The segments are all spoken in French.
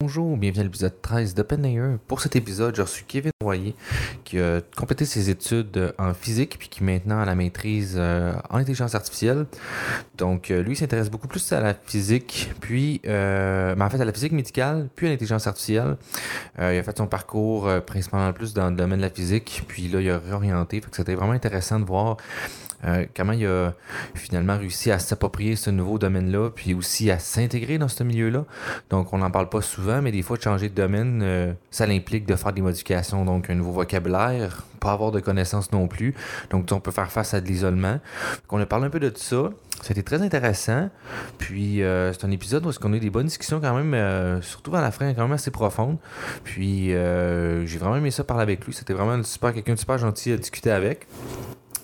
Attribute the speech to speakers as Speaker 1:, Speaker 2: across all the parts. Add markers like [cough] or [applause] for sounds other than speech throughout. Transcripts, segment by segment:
Speaker 1: Bonjour, bienvenue à l'épisode 13 d'Open Air. Pour cet épisode, j'ai reçu Kevin Royer qui a complété ses études euh, en physique puis qui est maintenant à la maîtrise euh, en intelligence artificielle. Donc euh, lui il s'intéresse beaucoup plus à la physique, puis euh, mais en fait à la physique médicale, puis à l'intelligence artificielle. Euh, il a fait son parcours euh, principalement plus dans le domaine de la physique, puis là il a réorienté. Fait que c'était vraiment intéressant de voir euh, comment il a finalement réussi à s'approprier ce nouveau domaine-là, puis aussi à s'intégrer dans ce milieu-là. Donc, on n'en parle pas souvent, mais des fois, de changer de domaine, euh, ça l'implique de faire des modifications, donc un nouveau vocabulaire, pas avoir de connaissances non plus. Donc, on peut faire face à de l'isolement. On a parlé un peu de tout ça. C'était très intéressant. Puis, euh, c'est un épisode où est-ce qu'on a eu des bonnes discussions quand même, euh, surtout vers la fin, quand même assez profonde. Puis, euh, j'ai vraiment aimé ça parler avec lui. C'était vraiment une super, quelqu'un de super gentil à discuter avec.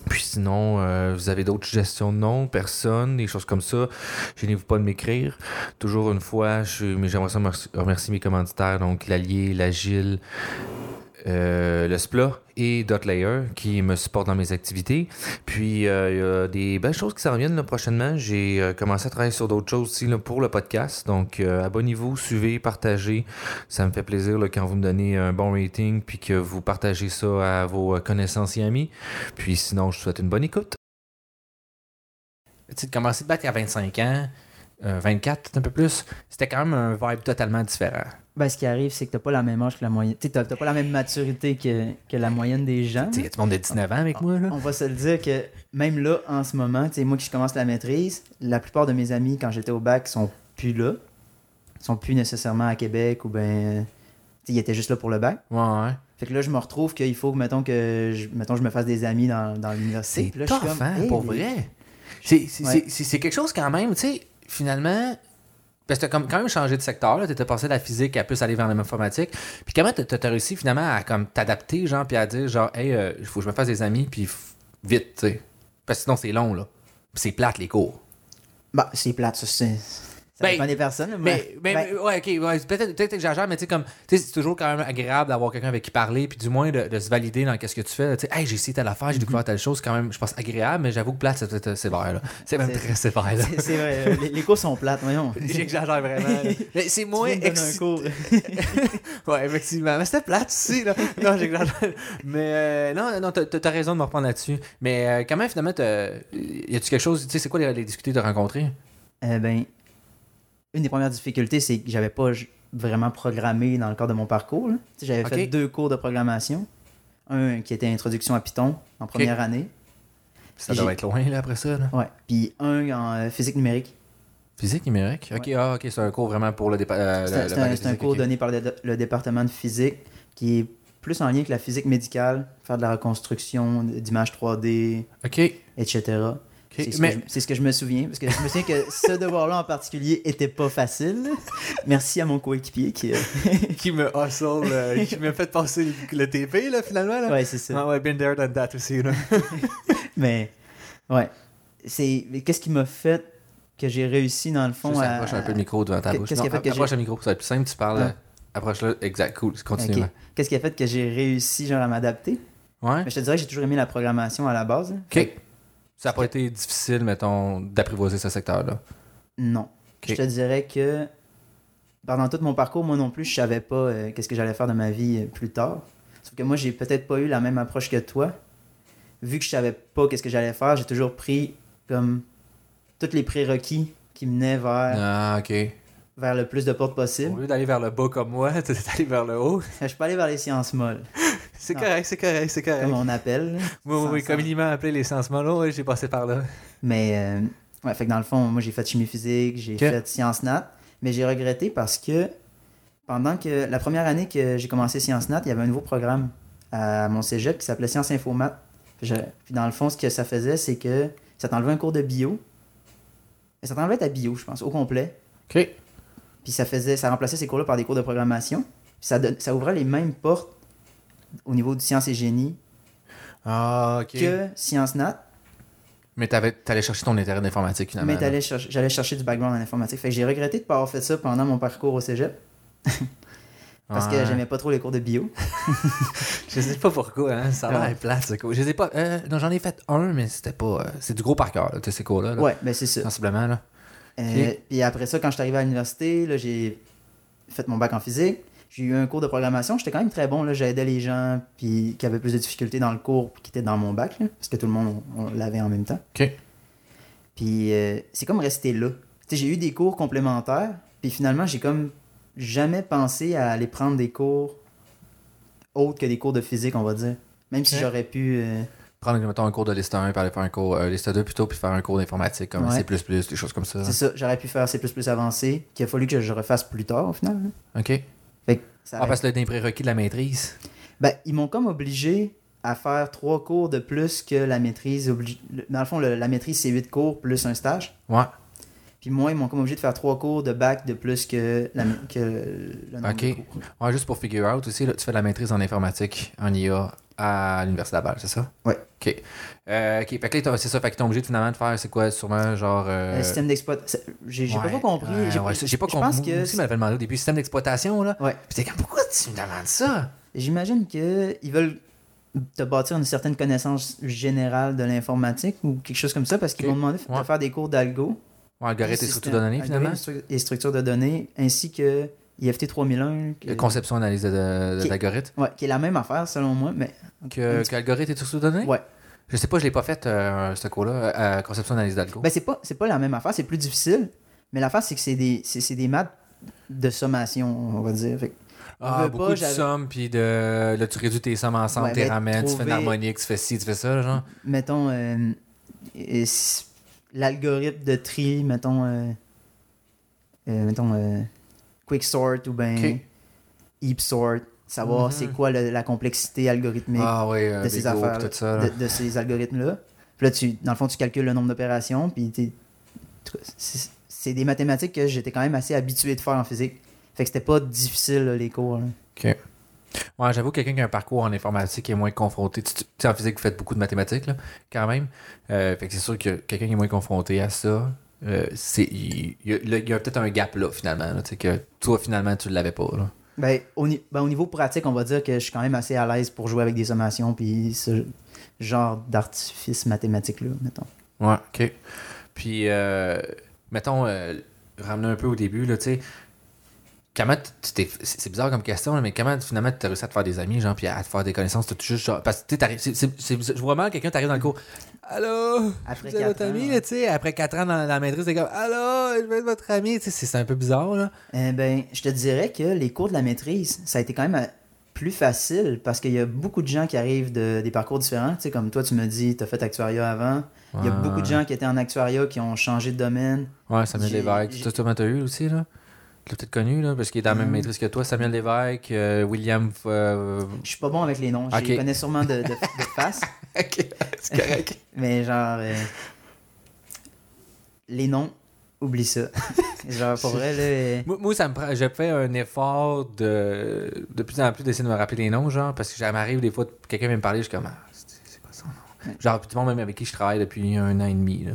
Speaker 1: Puis sinon, euh, vous avez d'autres suggestions de noms, personnes, des choses comme ça, gênez-vous pas de m'écrire. Toujours une fois, je, mais j'aimerais ça merci- remercier mes commanditaires, donc l'Allier, l'Agile, euh, le SPLA et Dotlayer qui me supportent dans mes activités. Puis euh, il y a des belles choses qui s'en viennent là, prochainement. J'ai euh, commencé à travailler sur d'autres choses aussi là, pour le podcast. Donc euh, abonnez-vous, suivez, partagez. Ça me fait plaisir là, quand vous me donnez un bon rating puis que vous partagez ça à vos euh, connaissances et amis. Puis sinon, je vous souhaite une bonne écoute.
Speaker 2: tu sais, de commencer de battre à 25 ans, euh, 24, peut-être un peu plus, c'était quand même un vibe totalement différent.
Speaker 3: Ben, ce qui arrive, c'est que t'as pas la même âge que la moyenne. Tu t'as t'as pas la même maturité que, que la moyenne des gens.
Speaker 2: Tu sais, il y a tout le monde de 19 ans avec moi, là.
Speaker 3: On va se le dire que même là, en ce moment, tu sais, moi qui je commence la maîtrise, la plupart de mes amis, quand j'étais au bac, sont plus là. sont plus nécessairement à Québec ou ben. tu sais, ils étaient juste là pour le bac.
Speaker 2: Ouais, ouais.
Speaker 3: Fait que là, je me retrouve qu'il faut que, mettons, que je, mettons, je me fasse des amis dans, dans l'université.
Speaker 2: C'est
Speaker 3: Puis là, je suis
Speaker 2: tough,
Speaker 3: comme,
Speaker 2: hein,
Speaker 3: hey,
Speaker 2: pour
Speaker 3: les-
Speaker 2: vrai. C'est c'est-
Speaker 3: Ouais.
Speaker 2: c'est- c'est quelque chose quand même, tu sais, finalement... Parce que t'as comme- quand même changé de secteur, tu étais passé de la physique à plus aller vers l'informatique. Puis comment t'as t'as réussi finalement à comme t'adapter, genre, puis à dire, genre, hey, il faut que je me fasse des amis, puis f- vite, tu sais. Parce que sinon, c'est long, là. Puis c'est plate, les cours.
Speaker 3: Bah, c'est plate, ça. c'est- Ça
Speaker 2: Ben,
Speaker 3: dépend des personnes.
Speaker 2: Mais, mais,
Speaker 3: ben,
Speaker 2: mais- ouais, ok, ouais, c'est peut-être peut-être que j'exagère, mais tu sais, comme, tu sais, c'est toujours quand même agréable d'avoir quelqu'un avec qui parler, puis du moins de, de se valider dans qu'est-ce que tu fais. là. Tu sais, hey, j'ai essayé telle affaire, j'ai
Speaker 3: Mm-hmm.
Speaker 2: découvert telle chose, c'est quand même, je pense, agréable, mais j'avoue que plate, c'est peut-être euh, sévère, là. C'est même
Speaker 3: C'est-
Speaker 2: très sévère, là.
Speaker 3: [laughs] c'est- c'est vrai, les, les cours sont plates, voyons.
Speaker 2: [laughs] J'exagère vraiment.
Speaker 3: [laughs]
Speaker 2: là. Mais c'est
Speaker 3: Tu
Speaker 2: moins
Speaker 3: viens de donner un
Speaker 2: exci-
Speaker 3: cours.
Speaker 2: [laughs] Ouais, effectivement. Mais c'était plate aussi,
Speaker 3: [laughs]
Speaker 2: là. Non, j'exagère. Mais euh, non, non, t'as- t'as t'as raison de me reprendre là-dessus. Mais euh, quand même, finalement, t'as- y a-tu quelque chose, tu sais, c'est quoi les, les discuter de rencontrer?
Speaker 3: Eh ben, une des premières difficultés, c'est que j'avais pas j- vraiment programmé dans le cadre de mon parcours. là. Tu sais, J'avais
Speaker 2: Ok.
Speaker 3: fait deux cours de programmation. Un qui était Introduction à Python en première année.
Speaker 2: Ça
Speaker 3: J'ai-
Speaker 2: doit être loin, là, après ça, là.
Speaker 3: Ouais. Puis un en euh, physique numérique.
Speaker 2: Physique numérique? Ok, ah, ok, c'est un cours vraiment pour le départ.
Speaker 3: C'est un- c'est un, c'est un cours donné par le, le département de physique qui est plus en lien avec la physique médicale, faire de la reconstruction d'images 3D,
Speaker 2: Ok,
Speaker 3: etc. C'est ce,
Speaker 2: mais
Speaker 3: que je- c'est ce que je me souviens, parce que je me souviens que ce devoir-là en particulier était pas facile. Merci à mon coéquipier qui... euh,
Speaker 2: [laughs] qui me hustle,
Speaker 3: [laughs]
Speaker 2: euh, qui m'a fait passer le, le TP, là, finalement. Là.
Speaker 3: Ouais, c'est ça.
Speaker 2: Ah ouais, been there, done that aussi. Là.
Speaker 3: Mais ouais, c'est mais qu'est-ce qui m'a fait que j'ai réussi dans le fond
Speaker 2: Juste
Speaker 3: à-
Speaker 2: approche un peu le micro devant ta
Speaker 3: Qu'est-
Speaker 2: bouche.
Speaker 3: euh, qu'est-ce qui a
Speaker 2: Non,
Speaker 3: fait que j'ai-
Speaker 2: approche le micro, ça va être plus simple, tu parles.
Speaker 3: Ah.
Speaker 2: euh, Approche-le, exact, cool,
Speaker 3: Ok.
Speaker 2: continue.
Speaker 3: Qu'est-ce qui a fait que j'ai réussi genre à m'adapter
Speaker 2: Ouais,
Speaker 3: Mais je te dirais que j'ai toujours aimé la programmation à la base. hein. là.
Speaker 2: ok. Ça n'a pas été difficile, mettons, d'apprivoiser ce secteur-là.
Speaker 3: Non.
Speaker 2: Ok.
Speaker 3: Je te dirais que pendant tout mon parcours, moi non plus, je savais pas euh, qu'est-ce que j'allais faire de ma vie euh, plus tard. Sauf que moi, j'ai peut-être pas eu la même approche que toi. Vu que je savais pas qu'est-ce que j'allais faire, j'ai toujours pris comme tous les prérequis qui menaient vers,
Speaker 2: Ah, ok.
Speaker 3: vers le plus de portes
Speaker 2: Au
Speaker 3: possible.
Speaker 2: lieu d'aller vers le bas comme moi, [laughs] t'es allé vers le haut.
Speaker 3: Je suis pas allé vers les sciences molles,
Speaker 2: C'est
Speaker 3: Non.
Speaker 2: correct, c'est correct, c'est correct.
Speaker 3: comme on appelle. là.
Speaker 2: Oui, oui, oui,
Speaker 3: Sans-
Speaker 2: comme il m'a appelé les sens mono, j'ai passé par là.
Speaker 3: Mais, euh, ouais, fait que dans le fond, moi, j'ai fait chimie physique, j'ai
Speaker 2: Ok.
Speaker 3: fait sciences nat, mais j'ai regretté parce que pendant que la première année que j'ai commencé sciences nat, il y avait un nouveau programme à mon cégep qui s'appelait sciences infomat. Je- puis dans le fond, ce que ça faisait, c'est que ça t'enlevait un cours de bio. Et ça t'enlevait ta bio, je pense, au complet.
Speaker 2: Ok.
Speaker 3: Puis ça faisait, ça remplaçait ces cours-là par des cours de programmation. Puis ça, don- ça ouvrait les mêmes portes au niveau du sciences et génie
Speaker 2: Ah, ok.
Speaker 3: que sciences nat.
Speaker 2: Mais t'avais- t'allais chercher ton intérêt d'informatique finalement.
Speaker 3: Ah, Mais
Speaker 2: là.
Speaker 3: t'allais chercher- j'allais chercher du background en informatique. Fait que j'ai regretté de pas avoir fait ça pendant mon parcours au cégep parce
Speaker 2: Ouais. Ah,
Speaker 3: que j'aimais pas trop les cours de bio.
Speaker 2: Je sais pas pourquoi, hein, ça a
Speaker 3: Ouais.
Speaker 2: l'air plate ce cours. Je sais pas. euh, non, j'en ai fait un, mais c'était pas. euh, c'est du gros par cœur, là, tu sais, ces cours-là. là.
Speaker 3: Ouais, ben c'est ça.
Speaker 2: Sensiblement, là.
Speaker 3: Euh, Puis après ça, quand je suis arrivé à l'université, là, j'ai fait mon bac en physique. J'ai eu un cours de programmation, j'étais quand même très bon. là. J'aidais les gens puis, qui avaient plus de difficultés dans le cours puis qui étaient dans mon bac, là, parce que tout le monde on- on l'avait en même temps.
Speaker 2: OK.
Speaker 3: Puis euh, c'est comme rester là. Tu sais, j'ai eu des cours complémentaires, puis finalement, j'ai comme jamais pensé à aller prendre des cours autres que des cours de physique, on va dire. Même si
Speaker 2: Ok.
Speaker 3: j'aurais pu. euh,
Speaker 2: Prendre, mettons, un cours de liste 1, puis aller faire un cours, euh, liste 2 plutôt, puis faire un cours d'informatique, comme
Speaker 3: Ouais.
Speaker 2: C++, des choses comme ça.
Speaker 3: C'est ça, j'aurais pu faire C avancé, qu'il a fallu que je refasse plus tard au final. là.
Speaker 2: hein. OK.
Speaker 3: Fait que ça
Speaker 2: Ah,
Speaker 3: aurait-
Speaker 2: parce que là, des prérequis de la maîtrise.
Speaker 3: Ben, ils m'ont comme obligé à faire trois cours de plus que la maîtrise. obli- le- Dans le fond, le- la maîtrise, c'est huit cours plus un stage.
Speaker 2: Ouais.
Speaker 3: Puis moi, ils m'ont comme obligé de faire trois cours de bac de plus que, la... ma- que le nombre
Speaker 2: Ok.
Speaker 3: de cours.
Speaker 2: Ouais, juste pour figure out aussi, là, tu fais de la maîtrise en informatique, en IA, à l'Université Laval, c'est ça?
Speaker 3: Ouais.
Speaker 2: OK. Euh, OK. Fait que là, t'as- c'est ça, fait qu'ils t'ont obligé de, finalement de faire, c'est quoi, sûrement, genre. euh,
Speaker 3: Le système d'exploitation. J'ai j'ai pas
Speaker 2: ouais,
Speaker 3: trop compris.
Speaker 2: ouais,
Speaker 3: J'ai
Speaker 2: ouais, J'ai pas
Speaker 3: je
Speaker 2: compris.
Speaker 3: pense que
Speaker 2: Moi aussi, m'avait demandé au début, système d'exploitation, là.
Speaker 3: Ouais.
Speaker 2: Puis t'es comme, pourquoi tu me demandes ça?
Speaker 3: J'imagine qu'ils veulent te bâtir une certaine connaissance générale de l'informatique ou quelque chose comme ça parce qu'ils
Speaker 2: Ok.
Speaker 3: m'ont demandé de
Speaker 2: Ouais.
Speaker 3: faire des cours d'algo.
Speaker 2: Ouais, algorithme et
Speaker 3: Système-
Speaker 2: surtout données, finalement.
Speaker 3: algorithme stru- Et structure de données, ainsi que IFT 3001. que-
Speaker 2: Euh, Conception, analyse de- de- de-
Speaker 3: Qui-
Speaker 2: d'algorithme.
Speaker 3: Ouais, qui est la même affaire selon moi, mais
Speaker 2: Que
Speaker 3: un petit-
Speaker 2: Qu'algorithme et surtout données?
Speaker 3: ouais.
Speaker 2: Je sais pas, je l'ai pas fait, euh, ce cours-là, euh, conception, analyse d'algo.
Speaker 3: Ben, c'est pas, c'est pas la même affaire, c'est plus difficile, mais l'affaire, c'est que c'est des, c'est, c'est des maths de sommation, on va dire. Fait que- on
Speaker 2: Ah,
Speaker 3: veut
Speaker 2: beaucoup
Speaker 3: pas,
Speaker 2: de
Speaker 3: j'avais-
Speaker 2: sommes, puis de... là, tu réduis tes sommes ensemble,
Speaker 3: Ouais,
Speaker 2: tes
Speaker 3: ben,
Speaker 2: ramènes, tu fais une
Speaker 3: trouver-
Speaker 2: harmonique, tu fais ci, tu fais ça, genre.
Speaker 3: mettons, euh, euh, s- l'algorithme de tri, mettons, euh, euh, mettons euh, quicksort ou ben
Speaker 2: Ok.
Speaker 3: heap sort, savoir
Speaker 2: Mhm.
Speaker 3: c'est quoi le- la complexité algorithmique
Speaker 2: Ah oui, euh,
Speaker 3: de ces
Speaker 2: Bego,
Speaker 3: affaires,
Speaker 2: puis tout ça. là.
Speaker 3: de, de ces algorithmes-là. Puis là, tu, dans le fond, tu calcules le nombre d'opérations, puis t'es- en tout cas, c'est- c'est des mathématiques que j'étais quand même assez habitué de faire en physique. Fait que c'était pas difficile, là, les cours. là.
Speaker 2: Ouais, j'avoue, quelqu'un qui a un parcours en informatique est moins confronté. Tu tu- tu sais, en physique, vous faites beaucoup de mathématiques, là, quand même. Euh, fait que c'est sûr que quelqu'un qui est moins confronté à ça, euh, c'est, il, il y a, là, il y a peut-être un gap là, finalement. là, tu sais, que toi, finalement, tu l'avais pas. Là.
Speaker 3: Ben, au, ni- ben, au niveau pratique, on va dire que je suis quand même assez à l'aise pour jouer avec des sommations puis ce genre d'artifice mathématique-là, mettons.
Speaker 2: Ouais, ok. Puis, euh, mettons, euh, ramener un peu au début, là, tu sais. Comment tu- tu t'es. C'est c'est bizarre comme question, là, mais comment finalement tu as réussi à te faire des amis, genre, puis à te faire des connaissances, tout juste genre. Parce que tu sais, t'arrives- c'est- c'est- c'est bizarre. Je vois mal quelqu'un t'arrive dans le cours. Allô?
Speaker 3: Après
Speaker 2: Vous êtes votre
Speaker 3: quatre ans,
Speaker 2: ami,
Speaker 3: ouais.
Speaker 2: là, tu sais, après 4 ans dans, dans la maîtrise, c'est comme Allô, je veux être votre ami. Tu sais, c'est- c'est un peu bizarre, là.
Speaker 3: Eh ben, je te dirais que les cours de la maîtrise, ça a été quand même euh, plus facile parce qu'il y a beaucoup de gens qui arrivent de des parcours différents. Tu sais, comme toi, tu me dis, tu as fait actuariat avant. Il y a
Speaker 2: Ouais.
Speaker 3: beaucoup de gens qui étaient en actuariat qui ont changé de domaine.
Speaker 2: Ouais, Samuel
Speaker 3: J'ai-
Speaker 2: Lévesque.
Speaker 3: j'ai-
Speaker 2: Toi, toi, t'as eu aussi, là. Tu l'as peut-être connu, là, parce qu'il est dans la même
Speaker 3: Hmm.
Speaker 2: maîtrise que toi, Samuel Lévesque, euh, William. euh,
Speaker 3: Je suis pas bon avec les noms, je
Speaker 2: Ok.
Speaker 3: les connais sûrement de, de- de face,
Speaker 2: [laughs] ok, c'est correct.
Speaker 3: mais genre. euh, les noms, oublie ça. [laughs] genre, pour vrai, là. euh,
Speaker 2: Moi, moi, ça me prend. Je fais un effort de. De plus en plus d'essayer de me rappeler les noms, genre, parce que ça m'arrive des fois, quelqu'un vient me parler, je suis comme. Ah, c'est c'est quoi son nom? Genre, puis tout le monde, même avec qui je travaille depuis un an et demi, là.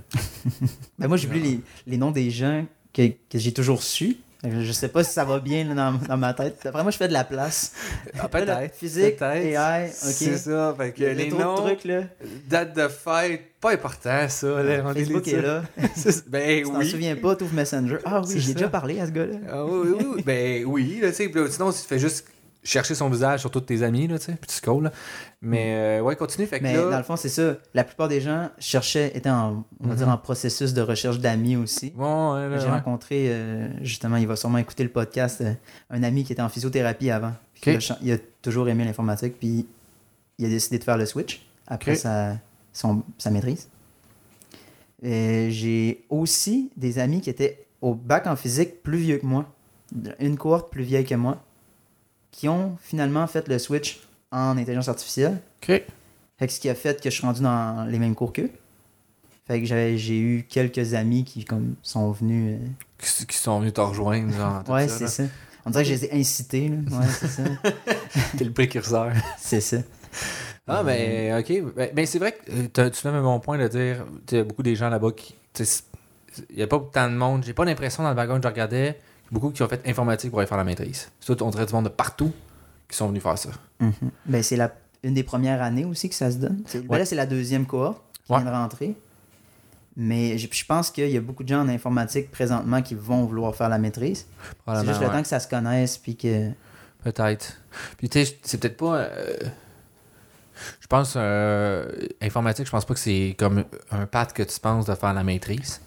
Speaker 3: Ben
Speaker 2: Ah.
Speaker 3: moi, j'oublie les, les noms des gens que, que j'ai toujours su. Ben, Je je sais pas si ça va bien là, dans, dans ma tête. Après, moi, je fais de la place.
Speaker 2: Ah,
Speaker 3: Là, là, Physique, AI,
Speaker 2: C'est
Speaker 3: ok.
Speaker 2: ça, fait que
Speaker 3: Le
Speaker 2: les
Speaker 3: trop de
Speaker 2: noms,
Speaker 3: trucs, là.
Speaker 2: date de fête, pas important, ça, là. on les
Speaker 3: Facebook est
Speaker 2: tire.
Speaker 3: là.
Speaker 2: [laughs] C'est- ben
Speaker 3: Tu t'en
Speaker 2: oui.
Speaker 3: souviens pas, t'ouvres Messenger. Ah
Speaker 2: C'est
Speaker 3: oui, j'ai
Speaker 2: ça.
Speaker 3: déjà parlé à ce gars-là.
Speaker 2: Ah, oui, oui, oui, ben oui, là, tu sais. puis là, Sinon, tu fais juste chercher son visage sur tous tes amis, là, tu sais, puis tu scrolles, là. Mais, euh, ouais, continue, fait que
Speaker 3: Mm. Mais
Speaker 2: là.
Speaker 3: dans le fond, c'est ça. La plupart des gens cherchaient, étaient en, on va dire, en processus de recherche d'amis aussi.
Speaker 2: Bon, ouais, là,
Speaker 3: J'ai
Speaker 2: ouais.
Speaker 3: rencontré, euh, justement, il va sûrement écouter le podcast, euh, un ami qui était en physiothérapie avant. Puis
Speaker 2: Ok.
Speaker 3: il, a, cha- il a toujours aimé l'informatique, puis il a décidé de faire le switch après
Speaker 2: Ok.
Speaker 3: sa, son- sa maîtrise. Euh, J'ai aussi des amis qui étaient au bac en physique plus vieux que moi, une cohorte plus vieille que moi, qui ont finalement fait le switch en intelligence artificielle.
Speaker 2: Ok.
Speaker 3: Fait que ce qui a fait que je suis rendu dans les mêmes cours qu'eux. Fait que j'avais- j'ai eu quelques amis qui comme, sont venus. euh,
Speaker 2: qui, qui sont venus te rejoindre. Genre, tout
Speaker 3: Ouais,
Speaker 2: ça,
Speaker 3: c'est
Speaker 2: là.
Speaker 3: ça. On dirait que je les ai incités, là. Ouais,
Speaker 2: [laughs]
Speaker 3: c'est ça.
Speaker 2: T'es le précurseur.
Speaker 3: C'est ça.
Speaker 2: ah, mais ok. Ben, ben, c'est vrai que euh, t'as- tu même mon point de dire, il y a beaucoup des gens là-bas qui. Il n'y a pas tant de monde. J'ai pas l'impression dans le wagon que je regardais, beaucoup qui ont fait informatique pour aller faire la maîtrise. C'est tout, on dirait du monde de partout qui sont venus faire ça.
Speaker 3: Mhm. Ben, c'est la... une des premières années aussi que ça se donne. C'est- ben
Speaker 2: Ouais.
Speaker 3: là, c'est la deuxième cohorte qui
Speaker 2: Ouais.
Speaker 3: vient de rentrer. Mais je, je pense qu'il y a beaucoup de gens en informatique présentement qui vont vouloir faire la maîtrise. C'est
Speaker 2: Probablement,
Speaker 3: juste le
Speaker 2: ouais.
Speaker 3: temps que ça se connaisse, puis que.
Speaker 2: Peut-être. Puis tu sais, c'est peut-être pas. euh, je pense euh, informatique, je pense pas que c'est comme un path que tu penses de faire la maîtrise.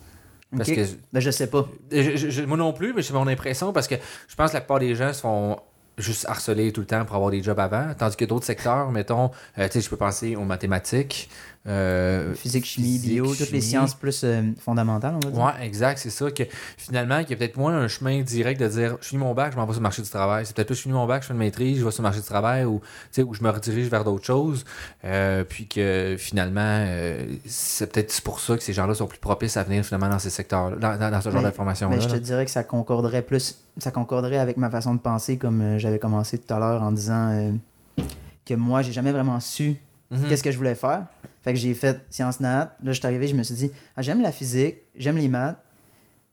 Speaker 2: Parce
Speaker 3: Ok.
Speaker 2: que euh,
Speaker 3: Ben, je sais pas.
Speaker 2: je- je- je- moi non plus, mais c'est mon impression parce que je pense que la plupart des gens se font juste harceler tout le temps pour avoir des jobs avant, tandis que d'autres secteurs, mettons, euh, tu sais, je peux penser aux mathématiques. euh,
Speaker 3: Physique, chimie,
Speaker 2: physique,
Speaker 3: bio, toutes les
Speaker 2: chimie.
Speaker 3: sciences plus euh, fondamentales, on va dire.
Speaker 2: Ouais, exact, c'est ça. Que finalement, il y a peut-être moins un chemin direct de dire je finis mon bac, je m'en vais sur le marché du travail. C'est peut-être plus je finis mon bac, je fais une maîtrise, je vais sur le marché du travail ou, tu sais, ou je me redirige vers d'autres choses. Euh, puis que finalement, euh, c'est peut-être pour ça que ces gens-là sont plus propices à venir finalement dans ces secteurs dans, dans- dans ce genre
Speaker 3: Mais-
Speaker 2: d'information-là.
Speaker 3: Mais Ben, je te dirais que ça concorderait plus, ça concorderait avec ma façon de penser, comme euh, j'avais commencé tout à l'heure en disant euh, que moi, j'ai jamais vraiment su
Speaker 2: Mhm.
Speaker 3: qu'est-ce que je voulais faire. Fait que j'ai fait sciences nat. Là, je suis arrivé, je me suis dit, ah, j'aime la physique, j'aime les maths.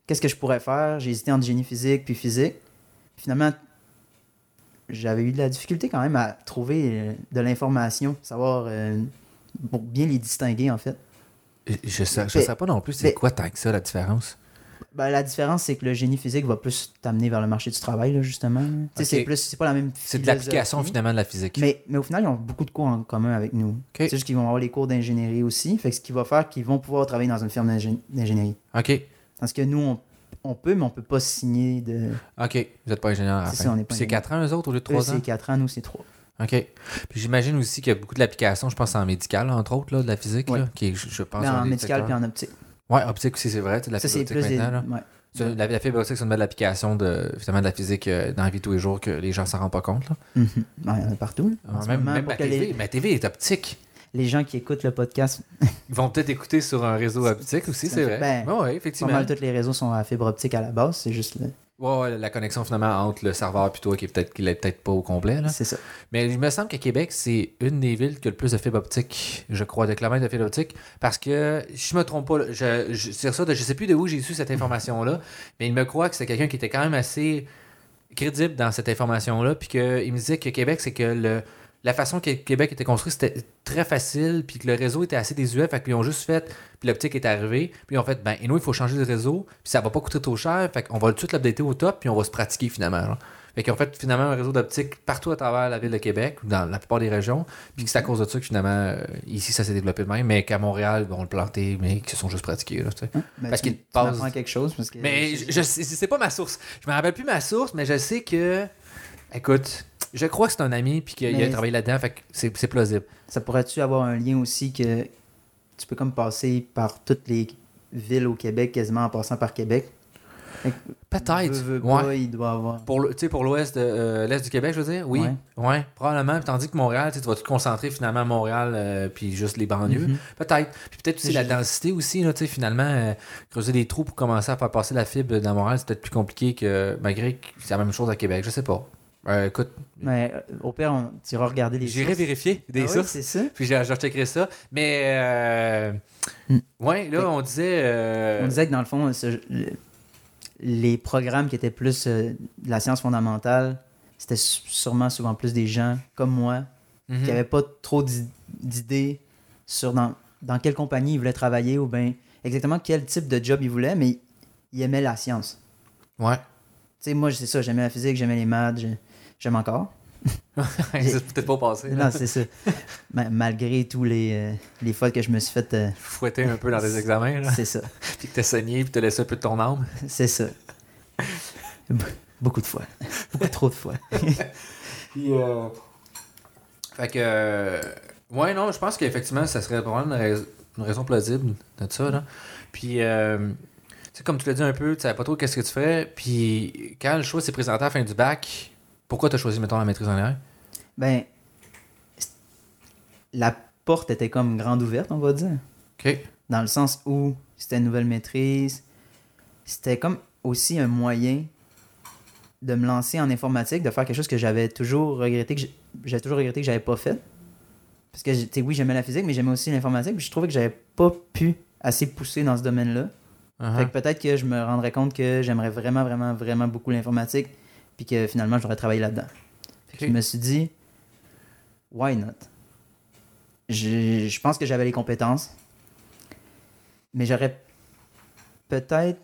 Speaker 3: Qu'est-ce que je pourrais faire? J'ai hésité entre génie physique puis physique. Finalement, j'avais eu de la difficulté quand même à trouver euh, de l'information, savoir euh, pour bien les distinguer en fait.
Speaker 2: je, je sais, je
Speaker 3: Mais-
Speaker 2: sais pas non plus c'est
Speaker 3: mais-
Speaker 2: quoi tant que ça la différence.
Speaker 3: Ben, la différence, c'est que le génie physique va plus t'amener vers le marché du travail, là, justement. là. Tu sais,
Speaker 2: Ok.
Speaker 3: C'est plus, c'est pas la même
Speaker 2: C'est de
Speaker 3: philosophie.
Speaker 2: l'application finalement de la physique.
Speaker 3: Mais, mais au final, ils ont beaucoup de cours en commun avec nous. C'est juste qu'ils vont avoir les cours d'ingénierie aussi. Fait que ce qui va faire qu'ils vont pouvoir travailler dans une firme d'ingé- d'ingénierie.
Speaker 2: OK.
Speaker 3: Parce que nous, on, on peut, mais on peut pas signer de.
Speaker 2: OK. Vous êtes pas ingénieur à la
Speaker 3: C'est
Speaker 2: fin.
Speaker 3: ça, on est pas
Speaker 2: Puis C'est
Speaker 3: ingénieur.
Speaker 2: 4 ans, eux autres, au lieu de
Speaker 3: Eux,
Speaker 2: 3 ans?
Speaker 3: c'est 4 ans, nous, c'est 3.
Speaker 2: OK. Puis j'imagine aussi qu'il y a beaucoup de l'application, je pense, en médical, entre autres, là, de la physique,
Speaker 3: Ouais.
Speaker 2: là, qui est, je, je pense...
Speaker 3: Ben, en médical puis en optique.
Speaker 2: Oui, optique aussi, Ah, c'est vrai, tu sais, de la
Speaker 3: Ça,
Speaker 2: fibre
Speaker 3: c'est
Speaker 2: optique
Speaker 3: plus des.
Speaker 2: maintenant. là.
Speaker 3: ouais.
Speaker 2: Ça, La, la fibre optique, c'est une belle application de, finalement, de la physique euh, dans la vie de tous les jours que les gens s'en rendent pas compte. là.
Speaker 3: Mhm. Ouais, Il y en a partout. là, en ce
Speaker 2: Ah, même
Speaker 3: moment,
Speaker 2: même
Speaker 3: pour
Speaker 2: ma,
Speaker 3: que
Speaker 2: TV,
Speaker 3: les,
Speaker 2: ma TV est optique.
Speaker 3: les gens qui écoutent le podcast,
Speaker 2: Ils vont peut-être écouter sur un réseau optique aussi,
Speaker 3: ça
Speaker 2: c'est
Speaker 3: fait-
Speaker 2: vrai.
Speaker 3: ben,
Speaker 2: oui,
Speaker 3: pas
Speaker 2: effectivement.
Speaker 3: mal tous les réseaux sont à fibre optique à la base. C'est juste. le-
Speaker 2: Ouais, ouais, la connexion finalement entre le serveur et toi qui est peut-être qui l'est peut-être pas au complet. Là.
Speaker 3: C'est ça.
Speaker 2: Mais il me semble qu'à Québec, c'est une des villes qui a le plus de fibres optiques, je crois, de kilomètres de fibres optiques. Parce que, si je me trompe pas, là, je, je, c'est ça, de- je sais plus de où j'ai su cette information-là, mais il me croit que c'est quelqu'un qui était quand même assez crédible dans cette information-là. Puis qu'il me disait que Québec, c'est que le, la façon que Québec était construit, c'était très facile, puis que le réseau était assez désuet, fait qu'ils ont juste fait, puis l'optique est arrivée, puis ils ont fait, ben, et nous, il faut changer de réseau, puis ça va pas coûter trop cher, fait qu'on va tout de suite l'updater au top, puis on va se pratiquer finalement. genre. Fait qu'ils ont fait finalement un réseau d'optique partout à travers la ville de Québec, ou dans la plupart des régions, puis que c'est à cause de ça que finalement, euh, ici, ça s'est développé de même, mais qu'à Montréal, bon, on le plantait, mais qu'ils se sont juste pratiqués, là, tu sais.
Speaker 3: Ben,
Speaker 2: Parce
Speaker 3: tu-
Speaker 2: qu'il
Speaker 3: tu
Speaker 2: passe-
Speaker 3: m'apprends quelque chose. Parce que
Speaker 2: Mais je, je sais- c'est pas ma source. Je me rappelle plus ma source, mais je sais que. Écoute, je crois que c'est un ami puis qu'il a
Speaker 3: Mais-
Speaker 2: travaillé là-dedans, fait que c'est c'est plausible.
Speaker 3: Ça pourrait-tu avoir un lien aussi que tu peux comme passer par toutes les villes au Québec, quasiment en passant par Québec?
Speaker 2: Peut-être.
Speaker 3: Veux, veux
Speaker 2: Ouais.
Speaker 3: pas, il doit avoir.
Speaker 2: Pour le- tu sais, pour l'ouest, de, euh, l'est du Québec, je veux dire, oui, ouais, probablement. Puis Tandis que Montréal, tu sais, tu vas te concentrer finalement à Montréal, euh, puis juste les banlieues,
Speaker 3: Mhm.
Speaker 2: peut-être. Puis peut-être aussi
Speaker 3: Mais
Speaker 2: la
Speaker 3: je-
Speaker 2: densité aussi, là, tu sais, finalement, euh, creuser des trous pour commencer à faire passer la fibre dans Montréal, c'est peut-être plus compliqué que malgré que c'est la même chose à Québec, je sais pas. Euh, écoute,
Speaker 3: Mais euh, au père, on ira regarder les
Speaker 2: j'irai vérifier des
Speaker 3: Ah oui,
Speaker 2: sources. Euh,
Speaker 3: c'est ça.
Speaker 2: Puis je, je recheckerai ça. Mais euh,
Speaker 3: Hmm.
Speaker 2: ouais, là,
Speaker 3: Fait-
Speaker 2: on disait. euh,
Speaker 3: On disait que dans le fond, ce- le- les programmes qui étaient plus euh, de la science fondamentale, c'était su- sûrement souvent plus des gens comme moi
Speaker 2: mhm.
Speaker 3: qui n'avaient pas trop d'i- d'idées sur dans, dans quelle compagnie ils voulaient travailler ou bien exactement quel type de job ils voulaient, mais ils aimaient la science. [laughs]
Speaker 2: Ouais. [laughs]
Speaker 3: Tu sais, moi, c'est ça, j'aimais la physique, j'aimais les maths, j'ai- j'aime encore.
Speaker 2: c'est peut-être pas passé.
Speaker 3: Non, c'est ça. Ma- malgré tous les, euh, les fautes que je me suis faites, euh,
Speaker 2: Fouetter un peu dans des examens, là.
Speaker 3: [laughs] c'est ça.
Speaker 2: puis que t'as saigné, puis t'as laissé un peu de ton âme.
Speaker 3: C'est ça. Be- Beaucoup de fois. Beaucoup trop de fois.
Speaker 2: Puis. euh, Fait que. euh, Ouais, non, je pense qu'effectivement, ça serait probablement une, rais- une raison plausible de ça, là. Puis. euh, Tu sais, comme tu l'as dit un peu, tu savais pas trop qu'est-ce que tu ferais. Puis quand le choix s'est présenté à la fin du bac, pourquoi t'as choisi, mettons, la maîtrise en air?
Speaker 3: Ben, c'est- la porte était comme grande ouverte, on va dire.
Speaker 2: OK.
Speaker 3: Dans le sens où c'était une nouvelle maîtrise. C'était comme aussi un moyen de me lancer en informatique, de faire quelque chose que j'avais toujours regretté, que j'ai- j'avais toujours regretté que j'avais pas fait. Parce que, tu sais, oui, j'aimais la physique, mais j'aimais aussi l'informatique. Puis je trouvais que j'avais pas pu assez pousser dans ce domaine-là.
Speaker 2: Uh-huh.
Speaker 3: Fait que peut-être que je me rendrais compte que j'aimerais vraiment, vraiment, vraiment beaucoup l'informatique. Puis que finalement, j'aurais travaillé là-dedans. Fait que
Speaker 2: Ok.
Speaker 3: Je me suis dit, why not? Je, je pense que j'avais les compétences. Mais j'aurais peut-être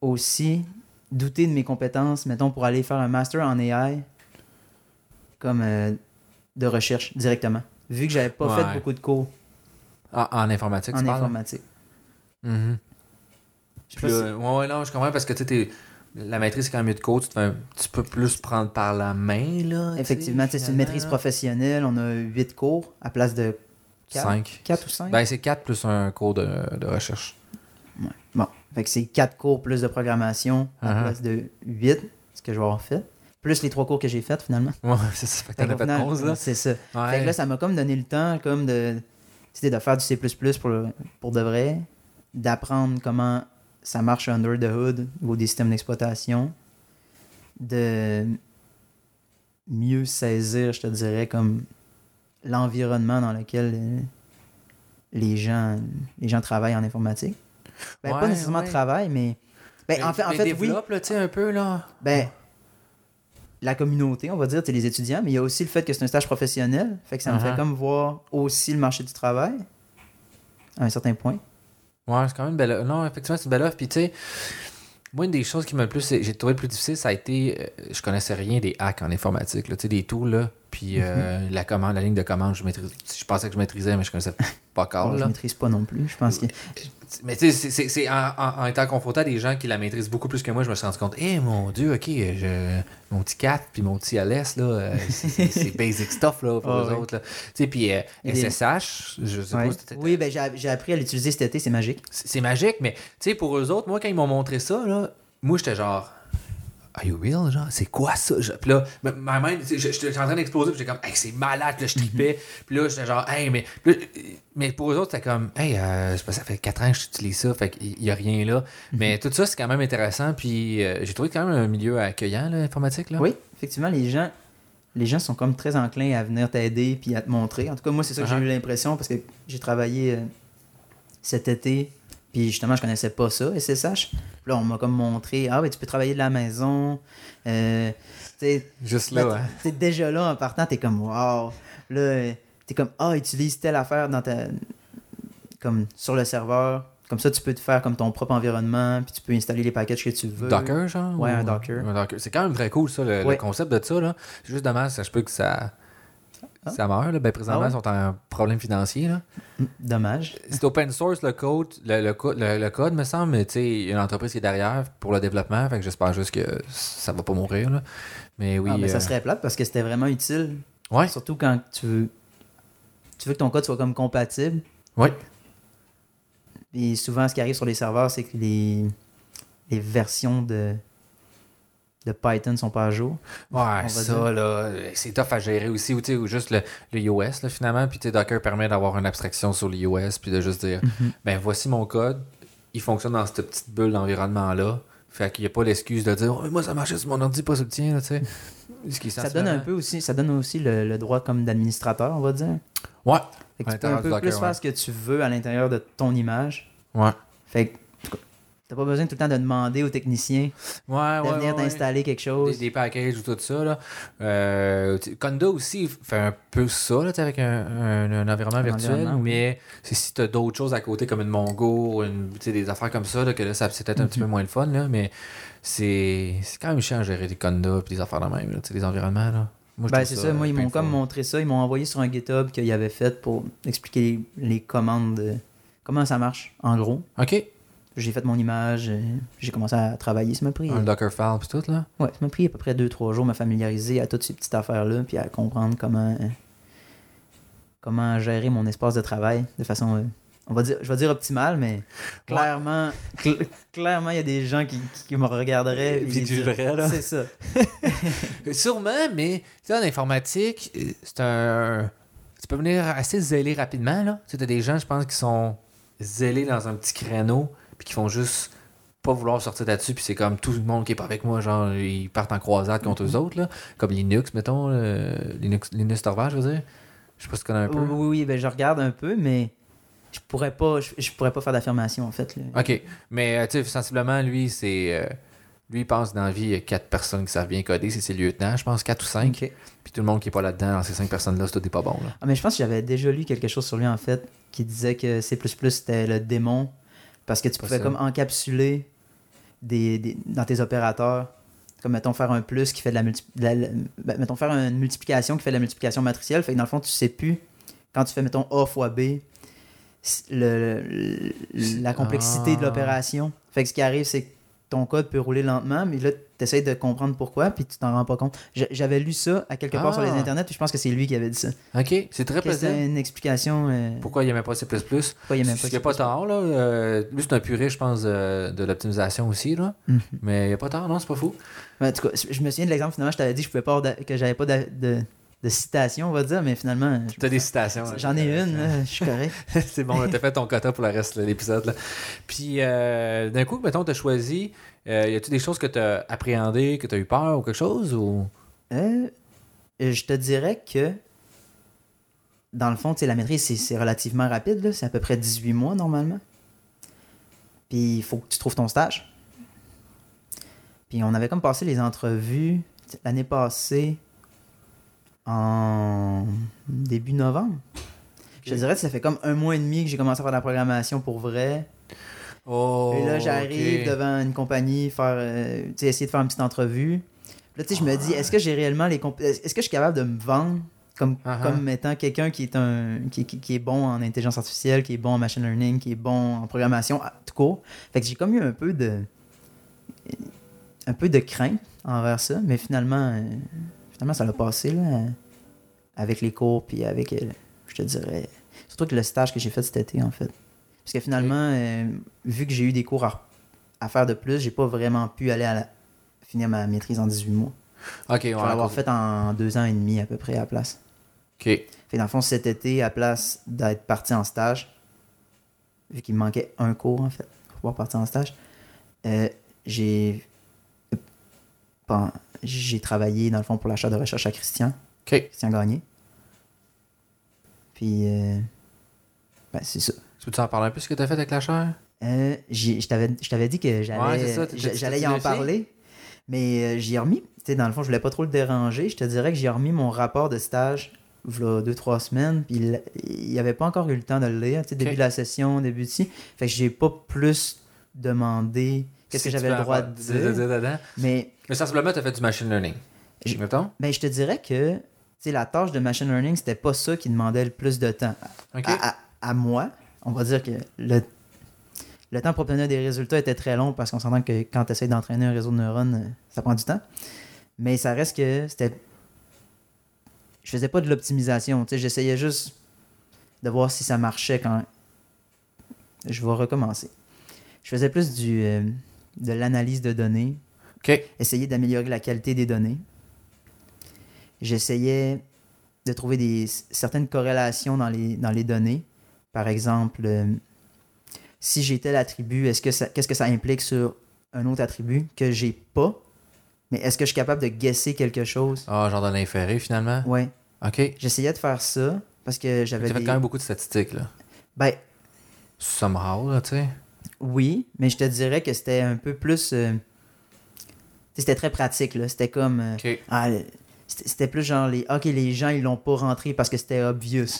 Speaker 3: aussi douter de mes compétences, mettons, pour aller faire un master en AI, comme euh, de recherche directement. Vu que j'avais pas
Speaker 2: Ouais.
Speaker 3: fait beaucoup de cours
Speaker 2: En, en informatique,
Speaker 3: en
Speaker 2: tu parles?
Speaker 3: informatique.
Speaker 2: Mhm. Puis
Speaker 3: Je sais pas
Speaker 2: là, ouais, ouais, non, je comprends parce que tu sais, t'es- la maîtrise, c'est quand même mieux de cours. Tu, te fais un petit peu plus prendre par la main, là. tu
Speaker 3: si-
Speaker 2: sais,
Speaker 3: Effectivement, tu sais, c'est une
Speaker 2: finalement,
Speaker 3: maîtrise professionnelle, on a 8 cours à place de quatre.
Speaker 2: Cinq.
Speaker 3: 4 ou 5.
Speaker 2: Ben, c'est 4 plus un cours de, de recherche. [laughs]
Speaker 3: Bon, fait que c'est 4 cours plus de programmation à
Speaker 2: Uh-huh.
Speaker 3: place de 8, ce que je vais avoir fait. Plus les 3 cours que j'ai fait finalement.
Speaker 2: Ouais, c'est ça. Fait que
Speaker 3: Fait
Speaker 2: t'en as
Speaker 3: qu'au
Speaker 2: fait
Speaker 3: Ben, final, euh,
Speaker 2: 11, là.
Speaker 3: C'est ça. Fait
Speaker 2: Ouais.
Speaker 3: que là, ça m'a comme donné le temps comme de, c'était de faire du C++ pour, le- pour de vrai, d'apprendre comment ça marche under the hood au niveau des systèmes d'exploitation, de mieux saisir, je te dirais, comme l'environnement dans lequel euh, les gens, les gens travaillent en informatique. Ben,
Speaker 2: Ouais,
Speaker 3: pas nécessairement
Speaker 2: ouais.
Speaker 3: travaillent, mais... Ben, en fait, en
Speaker 2: Mais
Speaker 3: fait oui,
Speaker 2: développe, là, tu sais, un peu, là.
Speaker 3: ben, la communauté, on va dire, tu sais, les étudiants, mais il y a aussi le fait que c'est un stage professionnel. Fait que ça me
Speaker 2: Uh-huh.
Speaker 3: fait comme voir aussi le marché du travail à un certain point.
Speaker 2: Ouais, c'est quand même une belle offre. Non, effectivement, c'est une belle offre. Puis, tu sais, moi, une des choses qui m'a le plus. J'ai trouvé le plus difficile, ça a été. euh, Je connaissais rien des hacks en informatique, là, tu sais, des tools, là. Puis,
Speaker 3: Mhm.
Speaker 2: euh, la, commande, la ligne de commande, je, maîtrise, je pensais que je maîtrisais, mais je connaissais
Speaker 3: [laughs]
Speaker 2: pas encore,
Speaker 3: Alors, je
Speaker 2: là.
Speaker 3: maîtrise pas non plus. Je pense que
Speaker 2: Mais tu sais, c'est- c'est- c'est en, en- en étant confronté à des gens qui la maîtrisent beaucoup plus que moi, je me suis rendu compte, eh mon Dieu, ok, je- mon petit 4 puis mon petit Alès, là, euh, c'est- c'est
Speaker 3: [laughs]
Speaker 2: c'est basic stuff là, pour
Speaker 3: Ah,
Speaker 2: les
Speaker 3: ouais.
Speaker 2: autres. là. Tu sais, puis euh,
Speaker 3: Il y a des-
Speaker 2: SSH, je sais
Speaker 3: Ouais.
Speaker 2: pas, c'était-
Speaker 3: Oui, ben, j'ai j'ai appris à l'utiliser cet été, c'est magique.
Speaker 2: c'est c'est magique, mais tu sais, pour eux autres, moi, quand ils m'ont montré ça, là, moi, j'étais genre. Are you real? Genre, c'est quoi ça? Je- Puis là, ma- ma main, tu sais, je- j'étais en train d'exploser, puis j'étais comme, hey, c'est malade, là, je tripais. Puis là, j'étais genre, hey, mais. puis là, euh, mais pour eux autres, c'était comme, hey, euh, je sais pas, ça fait 4 ans que j'utilise ça, fait qu'il y a rien là. Mais tout ça, c'est quand même intéressant, puis euh, j'ai trouvé quand même un milieu accueillant, là, informatique, là.
Speaker 3: Oui, effectivement, les gens, les gens sont comme très enclins à venir t'aider puis à te montrer. En tout cas, moi, c'est ça que
Speaker 2: Uh-huh.
Speaker 3: j'ai eu l'impression parce que j'ai travaillé euh, cet été. Puis justement, je connaissais pas ça, SSH. Puis là, on m'a comme montré, ah ben tu peux travailler de la maison. Euh, tu sais,
Speaker 2: Juste
Speaker 3: Là, hein.
Speaker 2: là, ouais.
Speaker 3: t'es déjà là en partant, t'es comme wow. Là, euh, t'es comme ah, utilise telle affaire dans ta comme sur le serveur. Comme ça, tu peux te faire comme ton propre environnement, puis tu peux installer les packages que tu veux.
Speaker 2: Docker, genre?
Speaker 3: Ouais,
Speaker 2: ou-
Speaker 3: un Docker.
Speaker 2: C'est quand même très cool, ça, le, le
Speaker 3: Ouais.
Speaker 2: concept de ça. là. C'est juste dommage, ça, je peux que ça,
Speaker 3: Ah.
Speaker 2: ça meurt. Là. Ben, présentement,
Speaker 3: Ah ouais?
Speaker 2: ils sont en problème financier. Là.
Speaker 3: Mm, Dommage.
Speaker 2: C'est open source, le code, le, le co- le- le code me semble, mais tu sais, il y a une entreprise qui est derrière pour le développement, fait que j'espère juste que ça va pas mourir. là. Mais oui.
Speaker 3: ah, ben,
Speaker 2: euh,
Speaker 3: ça serait plate parce que c'était vraiment utile,
Speaker 2: Ouais,
Speaker 3: surtout quand tu veux tu veux que ton code soit comme compatible.
Speaker 2: ouais.
Speaker 3: Et souvent, ce qui arrive sur les serveurs, c'est que les, les versions de de Python sont pas à jour.
Speaker 2: Ouais,
Speaker 3: va
Speaker 2: ça,
Speaker 3: dire.
Speaker 2: là, euh, c'est tough à gérer aussi. Ou, tu sais, ou juste le, le iOS, là, finalement. Puis, tu sais, Docker permet d'avoir une abstraction sur l'iOS, puis de juste dire,
Speaker 3: Mhm.
Speaker 2: ben voici mon code, il fonctionne dans cette petite bulle d'environnement-là. Fait qu'il n'y a pas l'excuse de dire, Oh, mais moi, ça marchait sur mon ordi, pas sur le tien, là, tu sais. Ce qui est
Speaker 3: Ça donne un
Speaker 2: essentiellement-
Speaker 3: peu aussi, ça donne aussi le- le droit comme d'administrateur, on va dire.
Speaker 2: Ouais,
Speaker 3: Fait que
Speaker 2: À
Speaker 3: tu peux
Speaker 2: l'intérieur du
Speaker 3: un peu
Speaker 2: Docker,
Speaker 3: plus
Speaker 2: ouais.
Speaker 3: faire ce que tu veux à l'intérieur de ton image.
Speaker 2: ouais.
Speaker 3: Fait que en tout cas, t'as pas besoin tout le temps de demander aux techniciens
Speaker 2: Ouais,
Speaker 3: de
Speaker 2: Ah ouais.
Speaker 3: venir
Speaker 2: ouais, ouais.
Speaker 3: t'installer quelque
Speaker 2: Des,
Speaker 3: chose.
Speaker 2: des packages ou tout ça. Là. Euh, tu- Conda aussi fait un peu ça là, tu sais, avec un, un- un environnement virtuel,
Speaker 3: environnement, oui.
Speaker 2: mais c'est si tu as d'autres choses à côté comme une Mongo, une, tu sais, des affaires comme ça, là, que là, ça- c'est peut-être un
Speaker 3: Mm-hmm.
Speaker 2: petit peu moins le fun, là, mais c'est c'est quand même chiant à gérer des Conda et des affaires de même, là, tu sais, des environnements. Là. Moi, je
Speaker 3: Ben,
Speaker 2: trouve
Speaker 3: c'est ça, moi, ils m'ont
Speaker 2: painful.
Speaker 3: comme montré ça. Ils m'ont envoyé sur un GitHub qu'ils avaient fait pour expliquer les, les commandes, de- comment ça marche, en gros.
Speaker 2: Ok,
Speaker 3: J'ai fait mon image, euh, j'ai commencé à travailler. Ça m'a pris,
Speaker 2: un Dockerfile puis tout, là.
Speaker 3: ouais, ça m'a pris à peu près 2-3 jours à me familiariser à toutes ces petites affaires-là, puis à comprendre comment, euh, comment gérer mon espace de travail de façon, euh, on va dire, je vais dire optimale, mais clairement, cl- clairement, il y a des gens qui, qui- qui me regarderaient.
Speaker 2: Puis
Speaker 3: ils
Speaker 2: tu
Speaker 3: diraient,
Speaker 2: verrais, là.
Speaker 3: C'est ça.
Speaker 2: Euh, Sûrement, mais tu sais, en informatique, euh, c'est un. Tu peux venir assez zélé rapidement, là. Tu as des gens, je pense, qui sont zélés dans un petit créneau, puis qui font juste pas vouloir sortir là-dessus, puis c'est comme tout le monde qui est pas avec moi, genre, ils partent en croisade contre eux autres, là. Comme Linux, mettons, euh, Linux, Linux Torvald, je veux dire. Je sais pas si tu connais un peu.
Speaker 3: Oui, oui, oui, ben, je regarde un peu, mais je pourrais pas, je, je pourrais pas faire d'affirmation en fait. là.
Speaker 2: OK. Mais, euh, tu sais, sensiblement, lui, c'est. euh, lui, il pense dans la vie, il y a quatre personnes qui savent bien coder, c'est ses lieutenants, je pense, quatre ou cinq.
Speaker 3: Ok.
Speaker 2: Puis tout le monde qui est pas là-dedans, dans ces cinq personnes-là, c'est tout est pas bon, là.
Speaker 3: Ah, mais je pense que j'avais déjà lu quelque chose sur lui en fait, qui disait que C++ c'était le démon Parce que tu pouvais
Speaker 2: ça.
Speaker 3: comme encapsuler des, des- dans tes opérateurs, comme mettons faire un plus qui fait de la, multi- de la- ben, mettons faire une multiplication qui fait de la multiplication matricielle. Fait que dans le fond, tu sais plus quand tu fais mettons A fois B c- le, le- la complexité de
Speaker 1: Ah.
Speaker 3: l'opération. Fait que ce qui arrive, c'est que ton code peut rouler lentement, mais là, tu essaies de comprendre pourquoi, puis tu t'en rends pas compte. J'a- J'avais lu ça à quelque part sur les
Speaker 2: Ah.
Speaker 3: internets, puis je pense que c'est lui qui avait dit ça.
Speaker 2: OK, c'est très
Speaker 3: Que
Speaker 2: plaisant.
Speaker 3: C'était une explication. euh,
Speaker 2: Pourquoi il n'y a même pas C++?
Speaker 3: pourquoi il n'y a même
Speaker 2: Il n'y a
Speaker 3: pas
Speaker 2: pas tard, là. Euh, lui, c'est un purée, je pense, euh, de l'optimisation aussi, là.
Speaker 3: Mhm.
Speaker 2: Mais il n'y a pas tard, non, c'est pas fou.
Speaker 3: Ouais, en tout cas, je me souviens de l'exemple, finalement, je t'avais dit que je pouvais pas avoir d'a- que j'avais pas d'a- de, de citation, on va dire, mais finalement, je-
Speaker 2: Tu as des citations. là.
Speaker 3: j'en ai une, là, je suis correct.
Speaker 2: c'est bon, là, t'as fait ton quota pour le reste de l'épisode. là. Puis, euh, d'un coup, mettons, t'as choisi. euh, y a-tu des choses que t'as appréhendées, que t'as eu peur ou quelque chose ou...
Speaker 3: Euh, je te dirais que, dans le fond, tu sais, la maîtrise, c'est- c'est relativement rapide, là, c'est à peu près 18 mois normalement. Puis il faut que tu trouves ton stage. Puis on avait comme passé les entrevues l'année passée en début novembre. Je te dirais que ça fait comme un mois et demi que j'ai commencé à faire de la programmation pour vrai.
Speaker 2: Oh,
Speaker 3: Et là, j'arrive
Speaker 2: ok.
Speaker 3: devant une compagnie, faire, euh, tu sais, essayer de faire une petite entrevue. Là, tu sais, je me dis, est-ce que j'ai réellement les compé- Est-ce que je suis capable de me vendre comme,
Speaker 2: Ah ah.
Speaker 3: comme étant quelqu'un qui est un qui, qui- qui est bon en intelligence artificielle, qui est bon en machine learning, qui est bon en programmation, à tout court. Fait que j'ai comme eu un peu de un peu de crainte envers ça, mais finalement, euh, finalement, ça l'a passé là, euh, avec les cours puis avec, euh, je te dirais, surtout que le stage que j'ai fait cet été en fait. Parce que finalement, euh, vu que j'ai eu des cours à, à faire de plus, j'ai pas vraiment pu aller à la- finir ma maîtrise en 18 mois.
Speaker 2: Ok, ouais,
Speaker 3: Je vais l'avoir
Speaker 2: ok.
Speaker 3: fait en deux ans et demi à peu près à la place.
Speaker 2: Ok.
Speaker 3: Fait que dans le fond, cet été, à place d'être parti en stage, vu qu'il me manquait un cours en fait pour pouvoir partir en stage, euh, j'ai pen- j'ai travaillé dans le fond pour l'achat de recherche à Christian,
Speaker 2: Ok.
Speaker 3: Christian Gagné. Puis, euh, ben, c'est ça.
Speaker 2: Tu peux-tu en parler un peu ce que t'as fait avec la chair?
Speaker 3: Euh, j'ai- je t'avais je t'avais dit que j'allais
Speaker 2: Ouais, c'est ça, t'as-
Speaker 3: j'a-
Speaker 2: t'as-
Speaker 3: j'allais y
Speaker 2: t'as
Speaker 3: en
Speaker 2: dit.
Speaker 3: parler, mais euh, j'y ai remis. Tu sais, dans le fond, je voulais pas trop le déranger. Je te dirais que j'y ai remis mon rapport de stage v'là deux, trois semaines, puis il- il n'y avait pas encore eu le temps de le lire. Tu sais, début
Speaker 2: Ok.
Speaker 3: de la session, début de ci. Fait que j'ai pas plus demandé qu'est-ce
Speaker 2: Si
Speaker 3: que
Speaker 2: tu
Speaker 3: j'avais
Speaker 2: peux
Speaker 3: le droit
Speaker 2: avoir-
Speaker 3: de dire.
Speaker 2: dedans.
Speaker 3: Mais
Speaker 2: Mais sensiblement, t'as fait du machine learning.
Speaker 3: J'ai-
Speaker 2: Mettons?
Speaker 3: ben, je te dirais que tu sais, la tâche de machine learning, c'était pas ça qui demandait le plus de temps.
Speaker 2: Ok.
Speaker 3: à, à- à moi, on va dire que le, le temps pour obtenir des résultats était très long parce qu'on s'entend que quand tu essaies d'entraîner un réseau de neurones, euh, ça prend du temps. Mais ça reste que c'était. Je faisais pas de l'optimisation. tu sais, J'essayais juste de voir si ça marchait quand. Je vais recommencer. Je faisais plus du, euh, de l'analyse de données,
Speaker 2: Ok.
Speaker 3: essayer d'améliorer la qualité des données. J'essayais de trouver des, certaines corrélations dans les, dans les données. Par exemple, euh, si j'ai tel attribut, est-ce que ça- qu'est-ce que ça implique sur un autre attribut que j'ai pas? Mais est-ce que je suis capable de guesser quelque chose?
Speaker 2: Ah, genre de l'inféré, finalement.
Speaker 3: Ouais.
Speaker 2: Ok. T'as
Speaker 3: J'essayais de faire ça parce que j'avais
Speaker 2: fait
Speaker 3: des...
Speaker 2: quand même beaucoup de statistiques, là.
Speaker 3: Ben,
Speaker 2: Somehow, là, tu sais.
Speaker 3: Oui, mais je te dirais que c'était un peu plus. euh, tu sais, c'était très pratique, là. C'était comme. euh,
Speaker 2: Ok.
Speaker 3: ah, le- c'était c'était plus genre les. Ok, les gens, ils l'ont pas rentré parce que c'était obvious. Tu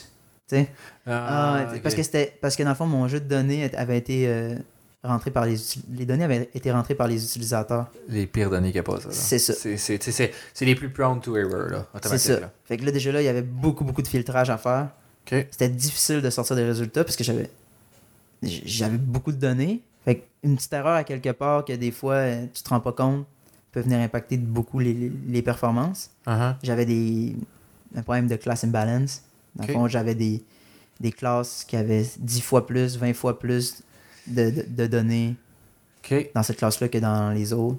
Speaker 3: sais? Ah,
Speaker 2: ok.
Speaker 3: parce, que c'était, parce que dans le fond, mon jeu de données avait été. euh, rentré par les, uti- les données avaient été rentrées par les utilisateurs.
Speaker 2: les pires données qu'il n'y a pas, ça. là.
Speaker 3: C'est ça.
Speaker 2: Ah, C'est- C'est tu sais, c'est- c'est les plus prone to error, là,
Speaker 3: C'est
Speaker 2: automatiquement.
Speaker 3: ça. Fait que là, déjà là, il y avait beaucoup, beaucoup de filtrage à faire.
Speaker 2: OK.
Speaker 3: C'était difficile de sortir des résultats parce que j'avais j'avais beaucoup de données. Fait que une petite erreur à quelque part que des fois euh, tu te rends pas compte peut venir impacter de beaucoup les, les- les performances.
Speaker 2: Uh-huh.
Speaker 3: J'avais des un problème de class imbalance. Dans
Speaker 2: Ok.
Speaker 3: le fond, j'avais des, des classes qui avaient 10 fois plus, 20 fois plus de, de- de données
Speaker 2: OK.
Speaker 3: dans cette classe-là que dans les autres.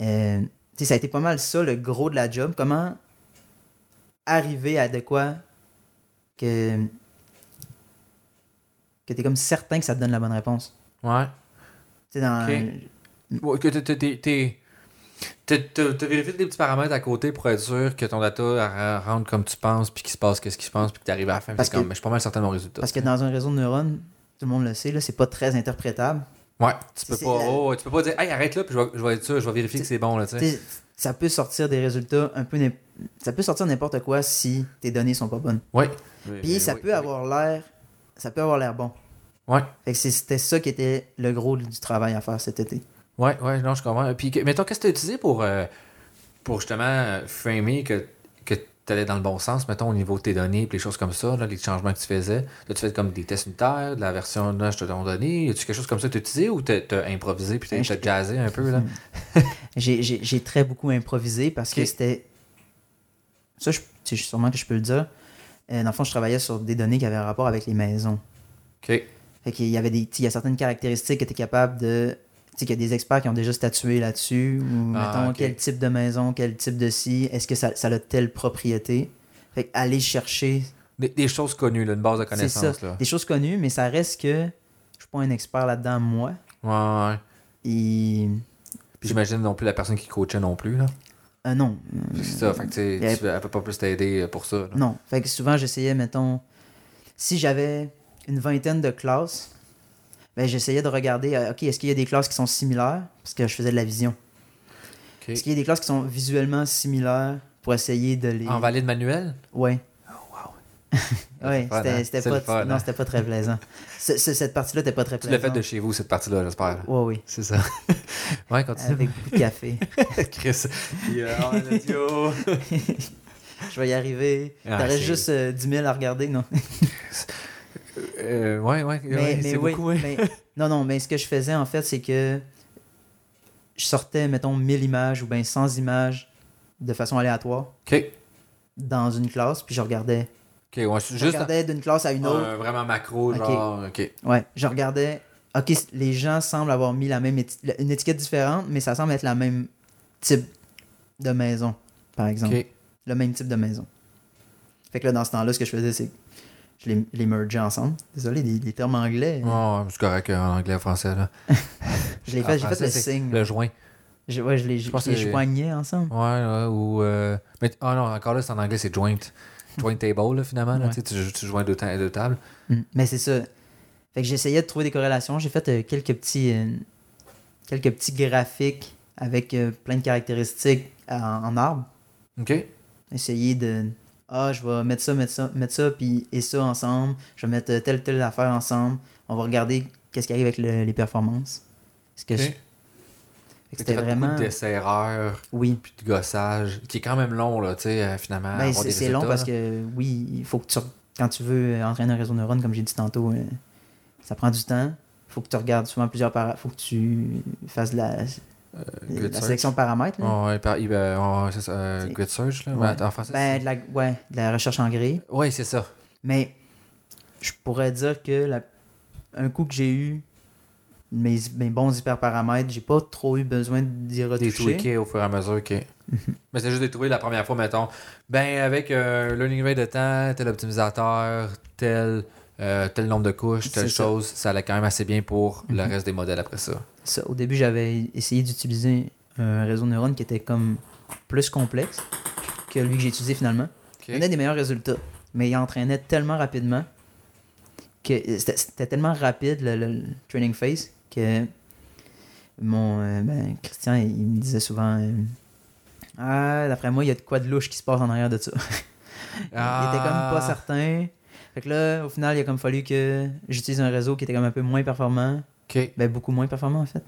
Speaker 3: Euh, tu sais, ça a été pas mal ça, le gros de la job. Comment arriver à de quoi que, que tu es comme certain que ça te donne la bonne réponse.
Speaker 2: Ouais.
Speaker 3: Mm. Tu sais, dans,
Speaker 2: Ok. Ouais, que t'es- t'es- t'es- t'es- t'es- T'as t'as vérifié des petits paramètres à côté pour être sûr que ton data elle rentre comme tu penses, puis qu'il se passe qu'est-ce qui se passe, puis que t'arrives à la fin.
Speaker 3: Parce
Speaker 2: Parce que...
Speaker 3: que-
Speaker 2: je suis pas mal certain de mon résultat.
Speaker 3: Parce que dans un réseau de neurones, tout le monde le sait, là, c'est pas très interprétable.
Speaker 2: Ouais, tu peux
Speaker 3: C'est-
Speaker 2: pas.
Speaker 3: la-
Speaker 2: oh, tu peux pas dire, hey, arrête là, puis je vais, je vais être sûr, je vais vérifier que c'est bon, là, tu
Speaker 3: Tu
Speaker 2: sais.
Speaker 3: sais, ça peut sortir des résultats un peu. n'im- Ça peut sortir n'importe quoi si tes données sont pas bonnes.
Speaker 2: Ouais.
Speaker 3: Puis ça peut avoir l'air. Ça peut avoir l'air bon.
Speaker 2: Ouais.
Speaker 3: Fait que c'est- c'était ça qui était le gros du travail à faire cet été.
Speaker 2: Ouais, ouais, non, je comprends. Puis, que- mettons, qu'est-ce que tu as utilisé pour, euh, pour justement euh, framer que, que tu allais dans le bon sens, mettons, au niveau de tes données, puis les choses comme ça, là, les changements que tu faisais? Là, tu fais comme des tests unitaires, de la version, là, je te donne donné. As-tu quelque chose comme ça que tu as utilisé ou tu as improvisé, puis tu
Speaker 3: Ben, je-
Speaker 2: as jazzé un peu, là?
Speaker 3: J'ai- J'ai j'ai très beaucoup improvisé parce que
Speaker 2: Ok.
Speaker 3: c'était. Ça, je, tu sais, sûrement que je peux le dire. Euh, dans le fond, je travaillais sur des données qui avaient un rapport avec les maisons.
Speaker 2: OK.
Speaker 3: Fait qu'il y avait des. Il y a certaines caractéristiques que tu es capable de. Tu sais, qu'il y a des experts qui ont déjà statué là-dessus. Ou,
Speaker 2: Ah,
Speaker 3: mettons,
Speaker 2: ok.
Speaker 3: quel type de maison, quel type de ci, est-ce que ça, ça a telle propriété. Fait aller chercher.
Speaker 2: Des, des choses connues, là, une base de
Speaker 3: C'est ça.
Speaker 2: connaissances, là.
Speaker 3: Des choses connues, mais ça reste que. Je suis pas un expert là-dedans, moi.
Speaker 2: Ouais, ouais.
Speaker 3: Et.
Speaker 2: Puis j'imagine non plus la personne qui coachait non plus, là.
Speaker 3: Ah non.
Speaker 2: C'est ça, fait que tu
Speaker 3: y a-
Speaker 2: sais, tu- elle peut pas plus t'aider euh, pour ça. là.
Speaker 3: Non. Fait que souvent, j'essayais, mettons, si j'avais une vingtaine de classes, ben, j'essayais de regarder, euh, OK, est-ce qu'il y a des classes qui sont similaires? Parce que je faisais de la vision.
Speaker 2: OK.
Speaker 3: Est-ce qu'il y a des classes qui sont visuellement similaires pour essayer de les.
Speaker 2: En valide manuel?
Speaker 3: Ouais.
Speaker 2: wow. [laughs] C'est le
Speaker 3: ouais,
Speaker 2: fun, hein?
Speaker 3: c'était- c'était
Speaker 2: C'est
Speaker 3: pas,
Speaker 2: le fun,
Speaker 3: non,
Speaker 2: hein?
Speaker 3: c'était pas très
Speaker 2: [laughs]
Speaker 3: plaisant. Ce- ce- cette partie-là était pas très
Speaker 2: Tu
Speaker 3: plaisante.
Speaker 2: l'as fait de chez vous, cette partie-là, j'espère.
Speaker 3: Ouais, oui.
Speaker 2: C'est ça. [laughs] ouais, continue.
Speaker 3: Avec beaucoup
Speaker 2: [laughs]
Speaker 3: de café.
Speaker 2: Chris. Yeah, yo.
Speaker 3: je vais y arriver.
Speaker 2: Ah,
Speaker 3: T'aurais
Speaker 2: c'est-
Speaker 3: juste euh, 10 000 à regarder, non?
Speaker 2: [laughs] Euh, ouais, ouais,
Speaker 3: Mais,
Speaker 2: ouais,
Speaker 3: mais
Speaker 2: c'est
Speaker 3: oui,
Speaker 2: beaucoup, hein. ouais. [laughs]
Speaker 3: mais- non, non, mais ce que je faisais, en fait, c'est que je sortais, mettons, 1000 images ou bien 100 images de façon aléatoire
Speaker 2: OK.
Speaker 3: dans une classe, puis je regardais.
Speaker 2: OK, ouais, c'est
Speaker 3: Je
Speaker 2: juste
Speaker 3: regardais d'une classe à une
Speaker 2: un-
Speaker 3: autre.
Speaker 2: un vraiment macro,
Speaker 3: Ok.
Speaker 2: genre, OK.
Speaker 3: Ouais, je regardais. OK, c- les gens semblent avoir mis la même éti- une étiquette différente, mais ça semble être la même type de maison, par exemple.
Speaker 2: OK.
Speaker 3: Le même type de maison. Fait que là, dans ce temps-là, ce que je faisais, c'est que je les, les mergeais ensemble. Désolé, les, les termes anglais.
Speaker 2: Ouais, ouais, c'est correct euh, en anglais, en français, là.
Speaker 3: je les fais, j'ai
Speaker 2: En
Speaker 3: fait
Speaker 2: français,
Speaker 3: le
Speaker 2: Ah, c'est
Speaker 3: signe.
Speaker 2: Le joint.
Speaker 3: Je, ouais, je les, je
Speaker 2: pense
Speaker 3: les
Speaker 2: que c'est-
Speaker 3: joignais ensemble.
Speaker 2: Ouais, ouais, ou. euh, Mais, ah non, encore là, c'est en anglais, c'est joint. Joint table, là, finalement. Là,
Speaker 3: Ouais.
Speaker 2: tu, sais, tu, tu joins deux, ta- deux tables.
Speaker 3: Mm. Mais c'est ça. Fait que j'essayais de trouver des corrélations. J'ai fait euh, quelques petits euh, quelques petits graphiques avec euh, plein de caractéristiques en, en arbre.
Speaker 2: OK.
Speaker 3: Essayer de ah, je vais mettre ça, mettre ça, mettre ça puis et ça ensemble. Je vais mettre euh, telle telle affaire ensemble. On va regarder qu'est-ce qui arrive avec le- les performances. Parce que
Speaker 2: Ok.
Speaker 3: je-
Speaker 2: Fait que
Speaker 3: fait que
Speaker 2: t'as
Speaker 3: c'était
Speaker 2: fait
Speaker 3: vraiment
Speaker 2: Beaucoup d'essais-erreurs,
Speaker 3: oui.
Speaker 2: puis de gossage, qui est quand même long, là, tu sais, euh, finalement.
Speaker 3: Ben,
Speaker 2: avoir
Speaker 3: c'est
Speaker 2: des
Speaker 3: c'est long
Speaker 2: résultats,
Speaker 3: parce
Speaker 2: là.
Speaker 3: que, oui, il faut que tu. re- Quand tu veux euh, entraîner un réseau de neurones, comme j'ai dit tantôt, euh, ça prend du temps. Il faut que tu regardes souvent plusieurs paramètres. faut que tu fasses de la,
Speaker 2: Euh, Good
Speaker 3: de la
Speaker 2: search.
Speaker 3: sélection de paramètres. là.
Speaker 2: Ouais, par- il- ben, ouais, c'est ça, euh,
Speaker 3: C'est-
Speaker 2: Good Search, là.
Speaker 3: Ouais.
Speaker 2: ouais, En français,
Speaker 3: Ben, de la, ouais, de la recherche en grille.
Speaker 2: c'est- Ouais, c'est ça.
Speaker 3: Mais je pourrais dire que la- un coup que j'ai eu mes, mes bons hyperparamètres, j'ai pas trop eu besoin d'y
Speaker 2: Des
Speaker 3: retoucher.
Speaker 2: tweakés au fur et à mesure, ok.
Speaker 3: Mhm.
Speaker 2: Mais c'est juste des tweakés la première fois, mettons. Ben, avec euh, learning rate de temps, tel optimisateur, tel, euh, tel nombre de couches, telle
Speaker 3: C'est ça. Mhm.
Speaker 2: chose, ça allait quand même assez bien pour le reste des modèles après ça.
Speaker 3: Ça, au début, j'avais essayé d'utiliser un réseau de neurones qui était comme plus complexe que lui que j'ai utilisé finalement.
Speaker 2: Ok.
Speaker 3: Il donnait des meilleurs résultats, mais il entraînait tellement rapidement que euh, c'était c'était tellement rapide le, le- le training phase que mon euh, ben, Christian il il me disait souvent euh, Ah, d'après moi, il y a de quoi de louche qui se passe en arrière de ça. Il était comme
Speaker 2: Ah,
Speaker 3: pas certain. Fait que là, au final, il a comme fallu que j'utilise un réseau qui était comme un peu moins performant.
Speaker 2: Ok,
Speaker 3: Ben, beaucoup moins performant, en fait.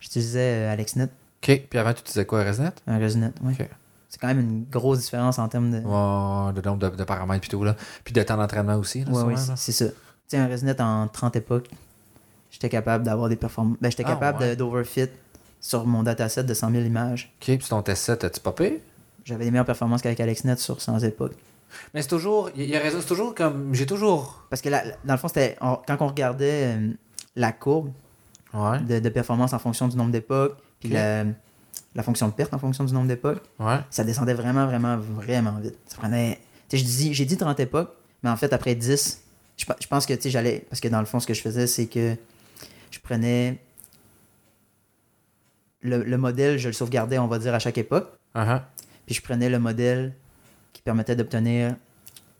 Speaker 3: J'utilisais euh, AlexNet,
Speaker 2: ok. Puis avant, tu disais quoi, ResNet
Speaker 3: un ResNet, ouais.
Speaker 2: Ok.
Speaker 3: C'est quand même une grosse différence en termes de...
Speaker 2: Ouais, de nombre de, de paramètres, puis tout, là. Puis de temps d'entraînement aussi, là,
Speaker 3: Ouais,
Speaker 2: sûrement,
Speaker 3: ouais,
Speaker 2: là.
Speaker 3: c'est c'est ça. Tu sais, un ResNet en 30 époques, j'étais capable d'avoir des performances. Ben, j'étais
Speaker 2: Ah,
Speaker 3: capable
Speaker 2: ouais.
Speaker 3: de- d'overfit sur mon dataset de 100 000 images.
Speaker 2: Ok, puis ton test 7, as-tu popé
Speaker 3: J'avais des meilleures performances qu'avec AlexNet sur 100 époques.
Speaker 2: Mais c'est toujours. Il y a raison, c'est toujours comme. J'ai toujours.
Speaker 3: Parce que là, dans le fond, c'était on- quand on regardait euh, la courbe
Speaker 2: Ouais,
Speaker 3: de, de performance en fonction du nombre d'époques, puis
Speaker 2: Ok.
Speaker 3: la, la fonction de perte en fonction du nombre d'époques,
Speaker 2: ouais.
Speaker 3: ça descendait vraiment, vraiment, vraiment vite. Ça prenait. Tu sais, je dis- j'ai dit 30 époques, mais en fait, après 10, je, pe- je pense que tu sais, j'allais. Parce que dans le fond, ce que je faisais, c'est que je prenais. Le, le modèle, je le sauvegardais, on va dire, à chaque époque.
Speaker 2: Uh-huh.
Speaker 3: Puis je prenais le modèle qui permettait d'obtenir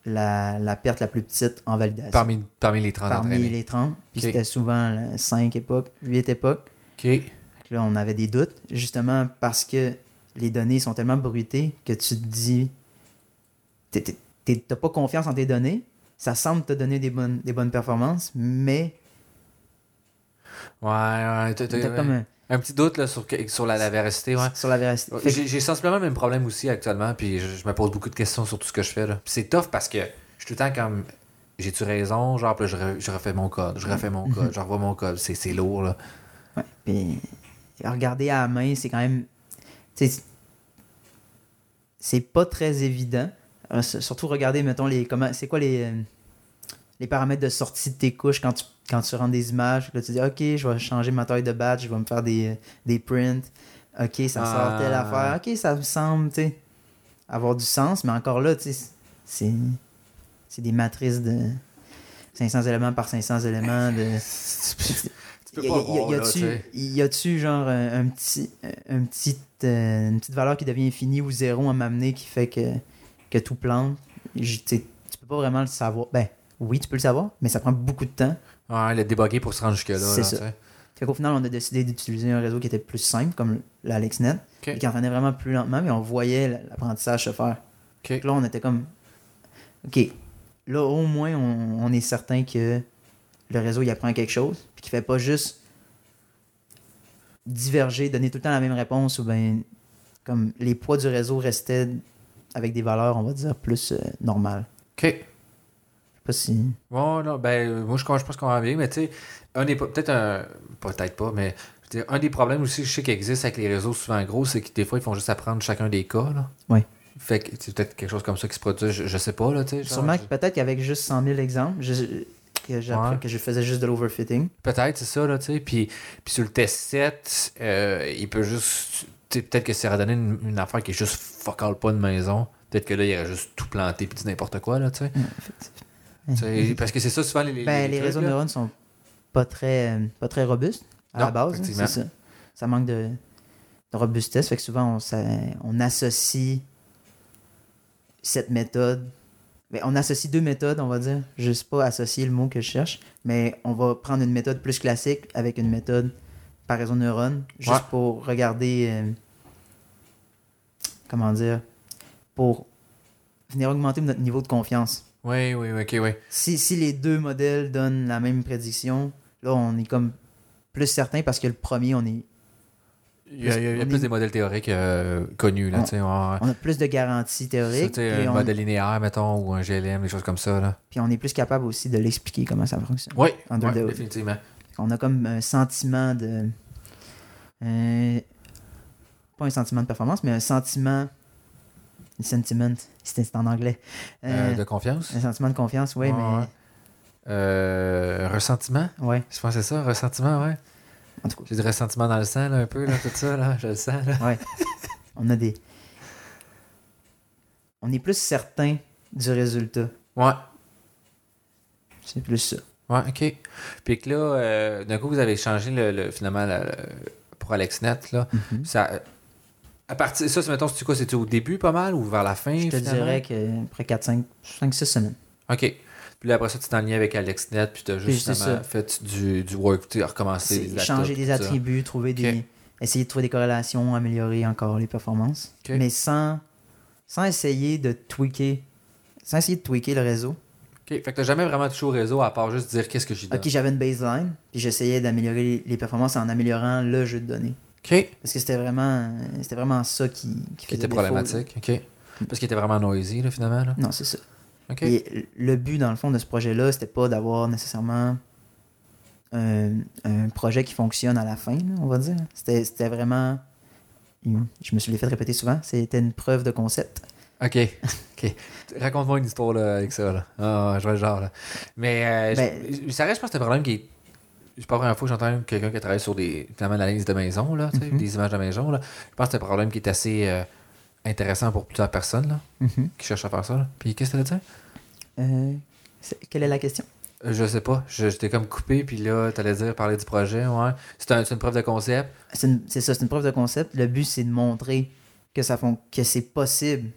Speaker 3: la, la perte la plus petite en validation.
Speaker 2: Parmi, parmi les 30
Speaker 3: Parmi
Speaker 2: entraînés.
Speaker 3: les 30. Puis
Speaker 2: Ok.
Speaker 3: c'était souvent 5 époques, 8 époques.
Speaker 2: Ok.
Speaker 3: Puis Là, on avait des doutes, justement parce que les données sont tellement bruitées que tu te dis. t'es- t'es- t'es- T'as pas confiance en tes données. Ça semble te donner des bonnes, des bonnes performances, mais
Speaker 2: Ouais, ouais. t'as- t'as-
Speaker 3: T'as comme un-
Speaker 2: Un petit doute là, sur, que- sur la, la véracité, ouais.
Speaker 3: sur la véracité. Fait que-
Speaker 2: J'ai j'ai sensiblement le même problème aussi actuellement, puis je, je me pose beaucoup de questions sur tout ce que je fais. là. Puis c'est tough parce que je suis tout le temps comme j'ai-tu raison, genre, puis là, je, re- je refais mon code, je refais
Speaker 3: Mhm.
Speaker 2: mon code, je revois mon code, c'est c'est lourd
Speaker 3: [laughs]
Speaker 2: là.
Speaker 3: Ouais, puis regarder à la main, c'est quand même. tu sais, C'est pas très évident. Euh, s- Surtout regarder, mettons, les comment c'est quoi les, euh, les paramètres de sortie de tes couches quand tu, quand tu rentres des images. Là, tu dis, OK, je vais changer ma taille de batch, je vais me faire des, euh, des prints. OK, ça me
Speaker 2: Ah.
Speaker 3: sort telle affaire. OK, ça me semble, tu sais, avoir du sens, mais encore là, tu sais, c'est c'est des matrices de 500 éléments par 500 éléments. De...
Speaker 2: Tu peux
Speaker 3: Y a-
Speaker 2: pas
Speaker 3: y a-
Speaker 2: voir,
Speaker 3: y
Speaker 2: là,
Speaker 3: a- y a-tu-
Speaker 2: tu sais.
Speaker 3: Y a-tu genre un, un petit, un petit, euh, une petite valeur qui devient infinie ou zéro à m'amener qui fait que, que tout plante? Je- tu sais, tu peux pas vraiment le savoir. Ben, oui, tu peux le savoir, mais ça prend beaucoup de temps.
Speaker 2: Ouais, le débugger pour se rendre jusque-là.
Speaker 3: C'est
Speaker 2: là,
Speaker 3: ça.
Speaker 2: tu sais.
Speaker 3: Fait qu'au final, on a décidé d'utiliser un réseau qui était plus simple, comme l'AlexNet,
Speaker 2: Ok.
Speaker 3: et qui en prenait vraiment plus lentement, mais on voyait l- l'apprentissage se faire.
Speaker 2: Ok.
Speaker 3: Fait que Là, on était comme, OK, là, au moins, on, on est certain que le réseau, il apprend quelque chose, puis qu'il fait pas juste diverger, donner tout le temps la même réponse, ou bien, comme les poids du réseau restaient avec des valeurs, on va dire, plus euh, normales.
Speaker 2: Ok.
Speaker 3: Je sais pas si...
Speaker 2: Bon, non, ben, euh, moi, je, com- je pense qu'on va bien, mais tu sais, un des pro- peut-être un. Peut-être pas, mais je veux dire, un des problèmes aussi, je sais qu'il existe avec les réseaux souvent gros, c'est que des fois, ils font juste apprendre chacun des cas, là.
Speaker 3: Ouais.
Speaker 2: Fait que c'est peut-être quelque chose comme ça qui se produit, je, je sais pas, là, tu sais. genre,
Speaker 3: Sûrement
Speaker 2: je-
Speaker 3: que peut-être qu'avec juste 100 000 exemples, je- que, j'appre-
Speaker 2: Ouais.
Speaker 3: que je faisais juste de l'overfitting.
Speaker 2: Peut-être, c'est ça, là, tu sais. Puis, puis sur le test 7, euh, il peut juste. tu sais, peut-être que ça aurait donné une, une affaire qui est juste fuck all pas de maison. Peut-être que là, il aurait juste tout planté puis dit n'importe quoi, là, tu sais. Tu sais. Parce que c'est ça, souvent, les. les-
Speaker 3: Mm-hmm. Ben,
Speaker 2: les
Speaker 3: les
Speaker 2: trucs,
Speaker 3: réseaux de
Speaker 2: là.
Speaker 3: neurones sont pas très, euh, pas très robustes à
Speaker 2: Non,
Speaker 3: la base. hein,
Speaker 2: effectivement.
Speaker 3: c'est ça. Ça manque de, de robustesse. Fait que souvent, on, s'a- on associe cette méthode. Ben, on associe deux méthodes, on va dire. Je sais pas associer le mot que je cherche, mais on va prendre une méthode plus classique avec une méthode par réseau de neurones, juste
Speaker 2: Ouais.
Speaker 3: pour regarder. euh, comment dire Pour venir augmenter notre niveau de confiance.
Speaker 2: Oui, oui, oui, ok, oui.
Speaker 3: Si, si les deux modèles donnent la même prédiction, là, on est comme plus certain parce que le premier, on, est,
Speaker 2: Il y a, il y a- il y a
Speaker 3: On
Speaker 2: plus
Speaker 3: est-
Speaker 2: des modèles théoriques euh, connus, là,
Speaker 3: On-
Speaker 2: tu sais. ouais,
Speaker 3: on a plus de garanties
Speaker 2: ouais. Ça,
Speaker 3: théoriques.
Speaker 2: tu sais,
Speaker 3: puis,
Speaker 2: un
Speaker 3: on,
Speaker 2: modèle linéaire, mettons, ou un GLM, des choses comme ça, là.
Speaker 3: puis on est plus capable aussi de l'expliquer comment ça fonctionne.
Speaker 2: Oui,
Speaker 3: En deux deux.
Speaker 2: définitivement.
Speaker 3: On a comme un sentiment de. euh, pas un sentiment de performance, mais un sentiment. Un sentiment, c'est en anglais. Euh,
Speaker 2: Euh, de confiance.
Speaker 3: Un sentiment de confiance, oui,
Speaker 2: Ouais, ouais.
Speaker 3: mais.
Speaker 2: Euh, ressentiment,
Speaker 3: Ouais,
Speaker 2: je pense que c'est ça, ressentiment, ouais.
Speaker 3: en tout cas.
Speaker 2: J'ai du ressentiment dans le sang, là, un peu, là, tout ça, là, je le sens, là.
Speaker 3: Ouais. on a des. On est plus certain du résultat.
Speaker 2: Ouais,
Speaker 3: C'est plus ça.
Speaker 2: ouais, ok. Puis que là, euh, d'un coup, vous avez changé, le, le- finalement, la- la- pour AlexNet,
Speaker 3: Mm-hmm.
Speaker 2: là. Ça. euh, À partir, ça, c'est, mettons, c'est quoi, c'était au début pas mal ou vers la fin?
Speaker 3: Je te
Speaker 2: finalement?
Speaker 3: dirais qu'après 4, 5, 5, 6 semaines.
Speaker 2: OK. Puis là, après ça, tu t'es en lien avec AlexNet, puis tu as
Speaker 3: Puis
Speaker 2: juste
Speaker 3: c'est
Speaker 2: finalement
Speaker 3: ça.
Speaker 2: fait du, du work, tu as recommencé.
Speaker 3: C'est
Speaker 2: les
Speaker 3: changer
Speaker 2: laptops,
Speaker 3: des
Speaker 2: tout ça.
Speaker 3: attributs, trouver
Speaker 2: Ok.
Speaker 3: des. Essayer de trouver des corrélations, améliorer encore les performances.
Speaker 2: Ok.
Speaker 3: Mais sans, sans essayer de tweaker. Sans essayer de tweaker le réseau.
Speaker 2: OK. Fait que tu jamais vraiment touché au réseau à part juste dire qu'est-ce que j'ai donne.
Speaker 3: Ok, j'avais une baseline, puis j'essayais d'améliorer les- les performances en améliorant le jeu de données.
Speaker 2: OK.
Speaker 3: Parce que c'était vraiment, euh, c'était vraiment ça qui, qui
Speaker 2: Qui
Speaker 3: faisait
Speaker 2: était
Speaker 3: défaut.
Speaker 2: problématique. OK. Parce qu'il était vraiment noisy, là, finalement. Là.
Speaker 3: Non, c'est ça.
Speaker 2: OK.
Speaker 3: Et le but, dans le fond, de ce projet-là, c'était pas d'avoir nécessairement un, un projet qui fonctionne à la fin, là, on va dire. C'était c'était vraiment. Je me suis les fait répéter souvent, c'était une preuve de concept.
Speaker 2: OK. [laughs] OK. Raconte-moi une histoire là, avec ça. Là. Ah, je vois le genre. Là. Mais euh, je-
Speaker 3: Ben-
Speaker 2: je- ça reste, je pense, que c'est un problème qui est. C'est pas la première fois que j'entends quelqu'un qui travaille sur des, finalement, l'analyse de maison, là, tu sais,
Speaker 3: Mm-hmm.
Speaker 2: des images de maison. Là. Je pense que c'est un problème qui est assez euh, intéressant pour plusieurs personnes là,
Speaker 3: Mhm.
Speaker 2: qui cherchent à faire ça. là. Puis qu'est-ce que tu dit?
Speaker 3: Euh, c'est- quelle est la question
Speaker 2: Euh, Je sais pas. Je- J'étais comme coupé, puis là, t'allais dire parler du projet, ouais. C'est un- c'est une preuve de concept.
Speaker 3: C'est une- c'est ça, c'est une preuve de concept. Le but, c'est de montrer que, ça fon- que c'est possible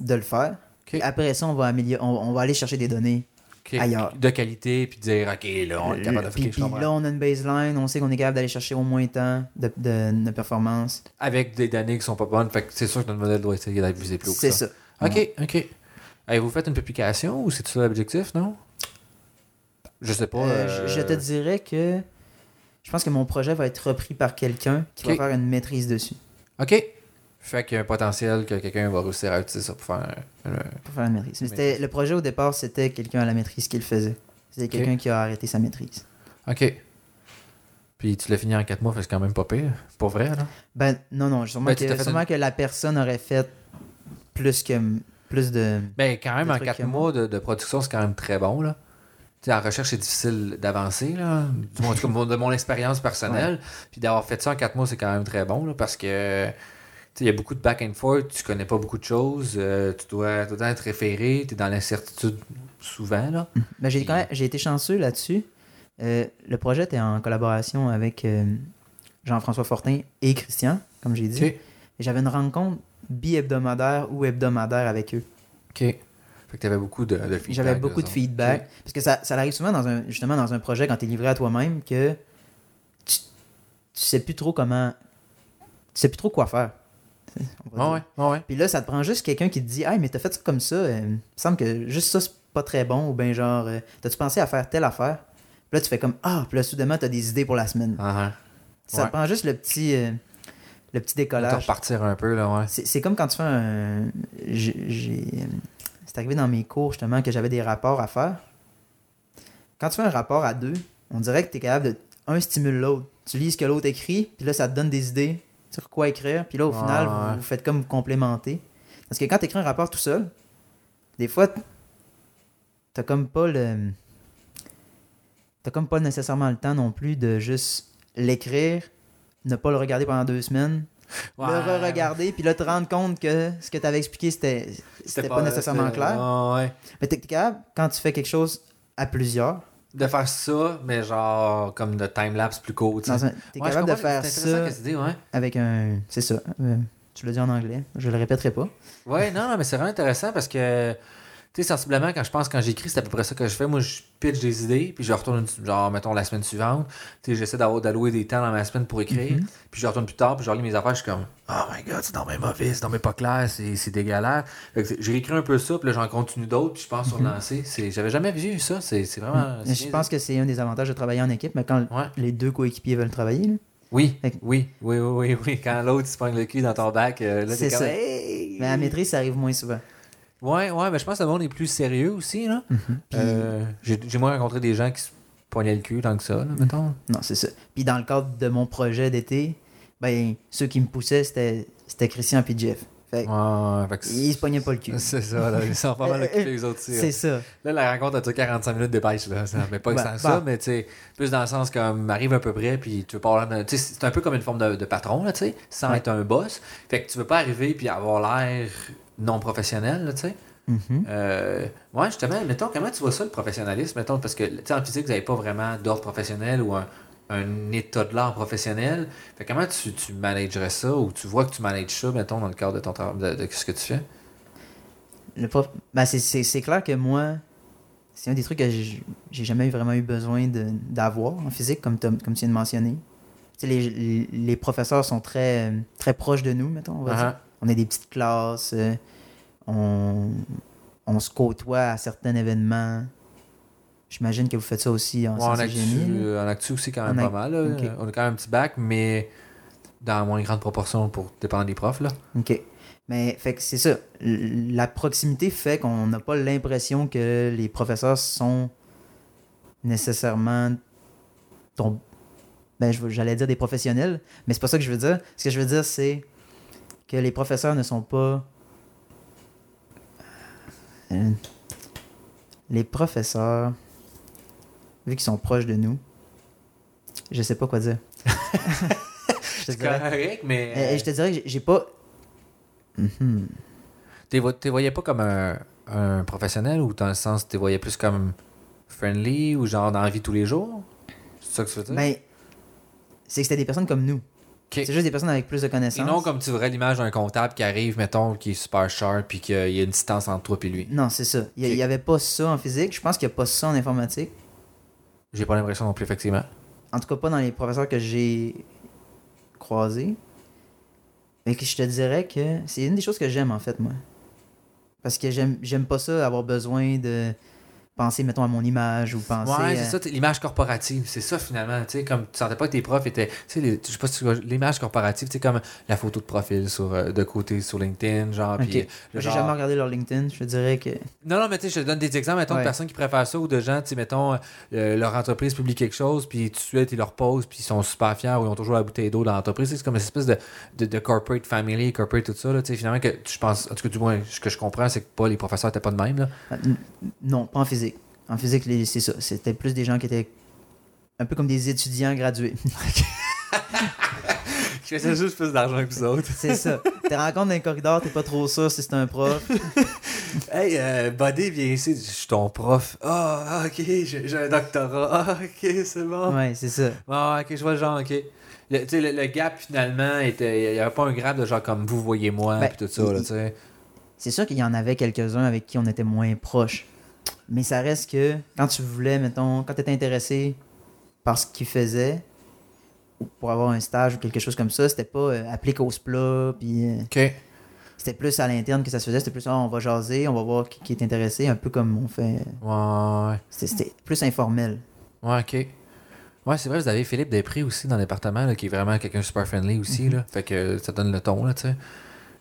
Speaker 3: de le faire.
Speaker 2: Ok.
Speaker 3: Après ça, on va, améliorer, on, on va aller chercher des données.
Speaker 2: qui-
Speaker 3: Ailleurs.
Speaker 2: De qualité, puis dire, OK, là, on est capable de
Speaker 3: ah. Puis
Speaker 2: faire
Speaker 3: puis là, on a une baseline, on sait qu'on est capable d'aller chercher au moins tant de, de, de performance.
Speaker 2: Avec des données qui sont pas bonnes, fait que c'est sûr que notre modèle doit essayer d'abuser plus haut que
Speaker 3: C'est ça.
Speaker 2: OK, OK. Avez-vous fait une publication ou c'est tout ça l'objectif, non? Je sais pas.
Speaker 3: Euh, je- je te
Speaker 2: euh,
Speaker 3: dirais que je pense que mon projet va être repris par quelqu'un qui
Speaker 2: Ok.
Speaker 3: va faire une maîtrise dessus.
Speaker 2: OK. Fait qu'il y a un potentiel que quelqu'un va réussir à utiliser ça pour faire. euh, le-
Speaker 3: Pour faire la maîtrise. Mais c'était- le projet au départ, c'était quelqu'un à la maîtrise qui le faisait. C'était quelqu'un qui a arrêté sa maîtrise.
Speaker 2: OK. Puis tu l'as fini en 4 mois, fait que c'est quand même pas pire. Pour vrai, là.
Speaker 3: Ben non, non, sûrement,
Speaker 2: Ben, tu
Speaker 3: que,
Speaker 2: t'as fait
Speaker 3: sûrement
Speaker 2: une-
Speaker 3: que la personne aurait fait plus que plus de.
Speaker 2: Ben, quand même,
Speaker 3: Des
Speaker 2: en
Speaker 3: trucs
Speaker 2: 4
Speaker 3: comme-
Speaker 2: mois de, de production, c'est quand même très bon, là. Tu sais, en recherche, c'est difficile d'avancer, là. Du moins, en tout cas, mon- de mon expérience personnelle. Puis d'avoir fait ça en 4 mois, c'est quand même très bon, là, parce que. tu sais, Il y a beaucoup de back and forth, tu connais pas beaucoup de choses, euh, tu dois tout le temps te référer, tu es dans l'incertitude souvent. Là.
Speaker 3: Ben, j'ai quand même- j'ai été chanceux là-dessus. Euh, le projet était en collaboration avec euh, Jean-François Fortin et Christian, comme j'ai dit.
Speaker 2: Ok.
Speaker 3: Et J'avais une rencontre bi-hebdomadaire ou hebdomadaire avec eux.
Speaker 2: OK. Fait que t'avais beaucoup de, de feedback.
Speaker 3: J'avais beaucoup de
Speaker 2: disons.
Speaker 3: feedback.
Speaker 2: Ok.
Speaker 3: Parce que ça, ça arrive souvent dans un, justement dans un projet quand tu es livré à toi-même que tu, tu sais plus trop comment. Tu sais plus trop quoi faire. [laughs] On va
Speaker 2: Ouais,
Speaker 3: dire.
Speaker 2: ouais, ouais, ouais.
Speaker 3: Puis là, ça te prend juste quelqu'un qui te dit Hey, mais t'as fait ça comme ça. euh, il me semble que juste ça, c'est pas très bon. Ou bien genre, euh, t'as-tu pensé à faire telle affaire Puis là, tu fais comme Ah, puis là, soudainement, t'as des idées pour la semaine.
Speaker 2: Ah,
Speaker 3: Ça
Speaker 2: ouais.
Speaker 3: te prend juste le petit, euh, le petit
Speaker 2: Là,
Speaker 3: décollage.
Speaker 2: repartir un peu, là, ouais.
Speaker 3: C'est c'est comme quand tu fais un. j'ai- j'ai- C'est arrivé dans mes cours justement que j'avais des rapports à faire. Quand tu fais un rapport à deux, on dirait que tu es capable de. Un stimule l'autre. Tu lis ce que l'autre écrit, puis là, ça te donne des idées sur quoi écrire, puis là, au
Speaker 2: Ouais,
Speaker 3: final,
Speaker 2: ouais.
Speaker 3: vous, vous faites comme vous complémenter. Parce que quand tu écris un rapport tout seul, des fois, t'as comme pas le. T'as comme pas nécessairement le temps non plus de juste l'écrire, ne pas le regarder pendant deux semaines,
Speaker 2: Ouais.
Speaker 3: le re-regarder, puis là, te rendre compte que ce que tu avais expliqué, c'était c'était pas, nécessairement
Speaker 2: c'était-
Speaker 3: clair.
Speaker 2: Ouais, ouais.
Speaker 3: Mais t'es t'es capable, quand tu fais quelque chose à plusieurs,
Speaker 2: De faire ça, mais genre, comme de time-lapse plus court, tu sais.
Speaker 3: dans un- t'es
Speaker 2: Ouais, je
Speaker 3: capable de
Speaker 2: comprends,
Speaker 3: faire
Speaker 2: c'est intéressant
Speaker 3: ça
Speaker 2: qu'elle se dit, ouais.
Speaker 3: avec un... C'est ça. euh, tu l'as dit en anglais, je le répéterai pas.
Speaker 2: Ouais, non, non, mais c'est vraiment intéressant parce que, tu sais, sensiblement, quand je pense, quand j'écris, c'est à peu près ça que je fais. Moi, je pitch des idées, puis je retourne, une- genre, mettons, la semaine suivante. Tu sais, j'essaie d'avoir- d'allouer des temps dans ma semaine pour écrire,
Speaker 3: Mhm.
Speaker 2: puis je retourne plus tard, puis je relis mes affaires, je suis comme, oh my god, c'est dans mes mauvais, c'est dans mes pas clair, c'est c'est dégueulasse. Fait que J'ai réécrit un peu ça, puis là, j'en continue d'autres, puis je pense sur le lancer. C'est- J'avais jamais vu ça, c'est c'est vraiment. c'est
Speaker 3: Mhm. Je
Speaker 2: bien
Speaker 3: pense que c'est un des avantages de travailler en équipe, mais quand
Speaker 2: Ouais.
Speaker 3: les deux coéquipiers veulent travailler, là,
Speaker 2: Oui,
Speaker 3: Fait que-
Speaker 2: oui, oui, oui, oui, oui. Quand l'autre il se prend le cul dans ton bac, euh, là, t'es
Speaker 3: C'est
Speaker 2: comme,
Speaker 3: ça.
Speaker 2: Hey!
Speaker 3: mais à maîtrise, ça arrive moins souvent.
Speaker 2: Ouais, ouais, mais je pense que le monde est plus sérieux aussi, là. Euh, J'ai j'ai moins rencontré des gens qui se poignaient le cul tant que ça, là, mettons.
Speaker 3: Non, c'est ça. Puis dans le cadre de mon projet d'été, ben, ceux qui me poussaient, c'était c'était Christian puis Jeff. Fait que
Speaker 2: Ouais, fait que
Speaker 3: ils se pognaient pas le cul.
Speaker 2: c'est- [laughs] c'est ça, là. Ils sont pas mal occupés, les autres, aussi,
Speaker 3: Euh, C'est
Speaker 2: là.
Speaker 3: ça.
Speaker 2: Là, la rencontre a duré 45 minutes de pêche, là. Ça, mais pas
Speaker 3: Ben,
Speaker 2: tant que ça,
Speaker 3: ben.
Speaker 2: mais tu sais, plus dans le sens comme arrive à peu près, puis tu veux pas avoir l'air d'un- Tu sais, c'est un peu comme une forme de, de patron, là, tu sais, sans
Speaker 3: Ouais.
Speaker 2: être un boss. Fait que tu veux pas arriver puis avoir l'air non professionnel, là, tu sais.
Speaker 3: Mhm.
Speaker 2: Euh, ouais, justement, mettons, comment tu vois ça le professionnalisme? Mettons, parce que tu sais, en physique, vous n'avez pas vraiment d'ordre professionnel ou un, un état de l'art professionnel. Fait que comment tu, tu managerais ça ou tu vois que tu manages ça, mettons, dans le cadre de ton travail, de, de ce que tu fais?
Speaker 3: Le prof- ben, c'est- c'est c'est clair que moi, c'est un des trucs que j'ai j'ai jamais vraiment eu besoin de- d'avoir en physique, comme, t'as- comme tu viens de mentionner. Tu sais, les, les- les professeurs sont très, euh, très proches de nous, mettons. On, va dire.
Speaker 2: Ah,
Speaker 3: on a des petites classes, euh, on, on se côtoie à certains événements. J'imagine que vous faites ça aussi en
Speaker 2: ouais, en,
Speaker 3: sciences et
Speaker 2: actu,
Speaker 3: génie.
Speaker 2: euh, en actu aussi, quand même
Speaker 3: En
Speaker 2: pas
Speaker 3: ac-
Speaker 2: mal. là.
Speaker 3: ok.
Speaker 2: On a quand même un petit bac, mais dans moins grande proportion pour dépendre des profs. Là.
Speaker 3: OK. Mais fait que c'est ça. L- La proximité fait qu'on n'a pas l'impression que les professeurs sont nécessairement ton ben je veux- j'allais dire des professionnels, mais c'est pas ça que je veux dire. Ce que je veux dire c'est que les professeurs ne sont pas Euh, les professeurs vu qu'ils sont proches de nous. Je sais pas quoi dire. [laughs] je, te
Speaker 2: C'est
Speaker 3: dirais,
Speaker 2: correct, mais.
Speaker 3: Euh, je te dirais que j'ai- j'ai pas
Speaker 2: T'es vo- t'es voyais pas comme un, un professionnel ou dans le sens t'es voyais plus comme friendly ou genre dans la vie de tous les jours? C'est ça que tu veux dire?
Speaker 3: Ben, c'est que c'était des personnes comme nous.
Speaker 2: Ok.
Speaker 3: C'est juste des personnes avec plus de
Speaker 2: Et
Speaker 3: connaissances.
Speaker 2: non comme tu verrais l'image d'un comptable qui arrive, mettons, qui est super sharp puis qu'il y a une distance entre toi et lui.
Speaker 3: Non, c'est ça. Il
Speaker 2: Ok.
Speaker 3: n'y avait pas ça en physique. Je pense qu'il n'y a pas ça en informatique.
Speaker 2: J'ai pas l'impression non plus, effectivement.
Speaker 3: En tout cas, pas dans les professeurs que j'ai croisés. Mais que je te dirais que c'est une des choses que j'aime, en fait, moi. Parce que j'aime j'aime pas ça, avoir besoin de. penser, mettons, à mon image ou penser.
Speaker 2: Ouais,
Speaker 3: euh,
Speaker 2: c'est ça, t'sais, l'image corporative, c'est ça finalement, tu sais, comme tu sentais pas que tes profs étaient, tu sais, les- je sais pas si tu vois, l'image corporative, tu sais, comme la photo de profil sur, euh, de côté sur LinkedIn, genre,
Speaker 3: Ok.
Speaker 2: puis le
Speaker 3: J'ai
Speaker 2: genre-
Speaker 3: jamais regardé leur LinkedIn, je te dirais que.
Speaker 2: Non, non, mais tu sais, je te donne des exemples, mettons,
Speaker 3: Ouais.
Speaker 2: de personnes qui préfèrent ça ou de gens, tu sais, mettons, euh, leur entreprise publie quelque chose, puis tout de suite, ils leur posent, puis ils sont super fiers ou ils ont toujours la bouteille d'eau dans l'entreprise. C'est comme une espèce de, de, de corporate family, corporate tout ça, là, tu sais, finalement, que je pense, en tout cas, du moins, ce que je comprends, c'est que pas les professeurs étaient pas de même,
Speaker 3: [laughs]
Speaker 2: là.
Speaker 3: Euh, n- Non, pas en physique. En physique, les- c'est ça. C'était plus des gens qui étaient un peu comme des étudiants gradués. [laughs]
Speaker 2: Qui faisaient juste plus d'argent que les autres.
Speaker 3: c'est ça. T'es rencontres dans les corridors, t'es pas trop sûr si c'est un prof.
Speaker 2: Hey, euh, Buddy, viens ici, je suis ton prof. Ah, ok, j'ai j'ai un doctorat. Ah, ok, c'est bon.
Speaker 3: Ouais, c'est ça.
Speaker 2: Ah, ok, je vois le genre, ok. Le, tu sais, le, le gap, finalement, était. Il n'y avait pas un grab de genre comme vous voyez-moi,
Speaker 3: Ben,
Speaker 2: puis tout ça, là,
Speaker 3: il-
Speaker 2: tu sais.
Speaker 3: C'est sûr qu'il y en avait quelques-uns avec qui on était moins proche. Mais ça reste que quand tu voulais, mettons, quand tu étais intéressé par ce qu'ils faisaient, ou pour avoir un stage ou quelque chose comme ça, c'était pas euh, applique au SPLA, puis euh,
Speaker 2: Ok.
Speaker 3: c'était plus à l'interne que ça se faisait, c'était plus ah, on va jaser, on va voir qui, qui est intéressé, un peu comme on fait.
Speaker 2: Ouais,
Speaker 3: C'était- C'était plus informel.
Speaker 2: ouais, ouais, ok. Ouais, c'est vrai, vous avez Philippe Després aussi dans le département, là, qui est vraiment quelqu'un de super friendly aussi, là. Fait que ça donne le ton, là, tu sais.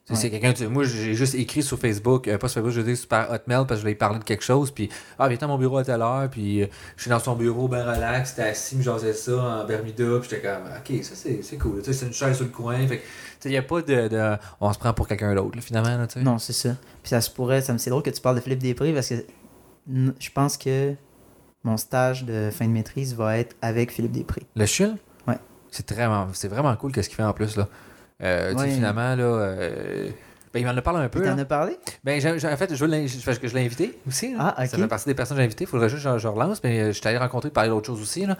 Speaker 2: Tu sais, C'est quelqu'un, tu- moi j'ai juste écrit sur Facebook, euh, pas sur Facebook, je dis super Hotmail parce que je voulais lui parler de quelque chose, puis ah, viens à mon bureau à telle heure, puis euh, je suis dans son bureau, ben relax, j'étais assis, me jasais ça en Bermuda, puis j'étais comme, ok, ça c'est c'est cool, tu sais, c'est une chaise sur le coin, fait que, tu sais, il n'y a pas de, de- on se prend pour quelqu'un d'autre, là, finalement, là, tu sais.
Speaker 3: Non, c'est ça. Puis ça se pourrait, ça me c'est drôle que tu parles de Philippe Després parce que n- je pense que mon stage de fin de maîtrise va être avec Philippe Després.
Speaker 2: Le chill?
Speaker 3: Ouais.
Speaker 2: C'est vraiment, c'est vraiment cool qu'est-ce qu'il fait en plus, là. Euh, tu sais,
Speaker 3: Ouais.
Speaker 2: finalement, là, euh, ben, il m'en a parlé un peu,
Speaker 3: Tu
Speaker 2: là.
Speaker 3: t'en as parlé?
Speaker 2: Ben, j'ai- j'ai- en fait, je, veux l'in- je- parce que je l'ai invité aussi. là.
Speaker 3: Ah, ok.
Speaker 2: Ça fait partie des personnes que j'ai invitées. Il faudrait juste que je- je relance, mais euh, je suis allé rencontrer et parler d'autre chose aussi. Là,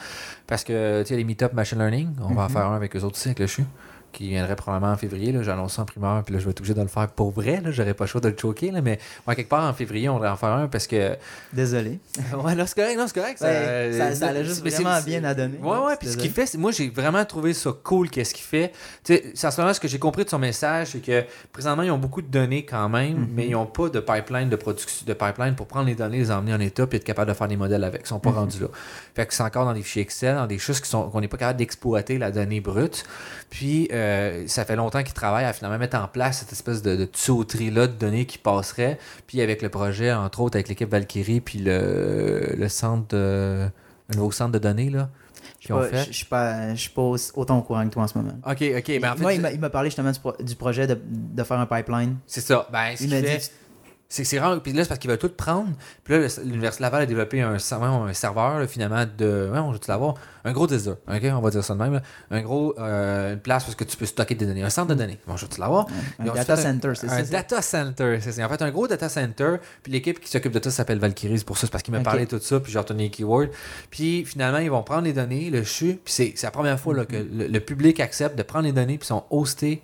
Speaker 2: parce que, tu sais, les meet-up machine learning, on
Speaker 3: Mhm.
Speaker 2: va en faire un avec eux autres aussi, avec le CHU, qui viendrait probablement en février. là. J'ai annoncé en primeur, puis là, je vais être obligé de le faire pour vrai. là. J'aurais pas le choix de le choquer, là, mais ouais, quelque part en février, on devrait en faire un parce
Speaker 3: [laughs]
Speaker 2: que.
Speaker 3: Désolé.
Speaker 2: ouais, là, c'est correct, non, c'est correct.
Speaker 3: Ouais, Ben, ça- ça allait
Speaker 2: euh,
Speaker 3: juste
Speaker 2: mais c'est-
Speaker 3: vraiment
Speaker 2: c'est-
Speaker 3: bien à donner.
Speaker 2: Ouais, ouais, puis ce qu'il fait, c'est- moi j'ai vraiment trouvé ça cool qu'est-ce qu'il fait. Tu sais, c'est en ce moment, ce que j'ai compris de son message, c'est que présentement, ils ont beaucoup de données quand même,
Speaker 3: Mhm.
Speaker 2: mais ils n'ont pas de pipeline de production, de pipeline pour prendre les données, les emmener en état puis être capable de faire des modèles avec. Ils
Speaker 3: Mhm.
Speaker 2: sont pas rendus là. Fait que c'est encore dans des fichiers Excel, dans des choses qui sont qu'on n'est pas capable d'exploiter la donnée brute. Puis euh, ça fait longtemps qu'ils travaillent à finalement mettre en place cette espèce de, de tuyauterie-là de données qui passerait. Puis avec le projet, entre autres, avec l'équipe Valkyrie, puis le, le centre de- le nouveau centre de données, là.
Speaker 3: Je
Speaker 2: qu'ils ont fait.
Speaker 3: ne suis pas, je suis pas aussi- autant au courant que toi en ce moment.
Speaker 2: OK, OK. Ben, en fait,
Speaker 3: Moi, il m'a- il m'a parlé justement du, pro- du projet de, de faire un pipeline.
Speaker 2: c'est ça. Ben, ce qu'il
Speaker 3: Il m'a
Speaker 2: fait,
Speaker 3: dit
Speaker 2: c'est que c'est vraiment. Puis là, c'est parce qu'il veut tout prendre. Puis là, le- l'Université Laval a développé un, ser- un serveur, là, finalement, de. Ouais, on va tout l'avoir. Un gros désir. OK, on va dire ça de même. là. Un gros. euh, une place parce que tu peux stocker des données. Un centre de données. Bon, je vais tout l'avoir.
Speaker 3: un
Speaker 2: Ils ont
Speaker 3: data
Speaker 2: fait un-
Speaker 3: center, c'est
Speaker 2: un
Speaker 3: ça. Ah, c'est-
Speaker 2: data center, c'est ça. En fait, un gros data center. Puis l'équipe qui s'occupe de tout ça s'appelle Valkyrie. C'est pour ça, c'est parce qu'il m'a
Speaker 3: Ok.
Speaker 2: parlé de tout ça. Puis j'ai retenu les keywords. Puis finalement, ils vont prendre les données, le CHU. Puis c'est c'est la première fois là, que
Speaker 3: Mm-hmm.
Speaker 2: le, le public accepte de prendre les données. Puis sont hostés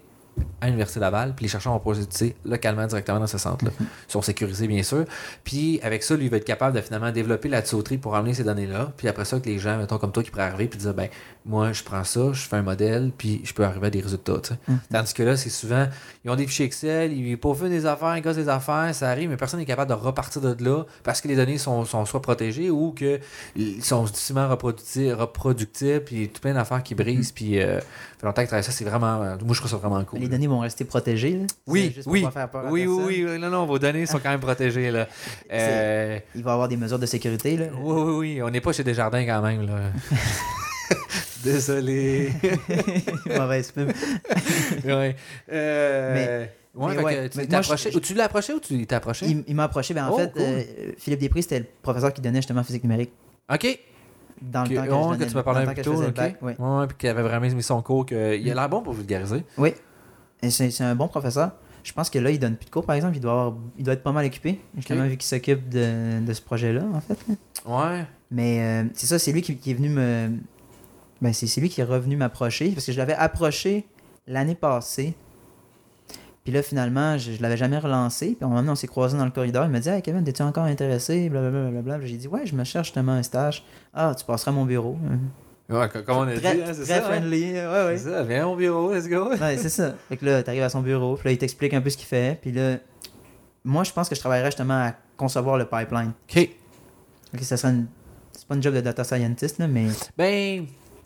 Speaker 2: à l'Université Laval. Puis les chercheurs vont pouvoir les utiliser localement directement dans ce centre-là.
Speaker 3: Mm-hmm.
Speaker 2: Ils sont sécurisés, bien sûr. Puis avec ça, lui, il va être capable de finalement développer la tuyauterie pour amener ces données-là. Puis après ça, que les gens, mettons comme toi, qui pourraient arriver puis dire, ben, moi, je prends ça, je fais un modèle, puis je peux arriver à des résultats. tu sais. Tandis que là, c'est souvent, ils ont des fichiers Excel, ils peaufinent des affaires, ils gossent des affaires, ça arrive, mais personne n'est capable de repartir de là parce que les données sont, sont soit protégées ou que ils sont difficilement reproductibles, reproductibles puis tout plein d'affaires qui brisent. Puis euh, ça fait longtemps que je travaille ça, c'est vraiment, euh, moi, je trouve ça vraiment cool.
Speaker 3: Mhm. Les données vont rester protégées. là. C'est
Speaker 2: Oui,
Speaker 3: juste pour
Speaker 2: oui,
Speaker 3: pas faire peur à
Speaker 2: oui,
Speaker 3: personne.
Speaker 2: oui, oui, non, non, vos données sont quand même protégées,
Speaker 3: [laughs]
Speaker 2: là. Euh,
Speaker 3: Il va y avoir des mesures de
Speaker 2: [laughs]
Speaker 3: sécurité. Là.
Speaker 2: oui, oui, oui, on n'est pas chez Desjardins quand même,
Speaker 3: [laughs]
Speaker 2: là. Désolé.
Speaker 3: Mauvaise pub.
Speaker 2: ouais. Euh,
Speaker 3: Mais-
Speaker 2: ouais,
Speaker 3: mais
Speaker 2: fait que
Speaker 3: ouais,
Speaker 2: tu
Speaker 3: mais
Speaker 2: t'es
Speaker 3: moi, je-
Speaker 2: approché-
Speaker 3: je-
Speaker 2: ou tu l'as approché ou tu t'es approché?
Speaker 3: Il, il m'a approché. Ben, en
Speaker 2: Oh,
Speaker 3: fait,
Speaker 2: cool.
Speaker 3: euh, Philippe Després, c'était le professeur qui donnait justement physique numérique
Speaker 2: OK.
Speaker 3: dans le
Speaker 2: Que- ouais,
Speaker 3: temps que, je
Speaker 2: que
Speaker 3: donnais-
Speaker 2: tu m'as parlé
Speaker 3: dans
Speaker 2: un
Speaker 3: le
Speaker 2: peu
Speaker 3: temps que
Speaker 2: tôt,
Speaker 3: je faisais le
Speaker 2: OK?
Speaker 3: bac, oui.
Speaker 2: Ouais, puis qu'il avait vraiment mis son cours, que... il a l'air bon pour vulgariser.
Speaker 3: Oui. Et C'est c'est un bon professeur. Je pense que là, il donne plus de cours, par exemple. Il doit, avoir- il doit être pas mal occupé, justement, vu qu'il s'occupe de, de ce projet-là, en fait.
Speaker 2: Ouais.
Speaker 3: Mais euh, c'est ça, c'est lui qui, qui est venu me. Ben, c'est c'est lui qui est revenu m'approcher, parce que je l'avais approché l'année passée. Puis là, finalement, je, je l'avais jamais relancé. Puis à un moment donné, on s'est croisés dans le corridor. Il m'a dit Hey Kevin, es-tu encore intéressé Blablabla. blablabla. J'ai dit Ouais, je me cherche justement un stage. Ah, tu passeras à mon bureau.
Speaker 2: Ouais, co- comme on a
Speaker 3: Très,
Speaker 2: dit, hein, c'est
Speaker 3: très
Speaker 2: ça. hein?
Speaker 3: friendly. Ouais, ouais.
Speaker 2: C'est ça, viens au bureau, let's go.
Speaker 3: Ouais, c'est ça. Fait que là, t'arrives à son bureau, puis là, il t'explique un peu ce qu'il fait. Puis là, moi, je pense que je travaillerais justement à concevoir le pipeline.
Speaker 2: OK.
Speaker 3: Ok, ça serait une... C'est pas une job de data scientist, là, mais.
Speaker 2: Ben,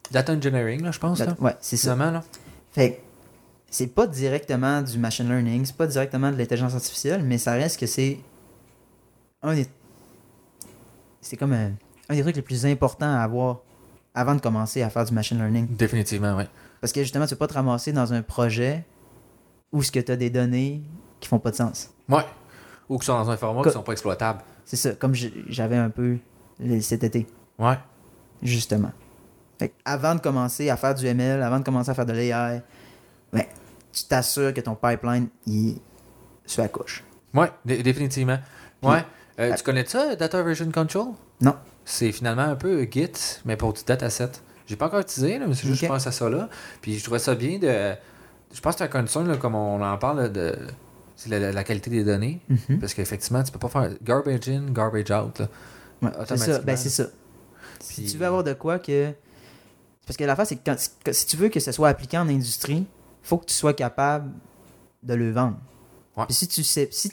Speaker 2: data engineering, là, je pense. Là.
Speaker 3: Ouais, c'est ça.
Speaker 2: Finalement, là.
Speaker 3: Fait que c'est pas directement du machine learning, c'est pas directement de l'intelligence artificielle, mais ça reste que c'est un des... C'est comme un, un des trucs les plus importants à avoir avant de commencer à faire du machine learning.
Speaker 2: Définitivement, oui.
Speaker 3: Parce que justement, tu peux pas te ramasser dans un projet où ce que tu as des données qui font pas de sens.
Speaker 2: Ouais. Ou qui sont dans un format
Speaker 3: Co-
Speaker 2: qui sont pas exploitables.
Speaker 3: C'est ça, comme je- j'avais un peu le- cet été,
Speaker 2: Ouais.
Speaker 3: justement. Fait que avant de commencer à faire du ML, avant de commencer à faire de l'AI, ben, tu t'assures que ton pipeline, il se la couche.
Speaker 2: Ouais, dé- définitivement.
Speaker 3: Puis-
Speaker 2: ouais. Euh, tu connais ça, Data Version Control?
Speaker 3: Non.
Speaker 2: C'est finalement un peu Git, mais pour du dataset. J'ai pas encore utilisé, là, mais c'est juste que
Speaker 3: Ok.
Speaker 2: je pense à ça là. Puis je trouvais ça bien de. Je pense que c'est un concern, là, comme on en parle, là, de c'est la, la qualité des données.
Speaker 3: Mhm.
Speaker 2: Parce qu'effectivement, tu peux pas faire garbage in, garbage out. là.
Speaker 3: Ouais, c'est ça.
Speaker 2: Automatiquement,
Speaker 3: Ben,
Speaker 2: là.
Speaker 3: c'est ça. Si
Speaker 2: Puis-
Speaker 3: tu veux avoir de quoi que. Parce que l'affaire, c'est que quand- que si tu veux que ce soit appliqué en industrie, faut que tu sois capable de le vendre.
Speaker 2: Ouais.
Speaker 3: Puis si tu sais. Si,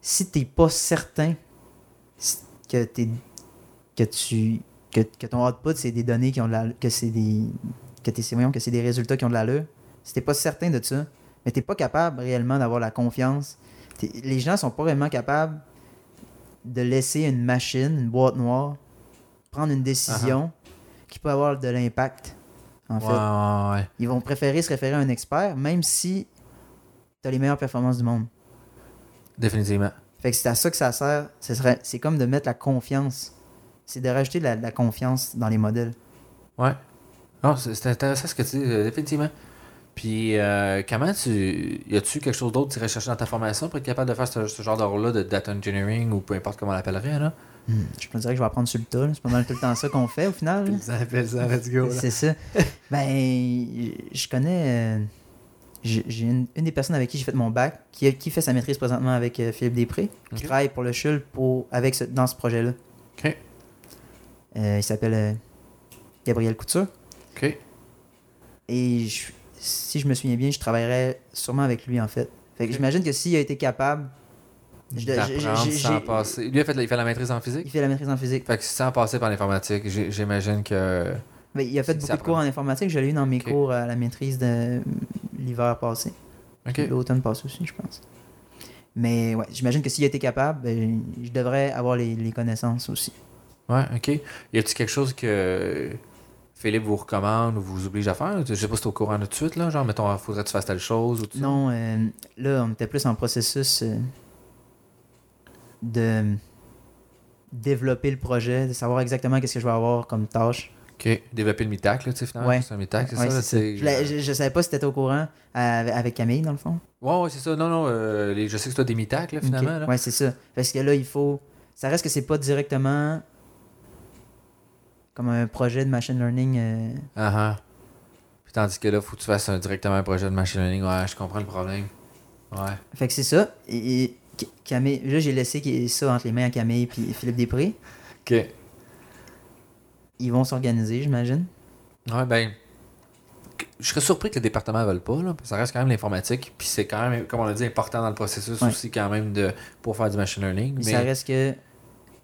Speaker 3: si t'es pas certain si- que t'es- que tu. Que, que ton output, c'est des données qui ont de la. que c'est des. que t'es- voyons, que c'est des résultats qui ont de l'allure. Si t'es pas certain de ça, mais t'es pas capable réellement d'avoir la confiance. T'es- les gens sont pas réellement capables de laisser une machine, une boîte noire, prendre une décision qui peut avoir de l'impact. En
Speaker 2: Ouais,
Speaker 3: fait,
Speaker 2: ouais, ouais.
Speaker 3: ils vont préférer se référer à un expert, même si t'as les meilleures performances du monde.
Speaker 2: Définitivement.
Speaker 3: Fait que c'est à ça que ça sert. Ce serait- C'est comme de mettre la confiance. C'est de rajouter de la, de la confiance dans les modèles.
Speaker 2: Ouais. Non, c'est c'est intéressant ce que tu dis, euh, définitivement. Puis, euh, comment tu. Y a-tu quelque chose d'autre que tu recherches dans ta formation pour être capable de faire ce, ce genre de rôle-là de data engineering ou peu importe comment on l'appellerait, là?
Speaker 3: Je me dirais que je vais apprendre sur le tas. là. C'est pas mal tout le temps ça qu'on fait au final.
Speaker 2: [laughs]
Speaker 3: là.
Speaker 2: appellent ça, let's go,
Speaker 3: C'est ça. Ben, je connais. euh, j'ai j'ai une, une des personnes avec qui j'ai fait mon bac, qui, qui fait sa maîtrise présentement avec euh, Philippe Després, qui
Speaker 2: Ok.
Speaker 3: travaille pour le CHUL pour, avec ce- dans ce projet-là.
Speaker 2: Ok.
Speaker 3: Euh, il s'appelle euh, Gabriel Couture.
Speaker 2: OK.
Speaker 3: Et je- si je me souviens bien, je travaillerais sûrement avec lui, en fait. Fait que
Speaker 2: Ok.
Speaker 3: j'imagine que s'il a été capable. je- j'ai-
Speaker 2: D'apprendre
Speaker 3: j'ai-
Speaker 2: sans
Speaker 3: j'ai-
Speaker 2: passer. Lui, a fait, la- il fait la maîtrise en
Speaker 3: Il
Speaker 2: physique.
Speaker 3: fait la maîtrise en physique.
Speaker 2: Fait que sans passer par l'informatique, j'ai- j'imagine que.
Speaker 3: Mais Ben, il a fait
Speaker 2: C'est que
Speaker 3: beaucoup
Speaker 2: ça
Speaker 3: de cours en
Speaker 2: prend.
Speaker 3: informatique. Je l'ai eu dans mes
Speaker 2: Ok.
Speaker 3: cours euh, à la maîtrise de l'hiver passé.
Speaker 2: OK.
Speaker 3: Puis L'automne passe aussi, je pense. Mais ouais, j'imagine que s'il était capable, ben, je devrais avoir les, les connaissances aussi.
Speaker 2: Ouais, OK. Y a-tu quelque chose que Philippe vous recommande ou vous oblige à faire? Je sais pas si t'es au courant de tout de suite, là. Genre, mettons, faudrait que tu fasses telle chose ou tout ça.
Speaker 3: Non, euh, là, on était plus en processus euh, de développer le projet, de savoir exactement qu'est-ce que je vais avoir comme tâche.
Speaker 2: OK. Développer le MITAC, là, tu sais, finalement.
Speaker 3: Ouais.
Speaker 2: C'est un MITAC, c'est
Speaker 3: Ouais,
Speaker 2: ça? là, euh, c'est-
Speaker 3: Je, l'ai- je- je savais pas si t'étais au courant euh, avec Camille, dans le fond.
Speaker 2: Ouais, ouais, c'est ça. Non, non, euh, les- je sais que c'est des MITAC, là, finalement.
Speaker 3: Ok.
Speaker 2: Là.
Speaker 3: Ouais, c'est ça. Parce que là, il faut. Ça reste que c'est pas directement comme un projet de machine learning. euh,
Speaker 2: Ah, ah. Puis tandis que là, faut que tu fasses un- directement un projet de machine learning. Ouais, je comprends le problème. Ouais.
Speaker 3: Fait que c'est ça. Et, et Ca- Camille, là, j'ai laissé qui- ça entre les mains à Camille et Philippe Després.
Speaker 2: OK.
Speaker 3: Ils vont s'organiser, j'imagine.
Speaker 2: Ouais, ben. que- Je serais surpris que le département ne veuille pas, là. parce que Ça reste quand même l'informatique. Puis c'est quand même, comme on l'a dit, important dans le processus
Speaker 3: Ouais.
Speaker 2: aussi, quand même, de, pour faire du machine learning.
Speaker 3: Mais
Speaker 2: Mais,
Speaker 3: ça reste que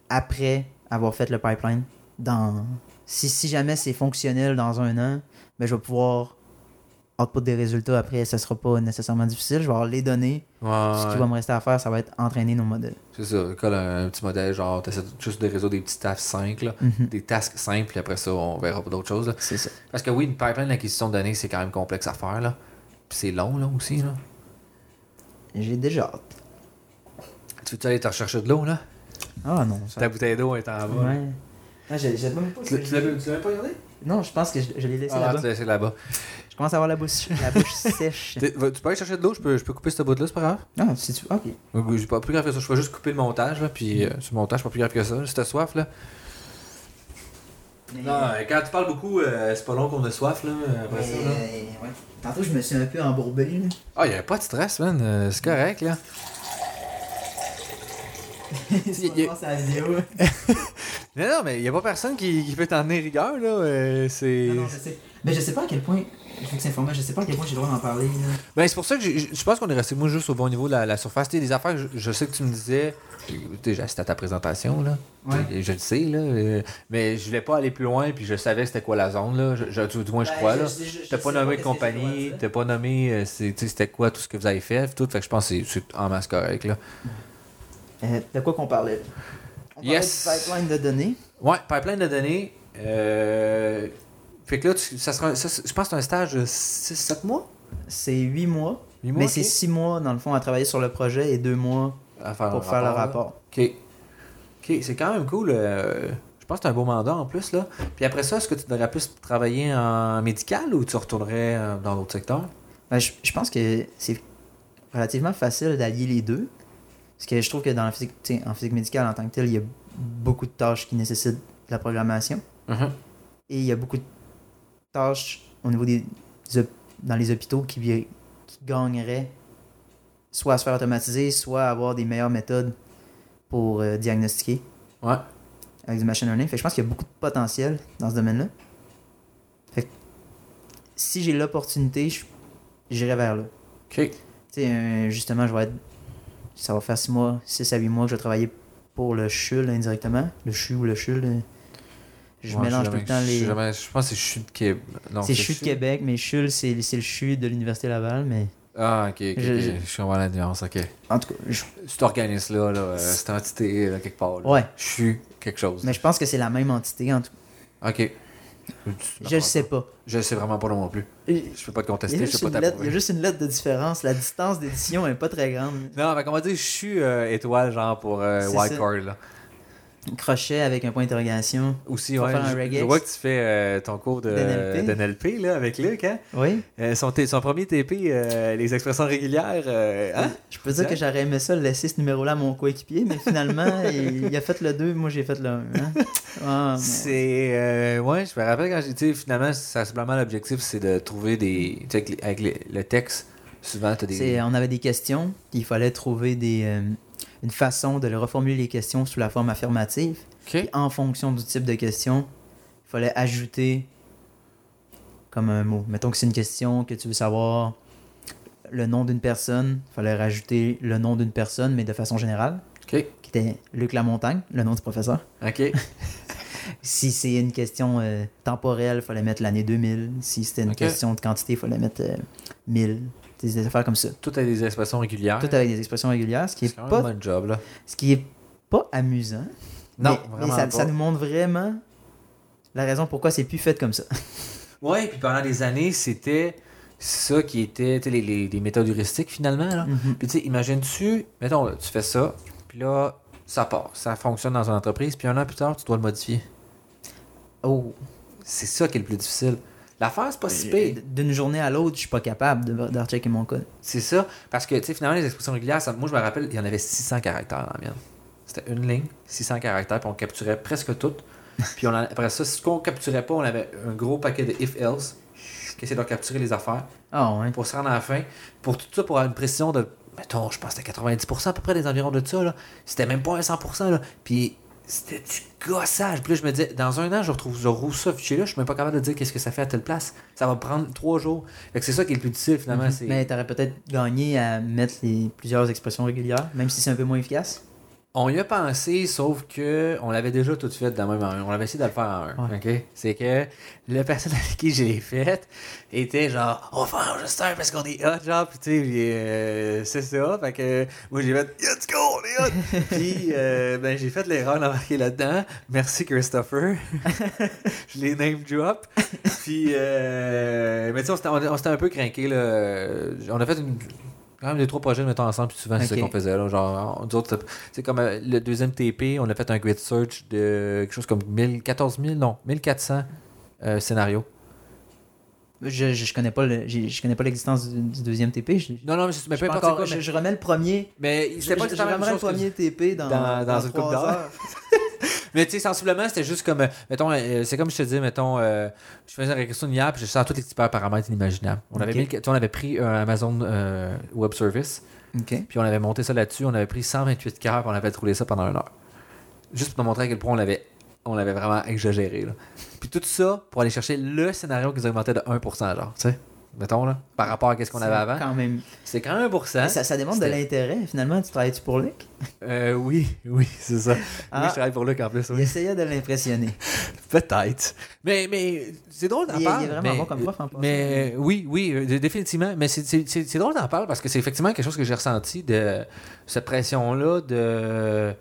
Speaker 3: après avoir fait le pipeline, dans si, si jamais c'est fonctionnel dans un an, ben, je vais pouvoir output des résultats après. Ça sera pas nécessairement difficile. Je vais avoir les données. Ce qui
Speaker 2: Ah Ouais,
Speaker 3: va me rester à faire, ça va être entraîner nos modèles.
Speaker 2: c'est ça. Colle un, un petit modèle, genre, t'essaies juste de résoudre des petits tasks simples, là.
Speaker 3: Mhm.
Speaker 2: des tasks simples, puis après ça, on verra pas d'autres choses. là.
Speaker 3: C'est ça.
Speaker 2: Parce que oui, une pipeline d'acquisition de données, c'est quand même complexe à faire, là. Puis c'est long, là, aussi, là.
Speaker 3: J'ai déjà hâte.
Speaker 2: Tu veux-tu aller te rechercher de l'eau, là?
Speaker 3: Ah non. Ça...
Speaker 2: Ta bouteille d'eau est en bas.
Speaker 3: Ouais. Ah, je- je- même pas-
Speaker 2: Tu l'as- tu l'as tu l'as pas regardé?
Speaker 3: Non, je pense que je, je l'ai laissé
Speaker 2: Ah,
Speaker 3: là-bas.
Speaker 2: tu l'as laissé là-bas.
Speaker 3: Je commence à avoir la bouche,
Speaker 2: [laughs]
Speaker 3: la bouche sèche.
Speaker 2: T'es- va- Tu peux aller chercher de l'eau? Je peux, je peux couper cette bout-là, c'est pas grave?
Speaker 3: Ah, si tu. Ok.
Speaker 2: Donc, J'ai pas plus grave que ça. Je vais juste couper le montage, là, puis euh, ce montage, pas plus grave que ça. Si t'as soif, là.
Speaker 3: Mais- euh,
Speaker 2: euh, quand tu parles beaucoup, euh, c'est pas long qu'on a soif, là.
Speaker 3: mais, euh, ouais. Tantôt, je me suis un peu embourbé. là. [laughs]
Speaker 2: Ah, y a pas de stress, man. euh, c'est correct, là.
Speaker 3: C'est
Speaker 2: Il- il-
Speaker 3: pas grâce à la vidéo.
Speaker 2: Non, non, mais il n'y a pas personne qui, qui peut t'en tenir rigueur, là. euh, c'est...
Speaker 3: Non, non, je sais. Mais je sais pas à quel point. Je veux que c'est informel, je sais pas à quel point j'ai le droit d'en parler. là.
Speaker 2: Ben, c'est pour ça que j'ai- j'ai- je pense qu'on est resté, moi, juste au bon niveau de la, la surface. Tu sais, les affaires, je, je sais que tu me disais, déjà, c'était à ta présentation, là.
Speaker 3: Ouais.
Speaker 2: Et Je le sais, là. euh, Mais je voulais pas aller plus loin, puis je savais c'était quoi la zone, là. Je, je- du- du moins, je
Speaker 3: Ben,
Speaker 2: crois,
Speaker 3: je-
Speaker 2: là.
Speaker 3: je- je- je
Speaker 2: T'as
Speaker 3: sais
Speaker 2: pas
Speaker 3: pas
Speaker 2: nommé de
Speaker 3: qu'est-ce que je dois
Speaker 2: compagnie,
Speaker 3: dire.
Speaker 2: t'as pas nommé, euh, c'est- tu sais, c'était quoi tout ce que vous avez fait, puis tout. Fait que je pense que c'est- c'est en masse correct, là.
Speaker 3: Euh, de quoi qu'on parlait On parlait
Speaker 2: Yes.
Speaker 3: du pipeline de données.
Speaker 2: Ouais, pipeline de données. Euh... Fait que là, tu- ça sera, ça, c'est- je pense que c'est un stage de 6-7 mois.
Speaker 3: C'est 8 mois.
Speaker 2: Huit
Speaker 3: mais
Speaker 2: mois,
Speaker 3: c'est
Speaker 2: ok.
Speaker 3: 6 mois, dans le fond, à travailler sur le projet et 2 mois
Speaker 2: À faire
Speaker 3: pour faire le
Speaker 2: là.
Speaker 3: rapport.
Speaker 2: OK. OK, c'est quand même cool. euh, Je pense que c'est un beau mandat en plus. là. Puis après ça, est-ce que tu devrais plus travailler en médical ou tu retournerais euh, dans d'autres secteurs?
Speaker 3: Ben, je, je pense que c'est relativement facile d'allier les deux. Parce que je trouve que dans la physique, tu sais, en physique médicale en tant que telle, il y a beaucoup de tâches qui nécessitent de la programmation. Et il y a beaucoup de tâches au niveau des, des hôp- dans les hôpitaux qui, vi- qui gagneraient soit à se faire automatiser, soit à avoir des meilleures méthodes pour euh, diagnostiquer
Speaker 2: Ouais.
Speaker 3: avec du machine learning. Fait que je pense qu'il y a beaucoup de potentiel dans ce domaine-là. Fait que si j'ai l'opportunité, je- j'irai vers là.
Speaker 2: OK.
Speaker 3: Tu sais, euh, justement, je vais être. Ça va faire 6 mois, 6 à 8 mois que je vais travailler pour le CHUL indirectement. Le CHU ou le CHUL. euh, Je
Speaker 2: Ouais,
Speaker 3: mélange
Speaker 2: sais
Speaker 3: tout
Speaker 2: jamais-
Speaker 3: le temps
Speaker 2: je sais
Speaker 3: les.
Speaker 2: jamais- je pense que c'est CHU de Québec. Non,
Speaker 3: C'est CHU de
Speaker 2: CHU.
Speaker 3: Québec, mais CHUL, c'est c'est le CHU de l'Université Laval. Mais
Speaker 2: Ah, OK. ok, ok,
Speaker 3: Je- je-
Speaker 2: Je comprends la nuance. OK.
Speaker 3: en tout cas, je-
Speaker 2: Cet organisme-là, là, euh, cette entité, là, quelque part. là.
Speaker 3: Ouais.
Speaker 2: CHU, quelque chose.
Speaker 3: mais je pense que c'est la même entité. En tout...
Speaker 2: OK.
Speaker 3: Je le sais pas.
Speaker 2: Je le sais vraiment pas non plus.
Speaker 3: Euh, Il
Speaker 2: Je peux pas te
Speaker 3: y, a
Speaker 2: contester, je
Speaker 3: juste
Speaker 2: peux
Speaker 3: une
Speaker 2: pas
Speaker 3: lettre, il y a
Speaker 2: t'approuver.
Speaker 3: juste une lettre de différence. La distance d'édition est pas très grande.
Speaker 2: Non, mais comment dire, je suis euh, étoile, genre pour euh,
Speaker 3: C'est ça.
Speaker 2: Wildcard, là.
Speaker 3: Crochet avec un point d'interrogation.
Speaker 2: Aussi,
Speaker 3: Faut
Speaker 2: ouais,
Speaker 3: faire un
Speaker 2: je,
Speaker 3: reggae.
Speaker 2: je vois que tu fais euh, ton cours de
Speaker 3: DNLP.
Speaker 2: d'NLP là, avec Luc. Hein?
Speaker 3: Oui.
Speaker 2: Euh, son, t- son premier TP, euh, les expressions régulières. euh, hein?
Speaker 3: Je peux dire
Speaker 2: Hein?
Speaker 3: que j'aurais aimé ça laisser ce numéro-là à mon coéquipier, mais
Speaker 2: [laughs]
Speaker 3: finalement, il, il a fait le 2, moi j'ai fait le hein. Ah, 1. Oh,
Speaker 2: C'est. euh, ouais, je me rappelle quand j'ai dit, finalement, ça, simplement l'objectif, c'est de trouver des. tu sais, avec, les- avec les- le texte, souvent, tu as des.
Speaker 3: C'est- on avait des questions, puis il fallait trouver des, euh, une façon de le reformuler les questions sous la forme affirmative.
Speaker 2: Ok.
Speaker 3: Puis en fonction du type de question, il fallait ajouter comme un mot. Mettons que c'est une question que tu veux savoir le nom d'une personne, il fallait rajouter le nom d'une personne, mais de façon générale,
Speaker 2: Ok.
Speaker 3: qui était Luc Lamontagne, le nom du professeur.
Speaker 2: Ok.
Speaker 3: Si c'est une question euh, temporelle, il fallait mettre l'année 2000. Si c'était une
Speaker 2: Ok.
Speaker 3: question de quantité, il fallait mettre euh, 1000. Des affaires comme ça.
Speaker 2: Tout a des expressions régulières.
Speaker 3: Tout avec des expressions régulières, ce qui est,
Speaker 2: C'est quand même
Speaker 3: pas,
Speaker 2: un bon job, là.
Speaker 3: ce qui est pas amusant.
Speaker 2: Non,
Speaker 3: mais,
Speaker 2: vraiment
Speaker 3: mais
Speaker 2: pas.
Speaker 3: ça, ça nous montre vraiment la raison pourquoi c'est plus fait comme ça.
Speaker 2: Ouais, puis pendant des années, c'était ça qui était tu sais, les, les, les méthodes heuristiques finalement. Là. Puis tu sais, imagines-tu, mettons, là, tu fais ça, puis là, ça part, ça fonctionne dans une entreprise, puis un an plus tard, tu dois le modifier.
Speaker 3: Oh,
Speaker 2: C'est ça qui est le plus difficile. L'affaire, c'est pas si pire.
Speaker 3: d'une journée à l'autre, je suis pas capable de, de rechecker mon code.
Speaker 2: C'est ça, parce que tu sais, finalement, les expressions régulières, ça- moi je me rappelle, il y en avait 600 caractères dans la mienne. C'était une ligne, 600 caractères, puis on capturait presque toutes. Puis on en- après ça, ce qu'on capturait pas, on avait un gros paquet de if-else qui essayait de capturer les affaires.
Speaker 3: Ah ouais.
Speaker 2: pour se rendre à la fin. Pour tout ça, pour avoir une précision de, mettons, je pense que c'était 90% à peu près des environs de ça. là. C'était même pas un 100%. Là. Puis c'était du gossage. Puis là, je me disais, dans un an, je retrouve, je retrouve ça fichier là, je suis même pas capable de dire qu'est-ce que ça fait à telle place. Ça va me prendre trois jours. Fait que c'est ça qui est le plus difficile finalement. c'est-
Speaker 3: Mhm. Mais t'aurais peut-être gagné à mettre les, plusieurs expressions régulières, même si c'est un peu moins efficace.
Speaker 2: On y a pensé, sauf que on l'avait déjà tout fait dans même en un. On avait essayé de le faire en un. ok? C'est que la personne avec qui j'ai fait était genre, on va faire juste un parce qu'on est hot, genre, pis tu sais, puis, euh, c'est ça. Fait que moi j'ai fait, let's go, on est hot! puis euh, ben, j'ai fait l'erreur d'embarquer là-dedans. Merci Christopher. je l'ai name
Speaker 3: [laughs]
Speaker 2: drop. puis, euh, mais tu sais, on s'était- on on s'était un peu craqué, là. On a fait une. Quand même, les trois projets, mettons ensemble, puis souvent, c'est
Speaker 3: Ok.
Speaker 2: ce qu'on faisait. Là, genre, nous autres, c'est comme euh, le deuxième TP, on a fait un grid search de quelque chose comme 1000, 14 000, non, 1400 euh, scénarios.
Speaker 3: Je, je, je connais pas le- j'ai- je connais pas l'existence du, du deuxième TP. Je,
Speaker 2: Non, non, mais, c'est- mais
Speaker 3: je
Speaker 2: peu
Speaker 3: suis pas
Speaker 2: importe
Speaker 3: encore-
Speaker 2: quoi,
Speaker 3: je-
Speaker 2: mais,
Speaker 3: je remets le premier.
Speaker 2: mais
Speaker 3: Je,
Speaker 2: c'était pas
Speaker 3: je- je
Speaker 2: exactement la même
Speaker 3: remets le
Speaker 2: chose que-
Speaker 3: premier TP dans,
Speaker 2: dans- dans une couple
Speaker 3: trois
Speaker 2: d'heures.
Speaker 3: heures.
Speaker 2: [laughs] Mais tu sais, sensiblement, c'était juste comme, euh, mettons, euh, c'est comme je te dis, mettons, euh, je faisais une régression hier, puis je sens tous les petits paramètres inimaginables. On avait,
Speaker 3: Ok.
Speaker 2: mis le- tu sais, on avait pris euh, Amazon euh, Web Service,
Speaker 3: Ok.
Speaker 2: puis on avait monté ça là-dessus, on avait pris 128 cœurs, puis on avait roulé ça pendant une heure. Juste pour te montrer à quel point on l'avait on l'avait vraiment exagéré. là. Puis tout ça pour aller chercher le scénario qu'ils augmentaient de 1%, genre, tu sais, mettons, là, par rapport à ce qu'on avait avant.
Speaker 3: Quand même.
Speaker 2: C'est quand même 1%.
Speaker 3: Ça, ça demande de
Speaker 2: C'était-
Speaker 3: l'intérêt, finalement. Tu travailles-tu pour Luc
Speaker 2: Euh, oui, oui, c'est ça.
Speaker 3: Ah.
Speaker 2: Oui, je travaille pour Luc en plus,
Speaker 3: Il
Speaker 2: oui.
Speaker 3: essayait de l'impressionner.
Speaker 2: Peut-être. Mais, mais c'est drôle d'en
Speaker 3: Il est- il est
Speaker 2: parler.
Speaker 3: vraiment
Speaker 2: mais-
Speaker 3: bon comme prof, hein, en passant.
Speaker 2: Mais oui, oui, euh, dé- définitivement. Mais c'est- c'est c'est- c'est drôle d'en parler parce que c'est effectivement quelque chose que j'ai ressenti de cette pression-là de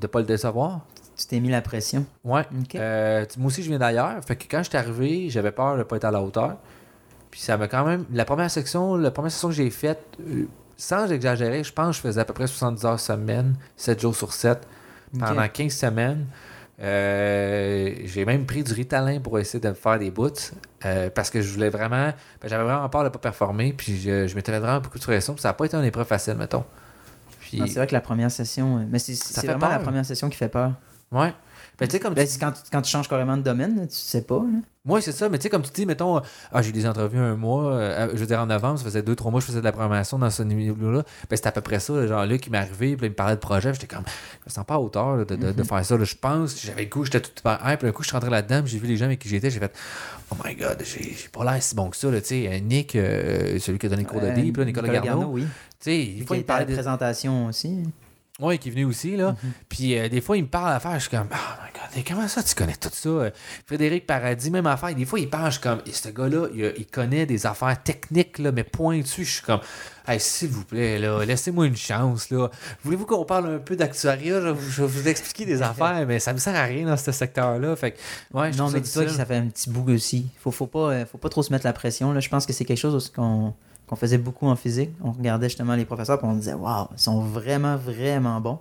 Speaker 2: ne pas le décevoir.
Speaker 3: Tu t'es mis la pression.
Speaker 2: Ouais.
Speaker 3: Ok.
Speaker 2: Euh, tu- moi aussi, je viens d'ailleurs. Fait que quand je suis arrivé, j'avais peur de ne pas être à la hauteur. Puis ça m'a quand même. La première section, la première section que j'ai faite, euh, sans exagérer, je pense que je faisais à peu près 70 heures semaine, 7 jours sur 7, pendant 15 semaines. Euh, j'ai même pris du ritalin pour essayer de me faire des bouts euh, parce que je voulais vraiment. ben, j'avais vraiment peur de ne pas performer. Puis je, je m'étais vraiment beaucoup de pression. Puis ça n'a pas été une épreuve facile, mettons. Puis,
Speaker 3: Non, Ah, C'est vrai que la première session. euh, Mais c'est c'est
Speaker 2: fait
Speaker 3: vraiment la
Speaker 2: peur.
Speaker 3: première session qui fait peur.
Speaker 2: ouais. Ben, tu sais, comme
Speaker 3: Ben, c'est quand, tu- quand tu changes carrément de domaine, là, tu sais pas. là.
Speaker 2: Oui, c'est ça. Mais tu sais, comme tu dis, mettons, euh, ah, j'ai eu des entrevues un mois, euh, euh, je veux dire, en novembre, ça faisait deux, trois mois que je faisais de la programmation dans ce niveau-là. Ben, c'était à peu près ça, là, genre, Luc, qui m'est arrivé, puis là, il me parlait de projet, puis j'étais comme, je me sens pas à hauteur là, de, de-
Speaker 3: Mhm.
Speaker 2: de faire ça, là. je pense. J'avais le goût, j'étais tout hyper hype, puis d'un coup, je suis rentré là-dedans, puis j'ai vu les gens avec qui j'étais, j'ai fait, oh my god, j'ai j'ai pas l'air si bon que ça, là, tu sais. Euh, Nick, euh, celui qui a donné le cours
Speaker 3: Euh,
Speaker 2: de DIP, là, Nicolas, Garneau,
Speaker 3: oui.
Speaker 2: tu sais,
Speaker 3: Puis
Speaker 2: il faut
Speaker 3: qui
Speaker 2: il
Speaker 3: était à la
Speaker 2: parlait de.
Speaker 3: présentation aussi.
Speaker 2: Oui, qui est venu aussi, là.
Speaker 3: Mhm.
Speaker 2: Puis euh, des fois, il me parle d'affaires, je suis comme, oh my god, mais comment ça, tu connais tout ça? Euh, Frédéric Paradis, même affaire. Des fois, il parle, je suis comme, Et ce gars-là, il, a- il connaît des affaires techniques, là, mais pointues. Je suis comme, hey, s'il vous plaît, là, laissez-moi une chance, là. Voulez-vous qu'on parle un peu d'actuariat? Je, je vais vous expliquer
Speaker 3: [laughs]
Speaker 2: des affaires, mais ça me sert à rien dans ce secteur-là. Fait que, ouais, je
Speaker 3: non,
Speaker 2: trouve
Speaker 3: mais
Speaker 2: ça
Speaker 3: dis-toi que
Speaker 2: difficile.
Speaker 3: ça fait un petit bout aussi. Faut, faut, pas, euh, faut pas trop se mettre la pression. Là. Je pense que c'est quelque chose aussi qu'on qu'on faisait beaucoup en physique. On regardait justement les professeurs et on disait Waouh, ils sont vraiment, vraiment bons.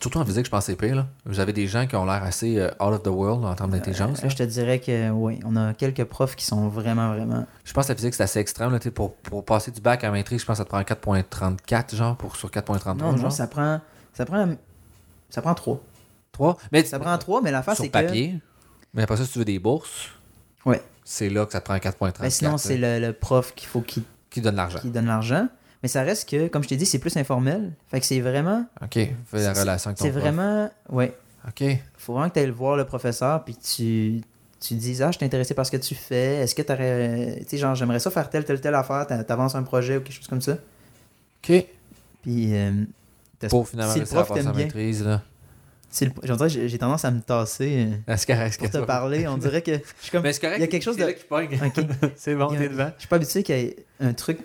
Speaker 2: Surtout en physique, je pense que c'est pire, là. Vous avez des gens qui ont l'air assez euh, out of the world en termes d'intelligence. là.
Speaker 3: je te dirais que oui, on a quelques profs qui sont vraiment, vraiment.
Speaker 2: Je pense que la physique, c'est assez extrême. Là, tu sais, pour, pour passer du bac à maîtrise, je pense que ça te prend 4.34, genre, pour, sur 4.33,
Speaker 3: Non,
Speaker 2: genre.
Speaker 3: non, ça prend. Ça prend. Ça prend trois.
Speaker 2: 3. Mais
Speaker 3: Ça prend trois, mais l'affaire, c'est
Speaker 2: sur
Speaker 3: que.
Speaker 2: papier. Mais après ça, si tu veux des bourses,
Speaker 3: Ouais.
Speaker 2: c'est là que ça te prend 4.34.
Speaker 3: Ben, sinon, c'est
Speaker 2: là,
Speaker 3: le, le prof qu'il faut qu'il
Speaker 2: Qui donne l'argent.
Speaker 3: qui donne l'argent. Mais ça reste que, comme je t'ai dit, c'est plus informel. Fait que c'est vraiment.
Speaker 2: OK. Fais la
Speaker 3: C'est-
Speaker 2: relation avec ton
Speaker 3: C'est
Speaker 2: prof.
Speaker 3: vraiment. Ouais.
Speaker 2: OK.
Speaker 3: Faut vraiment que tu ailles voir le professeur, puis tu, tu dises Ah, je suis intéressé par ce que tu fais. Est-ce que tu aurais. Tu sais, genre, j'aimerais ça faire telle, telle, telle affaire. T'a- T'avances un projet ou quelque chose comme ça.
Speaker 2: OK.
Speaker 3: Puis. euh, t'as-
Speaker 2: Pour finalement
Speaker 3: si le
Speaker 2: réussir à
Speaker 3: prof
Speaker 2: passer
Speaker 3: t'aime
Speaker 2: en
Speaker 3: bien.
Speaker 2: maîtrise, là. [laughs]
Speaker 3: si le- j'en dirais, j'ai j'ai tendance à me tasser euh,
Speaker 2: Est-ce que- est-ce
Speaker 3: pour
Speaker 2: que-
Speaker 3: te parler. On dirait que. Je suis
Speaker 2: [laughs]
Speaker 3: comme.
Speaker 2: Mais c'est correct.
Speaker 3: Il y a quelque chose
Speaker 2: c'est
Speaker 3: de-
Speaker 2: là qu'il pogne.
Speaker 3: Ok.
Speaker 2: [laughs] c'est bon,
Speaker 3: Il y a-
Speaker 2: t'es devant.
Speaker 3: Je suis pas habitué qu'il y ait un truc.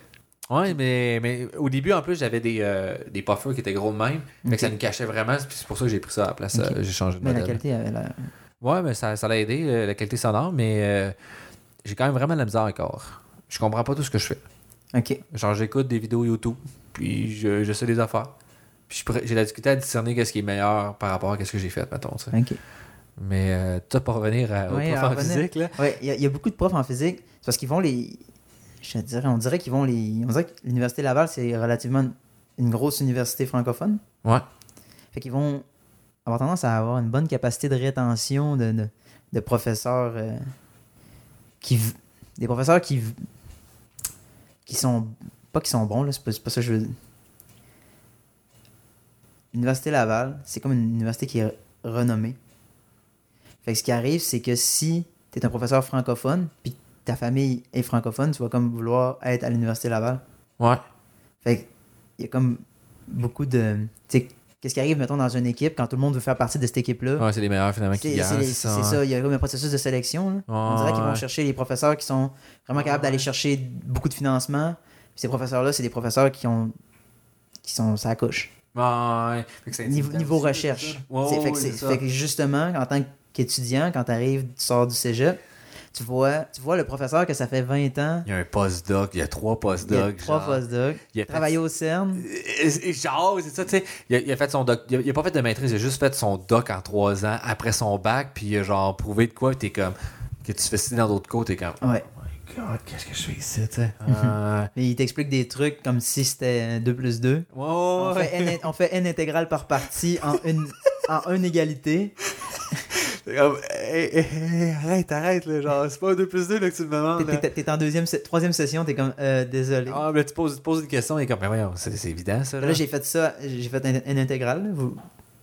Speaker 2: Ouais, mais, mais au début, en plus, j'avais des, euh, des puffers qui étaient gros de même. Fait
Speaker 3: Ok.
Speaker 2: que ça nous cachait vraiment. puis C'est pour ça que j'ai pris ça à la place.
Speaker 3: Ok.
Speaker 2: euh, J'ai changé de
Speaker 3: Mais la
Speaker 2: modèle.
Speaker 3: qualité avait l'air.
Speaker 2: Ouais, mais ça ça l'a aidé, euh, la qualité sonore, mais euh, j'ai quand même vraiment de la misère encore. Je comprends pas tout ce que je fais.
Speaker 3: Ok.
Speaker 2: Genre, j'écoute des vidéos YouTube, puis je, je sais des affaires. Puis je suis prêt- j'ai la difficulté à discerner qu'est-ce qui est meilleur par rapport à ce que j'ai fait, mettons. tu sais.
Speaker 3: Ok.
Speaker 2: Mais euh, tout ça pour revenir à, au
Speaker 3: Oui,
Speaker 2: prof
Speaker 3: on
Speaker 2: en
Speaker 3: revenait.
Speaker 2: physique, là.
Speaker 3: Ouais, il y, a- il y a beaucoup de profs en physique. C'est parce qu'ils vont les. Je te dirais, on dirait qu'ils vont les. On dirait que l'Université Laval, c'est relativement une- une grosse université francophone.
Speaker 2: Ouais.
Speaker 3: Fait qu'ils vont avoir tendance à avoir une bonne capacité de rétention de, de, de professeurs euh, qui. v- Des professeurs qui. v- qui sont. Pas qui sont bons, là, c'est pas, c'est pas ça que je veux dire. L'Université Laval, c'est comme une université qui est renommée. Fait que ce qui arrive, c'est que si tu es un professeur francophone, puis ta famille est francophone, tu vas comme vouloir être à l'Université Laval.
Speaker 2: Ouais.
Speaker 3: Fait qu'il y a comme beaucoup de. Tu sais, qu'est-ce qui arrive, mettons, dans une équipe quand tout le monde veut faire partie de cette équipe-là?
Speaker 2: Ouais, c'est les meilleurs, finalement,
Speaker 3: c'est
Speaker 2: qui gagnent.
Speaker 3: c'est- c'est
Speaker 2: hein.
Speaker 3: ça, il y a comme un processus de sélection. là. On dirait qu'ils vont
Speaker 2: Ouais.
Speaker 3: chercher les professeurs qui sont vraiment capables d'aller chercher beaucoup de financement. Puis ces professeurs-là, c'est des professeurs qui ont. qui sont. ça couche.
Speaker 2: Ouais. Fait que c'est
Speaker 3: Niveau,
Speaker 2: intimidant
Speaker 3: niveau
Speaker 2: aussi,
Speaker 3: recherche.
Speaker 2: tout ça. Ouais,
Speaker 3: C'est- fait, que
Speaker 2: ouais,
Speaker 3: c'est-
Speaker 2: c'est ça.
Speaker 3: fait que justement, en tant qu'étudiant, quand tu arrives, tu sors du cégep, tu vois, tu vois le professeur que ça fait 20 ans,
Speaker 2: Il y a un postdoc, il y a trois
Speaker 3: il a
Speaker 2: postdocs.
Speaker 3: trois
Speaker 2: genre.
Speaker 3: postdocs,
Speaker 2: Il a fait-
Speaker 3: travaillé au CERN.
Speaker 2: Et- et genre, c'est ça, tu sais. Il, a- il a fait son doc. Il a, il a pas fait de maîtrise, il a juste fait son doc en trois ans après son bac, puis il a genre prouvé de quoi, puis t'es comme. Que tu te fais signer dans d'autres cours, t'es comme. Oh
Speaker 3: Ouais.
Speaker 2: my god, qu'est-ce que je fais ici, tu sais. Euh,
Speaker 3: Mais il t'explique des trucs comme si c'était euh, 2 plus 2.
Speaker 2: ouais,
Speaker 3: On,
Speaker 2: ouais, ouais.
Speaker 3: fait n, on fait n intégrale par partie en une, en une égalité.
Speaker 2: T'es comme, hey, hey, hey, arrête, arrête, là, genre, c'est pas un 2 plus 2 là, que tu me demandes.
Speaker 3: T'es-
Speaker 2: là.
Speaker 3: T'es t'es en deuxième, se- troisième session, t'es comme euh, désolé.
Speaker 2: ben. Ah, mais tu poses, tu poses une question, et comme, mais voyons, c'est c'est évident, ça. Là, Euh,
Speaker 3: Là, j'ai fait ça, j'ai fait n, N intégrale. Vous,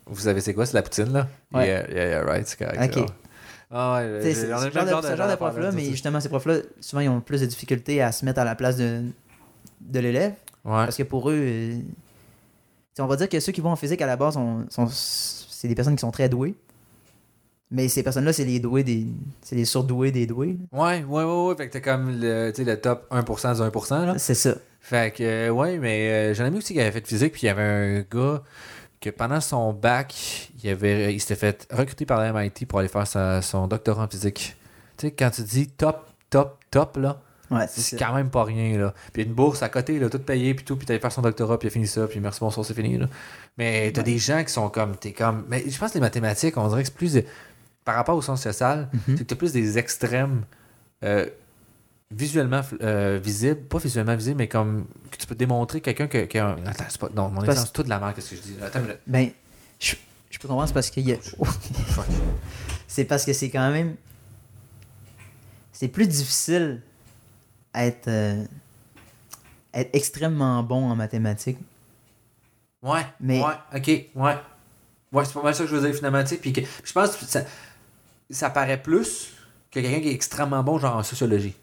Speaker 2: Vous savez, c'est quoi? C'est la poutine, là?
Speaker 3: Ouais.
Speaker 2: Yeah, yeah, yeah, right, c'est correct.
Speaker 3: Ok.
Speaker 2: c'est bon. Ah ouais,
Speaker 3: Tu sais,
Speaker 2: j'ai-
Speaker 3: C'est
Speaker 2: on a
Speaker 3: ce
Speaker 2: plein
Speaker 3: genre de, ce genre de profs-là, mais justement, ces profs-là, souvent, ils ont plus de difficultés à se mettre à la place de, de l'élève.
Speaker 2: Ouais.
Speaker 3: Parce que pour eux, euh, tu sais, on va dire que ceux qui vont en physique à la base, sont, sont- c'est des personnes qui sont très douées. Mais ces personnes-là, c'est les doués des. C'est les surdoués des doués.
Speaker 2: Ouais, ouais, ouais, ouais. Fait que t'es comme le, tu sais, le top 1% du 1%, là.
Speaker 3: là. Ah, C'est ça.
Speaker 2: Fait que, euh, ouais, mais euh, j'en ai mis aussi qui avait fait de physique, puis il y avait un gars que pendant son bac, il, avait, il s'était fait recruter par la MIT pour aller faire sa- son doctorat en physique. Tu sais, quand tu dis top, top, top, là,
Speaker 3: Ouais, c'est
Speaker 2: c'est
Speaker 3: ça.
Speaker 2: quand même pas rien, là. Puis une bourse à côté, là, tout payé, puis tout, puis t'allais faire son doctorat, puis il a fini ça, puis merci, bonsoir, c'est fini, là. Mais t'as des gens qui sont comme, t'es comme... Mais je pense que les mathématiques, on dirait que c'est plus... Par rapport au sens social,
Speaker 3: Mhm.
Speaker 2: c'est que t'as plus des extrêmes euh, visuellement euh, visibles, pas visuellement visibles, mais comme que tu peux démontrer quelqu'un que... que- Attends, c'est pas... Non, mon
Speaker 3: Parce-
Speaker 2: exemple, c'est toute la merde, qu'est-ce que je dis. Attends, mais...
Speaker 3: Ben, je, je peux comprendre, c'est parce qu'il y a.
Speaker 2: Oh,
Speaker 3: [laughs] c'est parce que c'est quand même. C'est plus difficile à être, euh, à être extrêmement bon en mathématiques.
Speaker 2: Ouais,
Speaker 3: Mais-
Speaker 2: ouais, ok, ouais. Ouais, c'est pas mal ça que je veux dire finalement, tu sais. Puis que- puis je pense que ça, ça paraît plus que quelqu'un qui est extrêmement bon, genre en sociologie.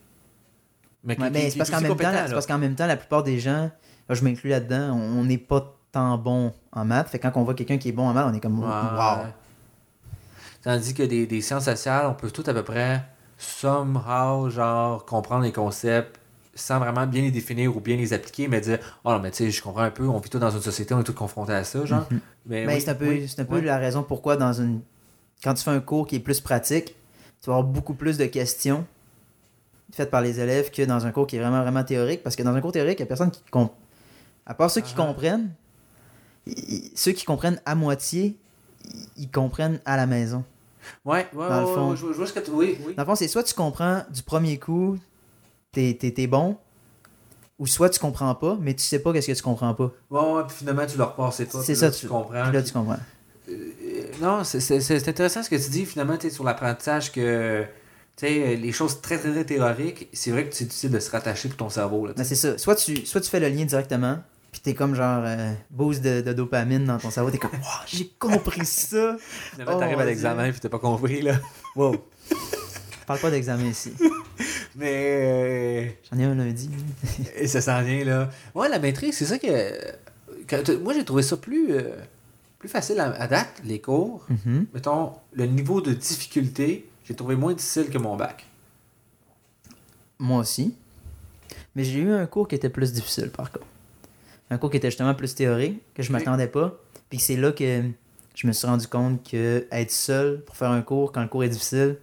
Speaker 2: Mais qui-
Speaker 3: Ouais,
Speaker 2: qui-
Speaker 3: ben,
Speaker 2: qui
Speaker 3: c'est
Speaker 2: est
Speaker 3: parce qu'en
Speaker 2: aussi
Speaker 3: même temps,
Speaker 2: compétent,
Speaker 3: la-
Speaker 2: là.
Speaker 3: c'est parce qu'en même temps, la plupart des gens, là, je m'inclus là-dedans, on on n'est pas tant bon en maths. Fait que quand on voit quelqu'un qui est bon en maths, on est comme
Speaker 2: Ouais.
Speaker 3: wow.
Speaker 2: Tandis que des, des sciences sociales, on peut tout à peu près, somehow, genre, comprendre les concepts sans vraiment bien les définir ou bien les appliquer, mais dire, oh non, mais tu sais, je comprends un peu, on vit tout dans une société, on est tous confrontés à ça, genre. Mais,
Speaker 3: Ben,
Speaker 2: oui,
Speaker 3: c'est un peu,
Speaker 2: oui,
Speaker 3: c'est un peu
Speaker 2: ouais.
Speaker 3: la raison pourquoi dans une quand tu fais un cours qui est plus pratique, tu vas avoir beaucoup plus de questions faites par les élèves que dans un cours qui est vraiment vraiment théorique parce que dans un cours théorique, il y a personne qui comprend. À part ceux qui
Speaker 2: Ah.
Speaker 3: comprennent, i- i- ceux qui comprennent à moitié, i- ils comprennent à la maison.
Speaker 2: Ouais, ouais,
Speaker 3: dans le
Speaker 2: ouais,
Speaker 3: fond.
Speaker 2: ouais, je, vois- je vois ce que tu. Oui, oui.
Speaker 3: Dans le fond, c'est soit tu comprends du premier coup, t'es t'es- t'es bon, ou soit tu comprends pas, mais tu sais pas qu'est-ce que tu comprends pas.
Speaker 2: Ouais, ouais, puis finalement, tu leur repasses et toi.
Speaker 3: C'est
Speaker 2: puis
Speaker 3: ça,
Speaker 2: là, tu comprends.
Speaker 3: Puis là,
Speaker 2: puis-
Speaker 3: tu comprends.
Speaker 2: Euh, non, c'est- c'est c'est- c'est intéressant ce que tu dis, finalement, tu sais, sur l'apprentissage que. Tu sais, euh, les choses très, très, très théoriques, c'est vrai que c'est difficile de se rattacher pour ton cerveau. Là, tu
Speaker 3: Ben, c'est ça. Soit tu, soit tu fais le lien directement, puis t'es comme genre euh, boost de, de dopamine dans ton cerveau. T'es comme, wow, j'ai compris ça.
Speaker 2: Finalement,
Speaker 3: Oh,
Speaker 2: t'arrives à
Speaker 3: mon
Speaker 2: l'examen puis t'as pas compris, là. [laughs]
Speaker 3: Wow. Je parle pas d'examen ici.
Speaker 2: Mais
Speaker 3: J'en ai un lundi.
Speaker 2: euh, et ça s'en vient, là. Ouais, la maîtrise, c'est ça que... que t- moi, j'ai trouvé ça plus, euh, plus facile à, à date, les cours.
Speaker 3: Mhm.
Speaker 2: Mettons, le niveau de difficulté, j'ai trouvé moins difficile que mon bac.
Speaker 3: Moi aussi. Mais j'ai eu un cours qui était plus difficile, par contre. Un cours qui était justement plus théorique, que je
Speaker 2: Ok.
Speaker 3: m'attendais pas. Puis c'est là que je me suis rendu compte que être seul pour faire un cours, quand le cours est difficile,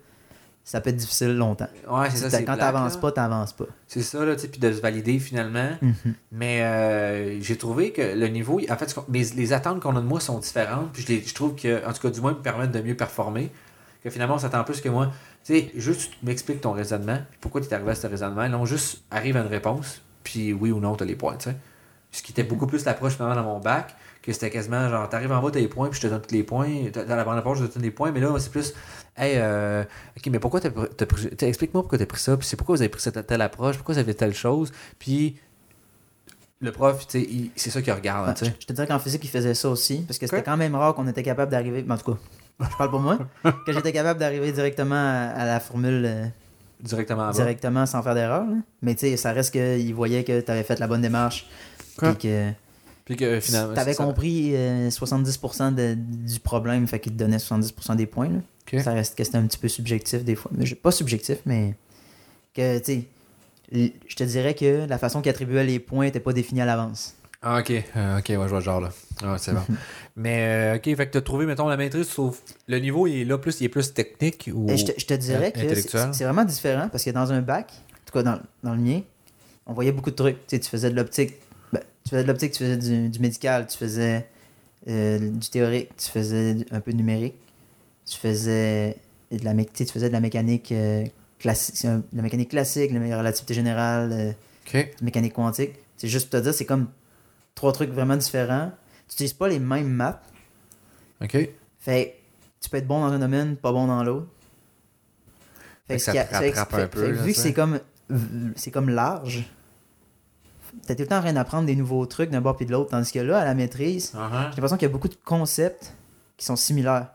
Speaker 3: ça peut être difficile longtemps.
Speaker 2: Ouais, c'est ça, c'est
Speaker 3: quand
Speaker 2: plate,
Speaker 3: t'avances
Speaker 2: là.
Speaker 3: pas, t'avances pas.
Speaker 2: C'est ça, là, tu sais, puis de se valider, finalement.
Speaker 3: Mhm.
Speaker 2: Mais euh, j'ai trouvé que le niveau, en fait, ce qu'on- mes- les attentes qu'on a de moi sont différentes. Puis je, les- je trouve que, en tout cas, du moins, me permettent de mieux performer. Que finalement, on s'attend plus que moi. Tu sais, juste, tu m'expliques ton raisonnement. Puis pourquoi tu es arrivé à ce raisonnement. Là, on juste arrive à une réponse. Puis oui ou non, tu as les points, tu sais. Ce qui était beaucoup plus l'approche, finalement, dans mon bac. Que c'était quasiment genre, t'arrives en bas, t'as les points, puis je te donne tous les points. T'as t'as la bonne réponse, je te donne les points. Mais là, c'est plus, hey, euh, ok, mais pourquoi t'as pr- t'as pris. t'sais, Explique-moi pourquoi t'as pris ça, puis c'est pourquoi vous avez pris cette telle approche, pourquoi vous avez telle chose. Puis le prof, tu sais, il- c'est ça qu'il regarde,
Speaker 3: Ouais,
Speaker 2: tu sais.
Speaker 3: Je te dirais qu'en physique, ils faisaient ça aussi, parce que c'était
Speaker 2: Ok.
Speaker 3: quand même rare qu'on était capable d'arriver, ben, en tout cas, je parle
Speaker 2: [laughs]
Speaker 3: pour moi, que j'étais capable d'arriver directement à, à la formule euh,
Speaker 2: Ah Directement en bas.
Speaker 3: directement sans faire d'erreur. là. Mais tu sais, ça reste qu'ils voyaient que tu avais fait la bonne démarche,
Speaker 2: Ok.
Speaker 3: puis que
Speaker 2: Puis que
Speaker 3: tu
Speaker 2: finalement.
Speaker 3: avais
Speaker 2: ça-
Speaker 3: compris euh, 70% de- du problème, fait qu'ils te donnaient 70% des points. là.
Speaker 2: Ok.
Speaker 3: Ça reste que c'était un petit peu subjectif des fois. Mais je- pas subjectif, mais que tu sais, l- je te dirais que la façon qu'ils attribuaient les points n'était pas définie à l'avance.
Speaker 2: Ah, ok, Euh, ok, ouais, je vois le genre, là. Ah, c'est
Speaker 3: [laughs]
Speaker 2: bon. Mais, euh, ok, fait que t'as trouvé, mettons, la maîtrise, sauf. Le niveau, il est là plus, il est plus technique ou.
Speaker 3: Et je, te, je te dirais que
Speaker 2: Intellectuel.
Speaker 3: c'est- c'est vraiment différent parce que dans un bac, en tout cas dans, dans le mien, on voyait beaucoup de trucs. Tu, sais, tu faisais de l'optique, ben, tu faisais de l'optique, tu faisais du, du médical, tu faisais euh, du théorique, tu faisais du- un peu de numérique, tu faisais de la, mé- tu sais, tu faisais de la mécanique euh, classique, de la mécanique classique, de la relativité générale, euh,
Speaker 2: Ok.
Speaker 3: de mécanique quantique. C'est juste pour te dire, c'est comme trois trucs vraiment différents. Tu n'utilises pas les mêmes maps.
Speaker 2: Ok.
Speaker 3: Fait que tu peux être bon dans un domaine, pas bon dans l'autre.
Speaker 2: Fait que
Speaker 3: ce
Speaker 2: ça
Speaker 3: qui a-
Speaker 2: te
Speaker 3: fait que-
Speaker 2: rattrape
Speaker 3: fait-
Speaker 2: un peu,
Speaker 3: fait que
Speaker 2: là,
Speaker 3: vu que
Speaker 2: ça.
Speaker 3: c'est comme, c'est comme large, t'as tout le temps rien à apprendre des nouveaux trucs d'un bord puis de l'autre. Tandis que là, à la maîtrise,
Speaker 2: Ah, ah.
Speaker 3: j'ai l'impression qu'il y a beaucoup de concepts qui sont similaires.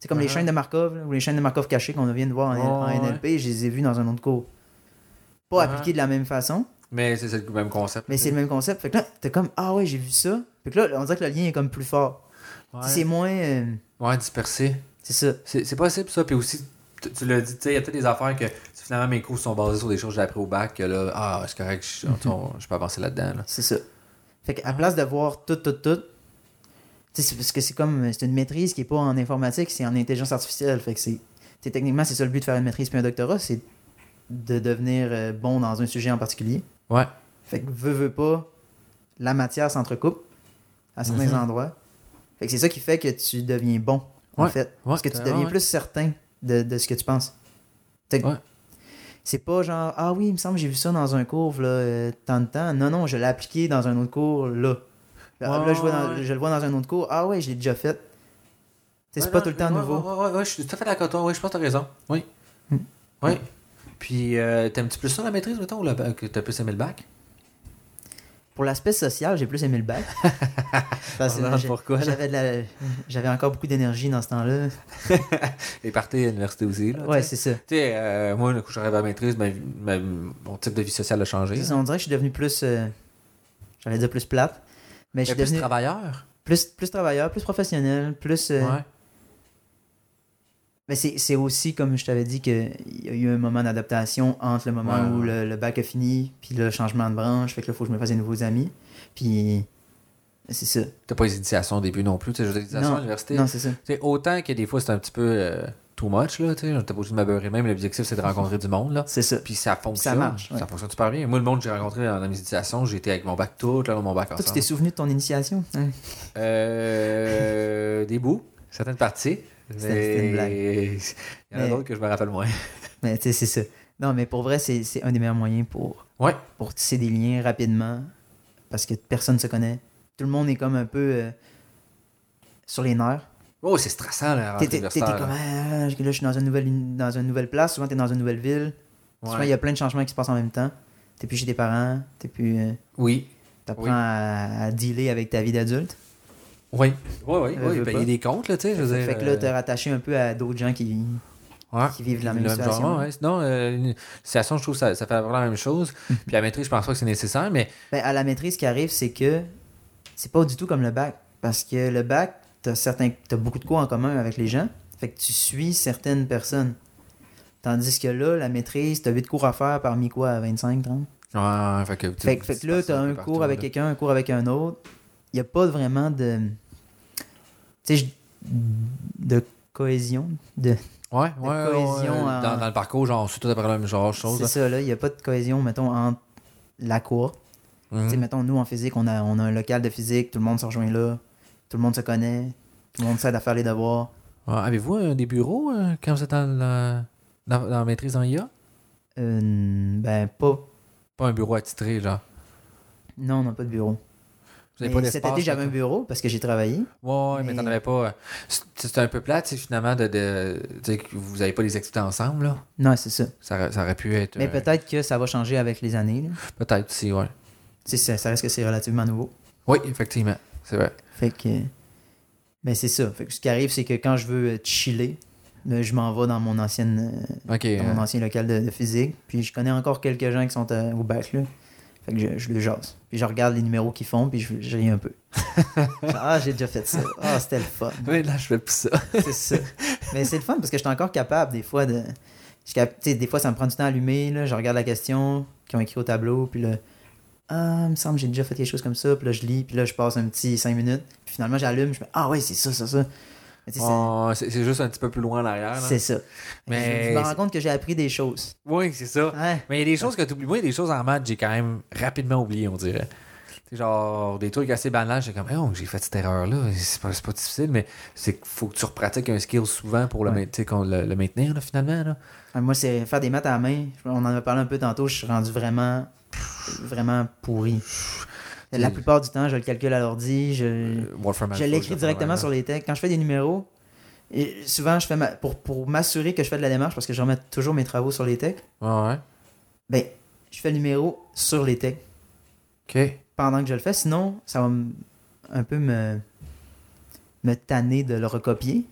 Speaker 3: C'est comme les
Speaker 2: Ah.
Speaker 3: chaînes de Markov là, ou les chaînes de Markov cachées qu'on vient de voir en, en
Speaker 2: Ouais, ouais.
Speaker 3: NLP, je les ai vues dans un autre cours. Pas
Speaker 2: Ah.
Speaker 3: appliquées de la même façon,
Speaker 2: Mais c'est c'est le même concept.
Speaker 3: mais c'est le même concept. Fait que là, t'es comme Ah ouais, j'ai vu ça. Fait que là, on dirait que le lien est comme plus fort. Tu sais, C'est
Speaker 2: Ouais,
Speaker 3: moins. euh,
Speaker 2: Ouais, dispersé.
Speaker 3: c'est ça.
Speaker 2: C'est c'est possible, ça. Puis aussi, tu- tu l'as dit, tu sais, il y a peut-être des affaires que tu sais, finalement mes cours sont basés sur des choses que j'ai appris au bac, que là, ah, c'est correct, je, on- je peux avancer là-dedans. là.
Speaker 3: C'est ça. Fait qu'à place de voir tout, tout, tout, tu sais, c'est parce que c'est comme, euh, c'est une maîtrise qui est pas en informatique, c'est en intelligence artificielle. Fait que c'est, tu sais, techniquement, c'est ça le but de faire une maîtrise puis un doctorat, c'est de devenir euh, bon dans un sujet en particulier.
Speaker 2: Ouais.
Speaker 3: Fait que veut, veut pas, la matière s'entrecoupe à certains
Speaker 2: Mhm.
Speaker 3: endroits. Fait que c'est ça qui fait que tu deviens bon, en
Speaker 2: Ouais.
Speaker 3: fait.
Speaker 2: Ouais,
Speaker 3: parce que tu
Speaker 2: t'as-
Speaker 3: deviens
Speaker 2: ouais.
Speaker 3: plus certain de, de ce que tu penses. Fait que
Speaker 2: Ouais.
Speaker 3: C'est pas genre, ah oui, il me semble que j'ai vu ça dans un cours, là, euh, tant de temps. Non, non, je l'ai appliqué dans un autre cours, là. Là,
Speaker 2: Ouais,
Speaker 3: là, je, vois dans-
Speaker 2: ouais.
Speaker 3: je le vois dans un autre cours. Ah ouais, je l'ai déjà fait. Tu sais,
Speaker 2: Ouais,
Speaker 3: c'est pas
Speaker 2: non,
Speaker 3: tout le
Speaker 2: je-
Speaker 3: temps
Speaker 2: ouais,
Speaker 3: nouveau.
Speaker 2: Ouais, ouais, ouais, je suis tout à fait d'accord. toi, Oui, je pense que t'as raison. Oui.
Speaker 3: Hmm.
Speaker 2: Oui. Puis, euh, t'aimes-tu plus ça la maîtrise, mettons, ou le bac- que t'as plus aimé le bac
Speaker 3: Pour l'aspect social, j'ai plus aimé le
Speaker 2: [laughs]
Speaker 3: bac. Parce que
Speaker 2: On demande
Speaker 3: j'ai-
Speaker 2: pourquoi, là.
Speaker 3: J'avais de la- j'avais encore beaucoup d'énergie dans ce temps-là.
Speaker 2: Les parties à l'université aussi. Là,
Speaker 3: Ouais,
Speaker 2: tu sais.
Speaker 3: c'est ça.
Speaker 2: Tu sais, euh, moi, le coup, j'arrive à la maîtrise, ma vie- ma- mon type de vie sociale a changé.
Speaker 3: C'est ça, On dirait que je suis devenu plus. euh, J'allais dire plus plate. Mais je
Speaker 2: J'ai
Speaker 3: suis
Speaker 2: plus
Speaker 3: devenu
Speaker 2: travailleur.
Speaker 3: plus, plus travailleur, plus professionnel, plus. euh,
Speaker 2: Ouais.
Speaker 3: Mais c'est c'est aussi, comme je t'avais dit, qu'il y a eu un moment d'adaptation entre le moment
Speaker 2: Ouais,
Speaker 3: où
Speaker 2: ouais.
Speaker 3: le, le bac a fini, puis le changement de branche, fait que là, il faut que je me fasse des nouveaux amis. Puis. C'est ça.
Speaker 2: T'as pas les initiations au début non plus. Tu sais, j'ai des initiations à l'université.
Speaker 3: Non, c'est ça.
Speaker 2: Tu sais, autant que des fois, c'est un petit peu euh, too much, là. Tu sais, t'as pas obligé de m'abeurer même. L'objectif, c'est de rencontrer du monde, là.
Speaker 3: C'est ça.
Speaker 2: Puis ça fonctionne.
Speaker 3: Ça marche, ouais.
Speaker 2: Ça fonctionne super bien. Moi, le monde que j'ai rencontré dans mes initiations, j'étais avec mon bac tout, là, mon bac
Speaker 3: Toi, tu
Speaker 2: ensemble.
Speaker 3: t'es souvenu de ton initiation Hein?
Speaker 2: Euh, des bouts, certaines parties.
Speaker 3: C'était- c'était une blague.
Speaker 2: mais Il y en a
Speaker 3: Mais-
Speaker 2: d'autres que je me rappelle moins.
Speaker 3: [laughs] Mais tu sais, c'est ça. Non, mais pour vrai, c'est c'est un des meilleurs moyens pour,
Speaker 2: Ouais.
Speaker 3: pour tisser des liens rapidement parce que personne ne se connaît. Tout le monde est comme un peu euh, sur les nerfs.
Speaker 2: Oh, c'est stressant, là, la rentrée
Speaker 3: T'es- t'es- T'es
Speaker 2: universitaire,
Speaker 3: comme,
Speaker 2: là.
Speaker 3: Ah, là, je suis dans une nouvelle, uni- dans une nouvelle place. Souvent, t'es dans une nouvelle ville. Souvent,
Speaker 2: Ouais.
Speaker 3: il y a plein de changements qui se passent en même temps. T'es plus chez tes parents. T'es plus. euh,
Speaker 2: Oui.
Speaker 3: T'apprends
Speaker 2: Oui.
Speaker 3: à, à dealer avec ta vie d'adulte.
Speaker 2: Oui. Oui, oui.
Speaker 3: Euh,
Speaker 2: oui.
Speaker 3: veux
Speaker 2: Payer
Speaker 3: pas.
Speaker 2: des comptes, là, tu sais, je veux dire.
Speaker 3: Fait que là,
Speaker 2: euh,
Speaker 3: t'es rattaché un peu à d'autres gens qui,
Speaker 2: ouais.
Speaker 3: qui vivent la même
Speaker 2: Le même genre,
Speaker 3: situation.
Speaker 2: ouais. Sinon, euh, une situation, je trouve que ça, ça fait vraiment la même chose.
Speaker 3: Hmm.
Speaker 2: Puis à maîtrise, je pense pas que c'est nécessaire, mais
Speaker 3: Ben, à la maîtrise, ce qui arrive, c'est que c'est pas du tout comme le bac. Parce que le bac, t'as certains, t'as beaucoup de cours en commun avec les gens. Fait que tu suis certaines personnes. Tandis que là, la maîtrise, t'as 8 cours à faire parmi quoi, 25, 30?
Speaker 2: Ouais, fait que, tu-
Speaker 3: Fait, que- fait que là,
Speaker 2: tu passes
Speaker 3: t'as
Speaker 2: peu
Speaker 3: un
Speaker 2: partout,
Speaker 3: cours avec
Speaker 2: là.
Speaker 3: quelqu'un, un cours avec un autre. Il n'y a pas vraiment de... Tu sais, je- de cohésion. De...
Speaker 2: Ouais, ouais, ouais,
Speaker 3: cohésion
Speaker 2: ouais,
Speaker 3: en-
Speaker 2: dans, dans le parcours, genre, on suit tout à peu près la même genre de choses.
Speaker 3: C'est ça, là. Il n'y a pas de cohésion, mettons, entre la cour.
Speaker 2: là. Mhm.
Speaker 3: Tu sais, mettons, nous, en physique, on a, on a un local de physique, tout le monde se rejoint là, tout le monde se connaît, tout le monde s'aide à faire les devoirs.
Speaker 2: Ouais, Avez-vous euh, des bureaux euh, quand vous êtes dans la, dans, dans la maîtrise en IA?
Speaker 3: Euh, ben, pas...
Speaker 2: Pas un bureau attitré, genre.
Speaker 3: Non, on n'a pas de bureau.
Speaker 2: Vous avez
Speaker 3: Mais
Speaker 2: pas
Speaker 3: cet
Speaker 2: d'espace,
Speaker 3: été, j'avais
Speaker 2: là,
Speaker 3: un bureau parce que j'ai travaillé.
Speaker 2: Ouais, ouais, mais, t'en
Speaker 3: Mais-
Speaker 2: avais pas. euh, c'est- C'est un peu plate, c'est finalement, de, de, tu sais, que vous avez pas les activités ensemble, là.
Speaker 3: Non, c'est ça.
Speaker 2: Ça, aurait- ça aurait pu être.
Speaker 3: Mais
Speaker 2: euh,
Speaker 3: peut-être que ça va changer avec les années. là.
Speaker 2: Peut-être, si, ouais.
Speaker 3: Tu sais, ça, ça reste que c'est relativement nouveau.
Speaker 2: Oui, effectivement, c'est vrai.
Speaker 3: Fait que... Mais c'est ça. Fait que ce qui arrive, c'est que quand je veux euh, chiller, ben, je m'en vais dans mon ancienne... euh,
Speaker 2: Ok.
Speaker 3: dans
Speaker 2: [laughs]
Speaker 3: mon
Speaker 2: euh,
Speaker 3: ancien local de, de physique. Puis je connais encore quelques gens qui sont euh, au bac, là. Fait que je, je le jase. Puis je regarde les numéros qu'ils font, puis je, je ris un peu. Genre, ah, j'ai déjà fait ça. Ah, c'était le fun.
Speaker 2: Mais là, je fais plus ça.
Speaker 3: C'est ça. Mais c'est le fun parce que je suis encore capable, des fois, de. je suis cap- tu sais, des fois, ça me prend du temps à allumer, là. Je regarde la question qu'ils ont écrit au tableau, puis là. Ah, il me semble que j'ai déjà fait quelque chose comme ça. Puis là, je lis, puis là, je passe un petit 5 minutes. Puis finalement, j'allume, je fais Ah, ouais, c'est ça, ça, ça. Mais tu sais, c'est-
Speaker 2: Oh, C'est c'est juste un petit peu plus loin en arrière, là.
Speaker 3: C'est ça.
Speaker 2: Mais-
Speaker 3: Je, je me rends compte que j'ai appris des choses. Hein?
Speaker 2: Oui, c'est ça.
Speaker 3: Ouais.
Speaker 2: Mais il y a des choses que tu oublies. Moi, il y a des choses en maths, j'ai quand même rapidement oublié, on dirait. C'est genre des trucs assez banals, j'ai comme, Hey, oh, j'ai fait cette erreur-là, c'est pas, c'est pas difficile, mais c'est qu'il faut que tu repratiques un skill souvent pour le,
Speaker 3: Ouais.
Speaker 2: main- tu sais, qu'on le- le maintenir, là, finalement. Là.
Speaker 3: Ah, Moi, c'est faire des maths à la main. Je- On en a parlé un peu tantôt. Je suis rendu vraiment, vraiment pourri. La plupart du temps, je le calcule à l'ordi. Je,
Speaker 2: Euh, Wolfram
Speaker 3: je
Speaker 2: Alpha,
Speaker 3: l'écris
Speaker 2: le
Speaker 3: directement
Speaker 2: Wolfram
Speaker 3: sur les textes. Quand je fais des numéros, et souvent, je fais ma- pour, pour m'assurer que je fais de la démarche, parce que je remets toujours mes travaux sur les textes,
Speaker 2: Alpha.
Speaker 3: ben, je fais le numéro sur les textes
Speaker 2: Ouais, ouais.
Speaker 3: pendant que je le fais. Sinon, ça va me- un peu me, me tanner de le recopier.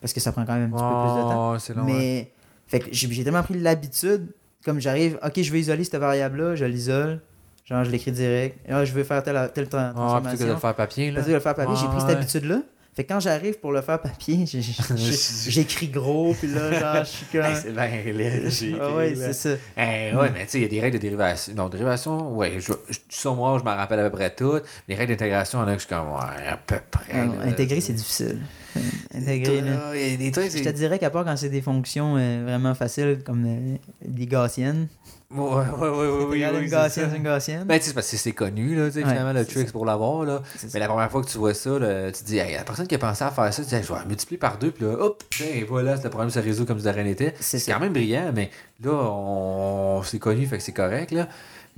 Speaker 3: Parce que ça prend quand même un petit peu plus de temps.
Speaker 2: Oh, c'est long. hein.
Speaker 3: Mais fait que j'ai j'ai tellement pris l'habitude, comme j'arrive, ok, je vais isoler cette variable-là, je l'isole, genre je l'écris direct, et là, je veux faire telle, telle tra-
Speaker 2: Ah, plutôt que de le
Speaker 3: transformation.
Speaker 2: faire papier, là.
Speaker 3: Plutôt que de le faire papier, j'ai pris cette
Speaker 2: Ouais.
Speaker 3: habitude-là. Fait que quand j'arrive pour le faire papier,
Speaker 2: [laughs]
Speaker 3: [laughs] j'ai- j'ai- j'écris gros, puis là, genre, je suis
Speaker 2: Hey,
Speaker 3: comme.
Speaker 2: c'est bien
Speaker 3: [laughs]
Speaker 2: léger.
Speaker 3: Ah hein. ouais, c'est ça. Hmm.
Speaker 2: Eh, ouais, mais tu sais, il y a des règles de dérivation. Non, dérivation, ouais, je, je- sur moi, je m'en rappelle à peu près toutes. Les règles d'intégration, il y en a que je suis comme, Ah ouais, à peu près.
Speaker 3: Non,
Speaker 2: là.
Speaker 3: Ah, Intégrer, c'est difficile. Euh, Intégrer, là.
Speaker 2: Ah, il y a des trucs,
Speaker 3: Je te
Speaker 2: c'est.
Speaker 3: dirais qu'à part quand c'est des fonctions euh, vraiment faciles comme euh, des gaussiennes.
Speaker 2: Ouais, ouais, ouais, ouais, oui,
Speaker 3: Regarde,
Speaker 2: oui,
Speaker 3: une
Speaker 2: c'est ça.
Speaker 3: gaussienne, c'est une gaussienne.
Speaker 2: Ben, tu sais, c'est parce que c'est connu, là, tu sais,
Speaker 3: Ouais,
Speaker 2: finalement, le
Speaker 3: c'est
Speaker 2: trick
Speaker 3: ça.
Speaker 2: pour l'avoir, là.
Speaker 3: C'est
Speaker 2: Mais
Speaker 3: ça.
Speaker 2: la première fois que tu vois ça, là, tu te dis, hey, la personne qui a pensé à faire ça, tu dis, hey, je vais la multiplier par deux, puis là, hop, tiens, et voilà, c'est le problème se résout comme si de rien n'était.
Speaker 3: C'est
Speaker 2: C'est
Speaker 3: ça.
Speaker 2: quand même brillant, mais là, on c'est connu, fait que c'est correct, là.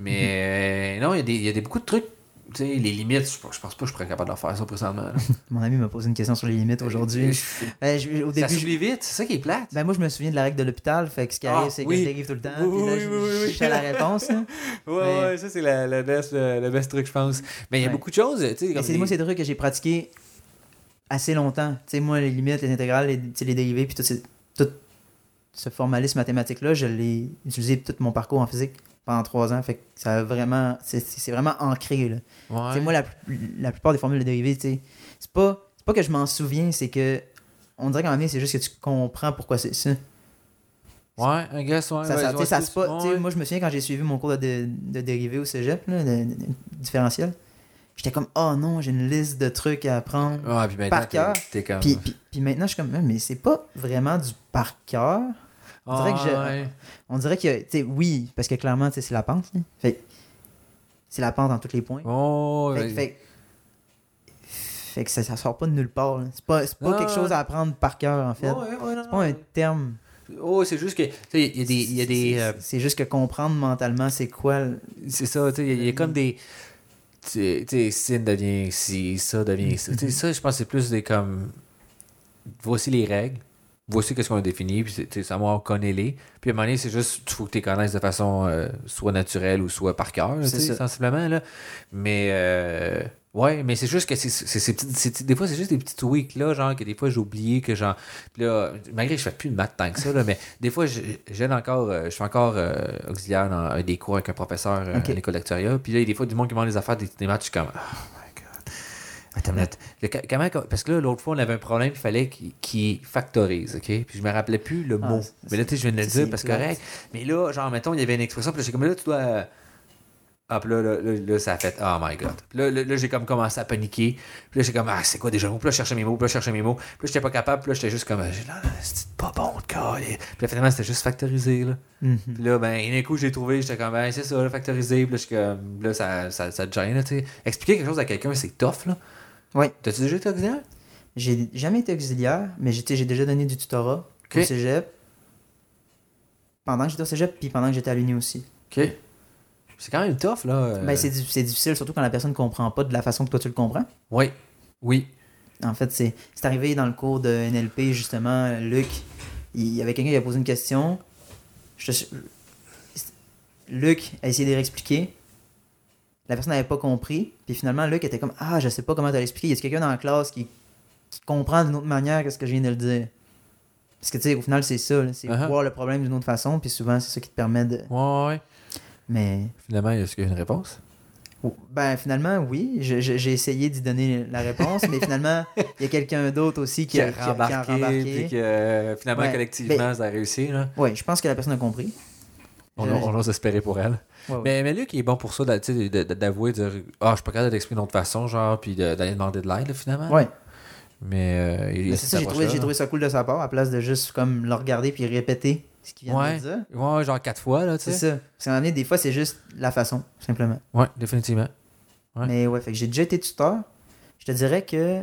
Speaker 2: Mais euh, non, il y a des- il y, a des beaucoup de trucs. Tu sais, les limites, je pense je pense pas que je serais capable de leur faire ça présentement. [laughs] là.
Speaker 3: Mon ami m'a posé une question sur les limites aujourd'hui. Ben, je-
Speaker 2: Ça
Speaker 3: au début, je-
Speaker 2: s'oublie vite, c'est ça qui est plate.
Speaker 3: Ben moi je me souviens de la règle de l'hôpital, fait que ce qui arrive
Speaker 2: Ah,
Speaker 3: c'est
Speaker 2: oui.
Speaker 3: que j'arrive tout le temps,
Speaker 2: Oui,
Speaker 3: puis là
Speaker 2: oui,
Speaker 3: je-
Speaker 2: oui, oui,
Speaker 3: je
Speaker 2: oui.
Speaker 3: cherche la réponse. là.
Speaker 2: Ouais,
Speaker 3: Mais-
Speaker 2: ouais, ça, c'est la, la best, le, le best truc, je pense. Mais il y a
Speaker 3: Ouais.
Speaker 2: beaucoup de choses, tu sais.
Speaker 3: Mais
Speaker 2: comme
Speaker 3: c'est
Speaker 2: des-
Speaker 3: moi c'est des trucs que j'ai pratiqué assez longtemps. Tu sais moi les limites, les intégrales, les, tu sais, les dérivés, puis tout, ces- tout ce formalisme mathématique là, je l'ai utilisé tout mon parcours en physique pendant trois ans, fait que ça a vraiment c'est- c'est c'est vraiment ancré là.
Speaker 2: Ouais.
Speaker 3: Tu sais, moi, la, plus- la plupart des formules de dérivées, tu sais, c'est pas, c'est pas que je m'en souviens, c'est que on dirait qu'en même temps, c'est juste que tu comprends pourquoi c'est ça.
Speaker 2: Ouais, un gars, ouais.
Speaker 3: ça,
Speaker 2: ouais,
Speaker 3: ça-
Speaker 2: je
Speaker 3: tu
Speaker 2: vois
Speaker 3: sais, ça
Speaker 2: ce
Speaker 3: se
Speaker 2: que
Speaker 3: pas-
Speaker 2: tu-
Speaker 3: tu sais,
Speaker 2: ouais.
Speaker 3: Moi, je me souviens quand j'ai suivi mon cours de, de dérivés au cégep, là, de, de- différentiel, j'étais comme, oh non, j'ai une liste de trucs à apprendre.
Speaker 2: Ouais, Ah, puis maintenant,
Speaker 3: Par
Speaker 2: t'es-
Speaker 3: cœur.
Speaker 2: T'es comme.
Speaker 3: Puis, puis- puis maintenant, je suis comme, Ah, mais c'est pas vraiment du par cœur. on dirait que j'ai-
Speaker 2: Ah, Ouais.
Speaker 3: On dirait que, tu sais, oui, parce que clairement, tu sais, c'est la pente. là. Fait que c'est la pente dans tous les points.
Speaker 2: Oh,
Speaker 3: Fait, que-
Speaker 2: ouais.
Speaker 3: fait que- fait que ça, ça sort pas de nulle part. là. C'est pas, c'est pas
Speaker 2: Non,
Speaker 3: quelque
Speaker 2: non,
Speaker 3: chose
Speaker 2: non.
Speaker 3: à apprendre par cœur, en fait.
Speaker 2: Ah. Ouais, ouais, ouais, non,
Speaker 3: C'est pas un
Speaker 2: non.
Speaker 3: terme.
Speaker 2: Oh, c'est juste que. Tu sais, il y a des. il Y a des euh,
Speaker 3: C'est- C'est juste que comprendre mentalement, c'est quoi. le-
Speaker 2: c'est ça, tu sais, il y a- il y, a comme des. Tu tu sais, sin devient ci, ça devient ça. Tu sais, ça, je pense que c'est plus des comme. Voici les règles, voici qu'est-ce qu'on a défini, puis c'est- tu sais, savoir connaît-les. Puis à un moment donné, c'est juste, il faut que tu les connaisses de façon euh, soit naturelle ou soit par cœur, là, tu
Speaker 3: C'est
Speaker 2: sais,
Speaker 3: ça.
Speaker 2: sensiblement, là. Mais. euh, Ouais, mais c'est juste que c'est c'est- ces petites- ces petites- des fois, c'est juste des petits tweaks, là, genre, que des fois, j'ai oublié que genre. Puis là, malgré que je fais plus de maths tant que ça, là, [laughs] mais des fois, je- j'aide encore, euh, je suis encore euh, auxiliaire dans un des cours avec un professeur euh,
Speaker 3: Ok.
Speaker 2: à l'école d'actuariat. Puis là, il y a des fois, du monde qui demande les affaires des, des maths, je suis comme, oh my god. Attends une minute. Le ca- comment, qu'on- parce que là, l'autre fois, on avait un problème, il fallait qu'il qu'il factorise, OK? Puis je me rappelais plus le
Speaker 3: Ah,
Speaker 2: mot.
Speaker 3: c'est-
Speaker 2: Mais là, tu sais, je viens de le
Speaker 3: c'est-
Speaker 2: dire
Speaker 3: c'est
Speaker 2: parce que,
Speaker 3: plate.
Speaker 2: correct. Mais là, genre, mettons, il y avait une expression, puis là, j'ai comme, là, tu dois. euh, Hop, là, là, là, là, ça a fait, oh my god. Puis là, là, là, j'ai comme commencé à paniquer. Puis là, j'ai comme, ah, c'est quoi déjà mots? Puis là, je cherchais mes mots, puis là, je cherchais mes mots. Puis là, j'étais pas capable, puis là, j'étais juste comme, Ah, là, là, c'est pas bon, le cas. Puis là, finalement, c'était juste factorisé, là.
Speaker 3: Mhm.
Speaker 2: Puis là, ben, d'un coup, j'ai trouvé, j'étais comme, ben, c'est ça, là, factorisé. Puis là, je suis comme, là, ça, ça, ça te gêne, là, tu sais. Expliquer quelque chose à quelqu'un, c'est tough, là.
Speaker 3: Ouais.
Speaker 2: T'as-tu déjà été auxiliaire?
Speaker 3: J'ai jamais été auxiliaire, mais j'ai tu sais, j'ai déjà donné du tutorat
Speaker 2: Ok.
Speaker 3: au cégep. Pendant que j'étais au cégep, puis pendant que j'étais à l'Uni aussi.
Speaker 2: OK. C'est quand même tough, là. euh.
Speaker 3: Ben, c'est, di- c'est difficile, surtout quand la personne ne comprend pas de la façon que toi tu le comprends.
Speaker 2: Oui. Oui.
Speaker 3: En fait, c'est, c'est arrivé dans le cours de NLP, justement, Luc, il y avait quelqu'un qui a posé une question. Je te- Luc a essayé de réexpliquer. La personne n'avait pas compris. Puis finalement, Luc était comme Ah, je sais pas comment te l'expliquer. Y a quelqu'un dans la classe qui, qui comprend d'une autre manière que ce que je viens de le dire Parce que, tu sais, au final, c'est ça. là. C'est
Speaker 2: Uh-huh.
Speaker 3: voir le problème d'une autre façon. Puis souvent, c'est ça qui te permet de.
Speaker 2: Ouais, ouais.
Speaker 3: Mais.
Speaker 2: Finalement, est-ce qu'il y a une réponse?
Speaker 3: Oh, Ben finalement, oui. Je- je- J'ai essayé d'y donner la réponse, mais finalement, il y a quelqu'un d'autre aussi qui a, qui a- qui a rembarqué.
Speaker 2: puis que euh, finalement,
Speaker 3: Ouais.
Speaker 2: collectivement, ça a réussi, là.
Speaker 3: Oui, je pense que la personne a compris.
Speaker 2: On,
Speaker 3: Je-
Speaker 2: on ose espérer pour elle.
Speaker 3: Ouais, ouais.
Speaker 2: Mais, mais Luc, il est bon pour ça, d'a- tu sais, de- de- d'avouer, de dire, ah, je suis pas capable de l'expliquer d'une autre façon, genre, puis de- d'aller demander de l'aide, là, finalement.
Speaker 3: Ouais.
Speaker 2: Mais, euh, il- il
Speaker 3: Mais
Speaker 2: a
Speaker 3: c'est
Speaker 2: cette
Speaker 3: ça, j'ai trouvé,
Speaker 2: approche-là,
Speaker 3: j'ai
Speaker 2: là.
Speaker 3: trouvé ça cool de sa part, à place de juste comme le regarder puis répéter ce qu'il vient
Speaker 2: Ouais.
Speaker 3: de dire.
Speaker 2: Ouais, genre quatre fois, là, tu
Speaker 3: C'est
Speaker 2: sais.
Speaker 3: ça. Parce qu'à un moment donné, des fois, c'est juste la façon, simplement.
Speaker 2: Ouais, définitivement. Ouais.
Speaker 3: Mais ouais, fait que j'ai déjà été tuteur. Je te dirais que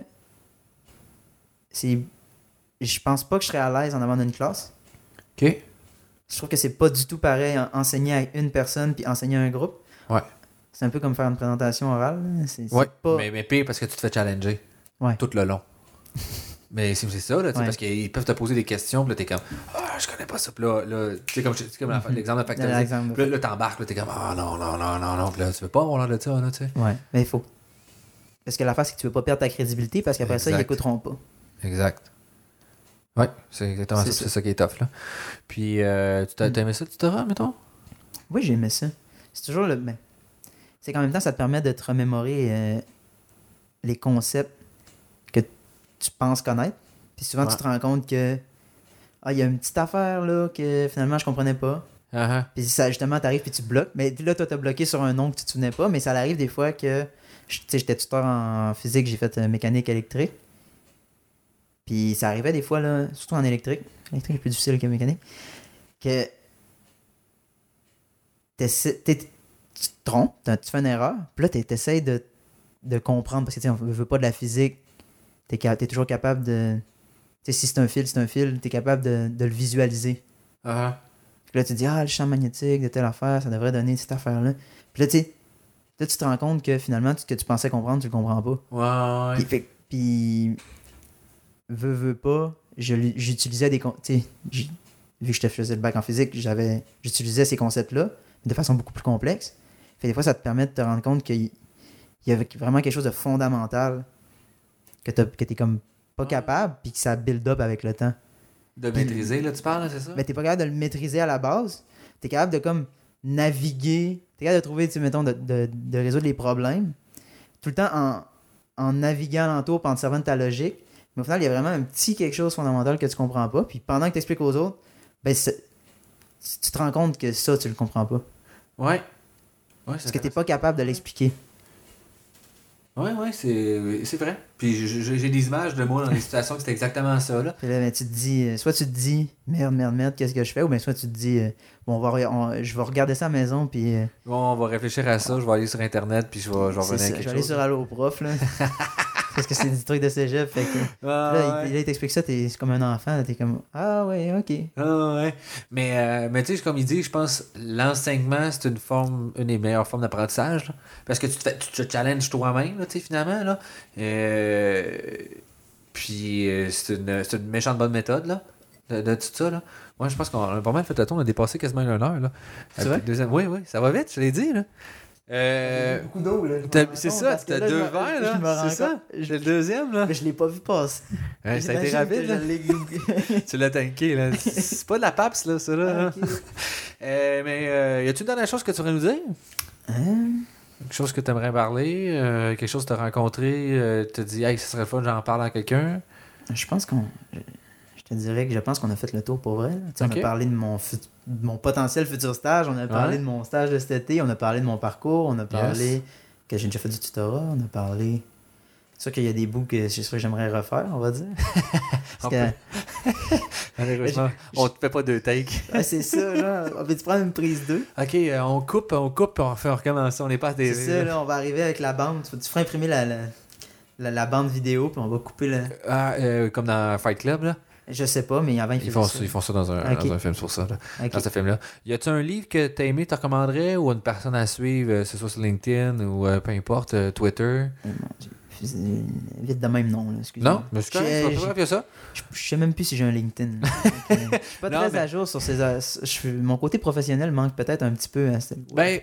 Speaker 3: c'est. Je pense pas que je serais à l'aise en avant d'une classe.
Speaker 2: OK.
Speaker 3: Je trouve que c'est pas du tout pareil en- enseigner à une personne puis enseigner à un groupe.
Speaker 2: Ouais.
Speaker 3: C'est un peu comme faire une présentation orale. là. C'est c'est
Speaker 2: Ouais.
Speaker 3: pas.
Speaker 2: Mais, mais pire parce que tu te fais challenger.
Speaker 3: Ouais.
Speaker 2: Tout le long. Mais c'est c'est ça, là, tu sais,
Speaker 3: Ouais.
Speaker 2: parce qu'ils peuvent te poser des questions, puis là, t'es comme, ah, je connais pas ça, puis là, là tu sais, comme, je- tu sais, comme la- l'exemple de
Speaker 3: Dans
Speaker 2: factorisé.
Speaker 3: l'exemple Mm-hmm. de-
Speaker 2: Puis là, là, t'embarques, là, t'es comme, ah, non, non, non, non, non, puis là, tu veux pas avoir l'air de ça, là, tu sais.
Speaker 3: Ouais. Mais il faut. Parce que l'affaire, c'est que tu veux pas perdre ta crédibilité parce qu'après ça, ils
Speaker 2: Exact.
Speaker 3: n'écouteront pas.
Speaker 2: Exact. Oui, c'est exactement ça.
Speaker 3: C'est
Speaker 2: C'est
Speaker 3: ça.
Speaker 2: ça qui est tough, là. Puis, euh, tu t'as t'as aimé ça, tu t'auras, mettons?
Speaker 3: Oui, j'ai aimé ça. C'est toujours le. Ben, c'est qu'en même temps, ça te permet de te remémorer euh, les concepts que tu penses connaître. Puis souvent,
Speaker 2: Ouais.
Speaker 3: tu te rends compte que. Ah, il y a une petite affaire là que finalement, je comprenais pas.
Speaker 2: Ah,
Speaker 3: Puis ça, justement, t'arrives puis tu bloques. Mais là, toi, t'as bloqué sur un nom que tu te souvenais pas. Mais ça arrive des fois que. je- Tu sais, j'étais tuteur en physique, j'ai fait euh, mécanique électrique. Puis ça arrivait des fois, là, surtout en électrique. Électrique est plus difficile que mécanique. Que. t'essa- t'es- Tu te trompes, t'as- tu fais une erreur. Puis là, t'es- t'essayes de, de comprendre. Parce que, tu sais, on veut pas de la physique. T'es ca- t'es toujours capable de. Tu sais, si c'est un fil, c'est un fil. T'es capable de- de le visualiser.
Speaker 2: ah, ah.
Speaker 3: Puis là, tu dis, ah, le champ magnétique de telle affaire, ça devrait donner cette affaire-là. Puis là, tu sais, là, tu te rends compte que finalement, tout ce que tu pensais comprendre, tu le comprends pas.
Speaker 2: Ouais,
Speaker 3: Puis,
Speaker 2: ouais.
Speaker 3: fait que- puis veux, veux pas, je l'u- j'utilisais des. con- Tu sais, j'- vu que je te faisais le bac en physique, j'avais j'utilisais ces concepts-là de façon beaucoup plus complexe. Fait que des fois, ça te permet de te rendre compte qu'il il y avait vraiment quelque chose de fondamental que t'as- que t'es comme pas
Speaker 2: Ouais.
Speaker 3: capable, puis que ça build up avec le temps.
Speaker 2: De maîtriser, là, tu parles, là, c'est ça?
Speaker 3: mais t'es pas capable de le maîtriser à la base. T'es capable de comme naviguer, t'es capable de trouver, tu sais, mettons, de, de- de résoudre les problèmes, tout le temps en, en naviguant alentour, puis en te servant de ta logique. Mais au final, il y a vraiment un petit quelque chose de fondamental que tu comprends pas. Puis pendant que t'expliques aux autres, ben c'est- tu te rends compte que ça, tu le comprends pas.
Speaker 2: Ouais. Ouais,
Speaker 3: Parce que t'es pas capable de l'expliquer.
Speaker 2: Oui, oui, c'est c'est vrai. Puis je- je- j'ai des images de moi dans des situations que c'était exactement ça. Là.
Speaker 3: Puis là, ben, tu te dis, euh, soit tu te dis, merde, merde, merde, qu'est-ce que je fais? Ou bien soit tu te dis, euh, bon, on va, re- on- je vais regarder ça à la maison, puis euh,
Speaker 2: Bon, on va réfléchir à ça, je vais aller sur Internet, puis je vais, je vais
Speaker 3: C'est
Speaker 2: revenir
Speaker 3: ça,
Speaker 2: avec
Speaker 3: je vais
Speaker 2: quelque
Speaker 3: aller
Speaker 2: chose.
Speaker 3: sur Allo Prof, [laughs] là. Parce que c'est du truc de cégep. Fait que,
Speaker 2: Ah,
Speaker 3: là,
Speaker 2: ouais.
Speaker 3: il, là, il t'explique ça, t'es c'est comme un enfant. là, T'es comme Ah ouais, ok.
Speaker 2: Ah, ouais. Mais, euh, mais tu sais, comme il dit, je pense l'enseignement, c'est une forme, une des meilleures formes d'apprentissage. là. Parce que tu te, fais- tu te challenges toi-même, là, tu sais, finalement. Là. Euh, puis euh, c'est une, c'est une méchante bonne méthode, là, de, de tout ça. Là. Moi, je pense qu'on a pas mal fait le tour, on a dépassé quasiment une heure. Là.
Speaker 3: C'est
Speaker 2: Avec
Speaker 3: vrai?
Speaker 2: le deuxième- Oui, oui, ça va vite, je l'ai dit. Là. Euh,
Speaker 3: Beaucoup d'eau, là. je
Speaker 2: T'as-
Speaker 3: me rends
Speaker 2: C'est
Speaker 3: compte,
Speaker 2: ça,
Speaker 3: parce que
Speaker 2: t'as
Speaker 3: là, je
Speaker 2: deux
Speaker 3: me-
Speaker 2: verres,
Speaker 3: je me
Speaker 2: là.
Speaker 3: rends
Speaker 2: C'est ça?
Speaker 3: compte.
Speaker 2: J'ai le deuxième, là.
Speaker 3: Mais Je l'ai pas vu passer.
Speaker 2: Ouais, ça a été
Speaker 3: J'imagine
Speaker 2: rapide,
Speaker 3: que
Speaker 2: là.
Speaker 3: je l'ai goûté.
Speaker 2: Tu l'as tanké, [laughs] là. C'est pas de la PAPS, là, ça, là.
Speaker 3: Ah, [laughs] ok.
Speaker 2: Euh, mais euh, y a-tu une dernière chose que tu voudrais nous dire?
Speaker 3: Hein?
Speaker 2: Quelque chose que tu aimerais parler? euh, quelque chose que tu as rencontré? euh, tu te dis, hey, ce serait le fun, j'en parle à quelqu'un?
Speaker 3: Je pense qu'on. Je, je te dirais que je pense qu'on a fait le tour pour vrai. là. Tu sais,
Speaker 2: Ok.
Speaker 3: On a parlé de mon, fut- de mon potentiel futur stage, on a parlé
Speaker 2: Ouais.
Speaker 3: de mon stage de cet été, on a parlé de mon parcours, on a parlé
Speaker 2: Yes.
Speaker 3: que j'ai déjà fait du tutorat, on a parlé. C'est sûr qu'il y a des bouts que je suis sûr que j'aimerais refaire, on va
Speaker 2: [laughs]
Speaker 3: dire.
Speaker 2: On
Speaker 3: Parce [laughs] que-
Speaker 2: Malheureusement, on te fait pas deux takes.
Speaker 3: Ah, c'est ça, là. On peut-tu prendre une prise 2?
Speaker 2: OK, euh, on coupe, on coupe, on fait recommencer. On n'est pas à
Speaker 3: C'est
Speaker 2: des...
Speaker 3: ça, là. On va arriver avec la bande. Tu, tu feras imprimer la, la, la- la bande vidéo, puis on va couper le.
Speaker 2: Ah, euh, comme dans Fight Club, là.
Speaker 3: Je sais pas, mais avant, il
Speaker 2: Ils
Speaker 3: fait
Speaker 2: font, ça,
Speaker 3: ça.
Speaker 2: ils font ça dans un,
Speaker 3: Ok.
Speaker 2: dans un film sur ça, là.
Speaker 3: Ok.
Speaker 2: dans ce film-là. Y a-tu un livre que t'as aimé, t'as recommanderais, ou une personne à suivre, euh, que ce soit sur LinkedIn ou euh, peu importe, euh, Twitter?
Speaker 3: Eh, mon Dieu. Fais- euh, Vite de même nom, là. Excuse-moi.
Speaker 2: Non? Mais c'est correct,
Speaker 3: Je-
Speaker 2: c'est pas plus
Speaker 3: je-
Speaker 2: grave que ça.
Speaker 3: Je, je sais même plus si j'ai
Speaker 2: [laughs]
Speaker 3: un LinkedIn. là. Donc, euh, je suis pas
Speaker 2: Non,
Speaker 3: très
Speaker 2: mais-
Speaker 3: à jour sur ces. euh, je suis- mon côté professionnel manque peut-être un petit peu. à cette-
Speaker 2: Ben,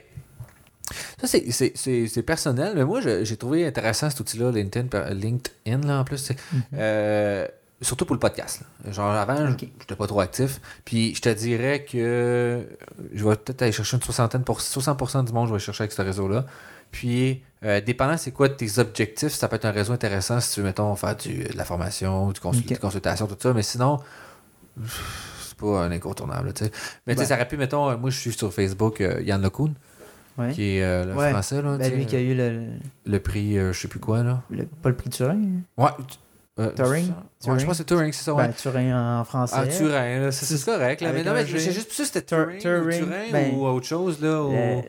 Speaker 2: ça, c'est- c'est- c'est c'est personnel, mais moi, je- j'ai trouvé intéressant cet outil-là, LinkedIn, par- LinkedIn là, en plus. c'est- Euh, surtout pour le podcast. là. Genre, avant, je
Speaker 3: Ok.
Speaker 2: n'étais pas trop actif. Puis, je te dirais que je vais peut-être aller chercher une soixantaine pour 60% du monde, je vais chercher avec ce réseau-là. Puis, euh, dépendant c'est quoi tes objectifs, ça peut être un réseau intéressant si tu veux, mettons, faire du, de la formation, du consul-
Speaker 3: Ok.
Speaker 2: des consultations, tout ça. Mais sinon, c'est pas un incontournable, là, tu sais. Mais tu sais,
Speaker 3: Ben.
Speaker 2: ça aurait pu, mettons, euh, moi, je suis sur Facebook, euh, Yann Lecoun
Speaker 3: Ouais.
Speaker 2: qui est euh, le
Speaker 3: Ouais.
Speaker 2: français, là,
Speaker 3: Ben,
Speaker 2: tu
Speaker 3: lui
Speaker 2: sais,
Speaker 3: qui a eu le.
Speaker 2: le prix, euh, je sais plus quoi, là.
Speaker 3: le- pas le prix Turin. hein?
Speaker 2: Ouais. tu- euh, c'est
Speaker 3: Turing?
Speaker 2: ça? Ouais,
Speaker 3: Turing?
Speaker 2: je pense que c'est Turing, c'est ça, ouais.
Speaker 3: Ben, Turin en français. hein.
Speaker 2: ah, Turin, là, c'est c'est correct, là. Mais
Speaker 3: Avec
Speaker 2: non,
Speaker 3: un
Speaker 2: mais je
Speaker 3: G.
Speaker 2: sais juste plus si c'était
Speaker 3: Tur-
Speaker 2: Turing,
Speaker 3: Turing,
Speaker 2: ou Turin
Speaker 3: ben,
Speaker 2: ou autre chose, là. Ou...
Speaker 3: euh,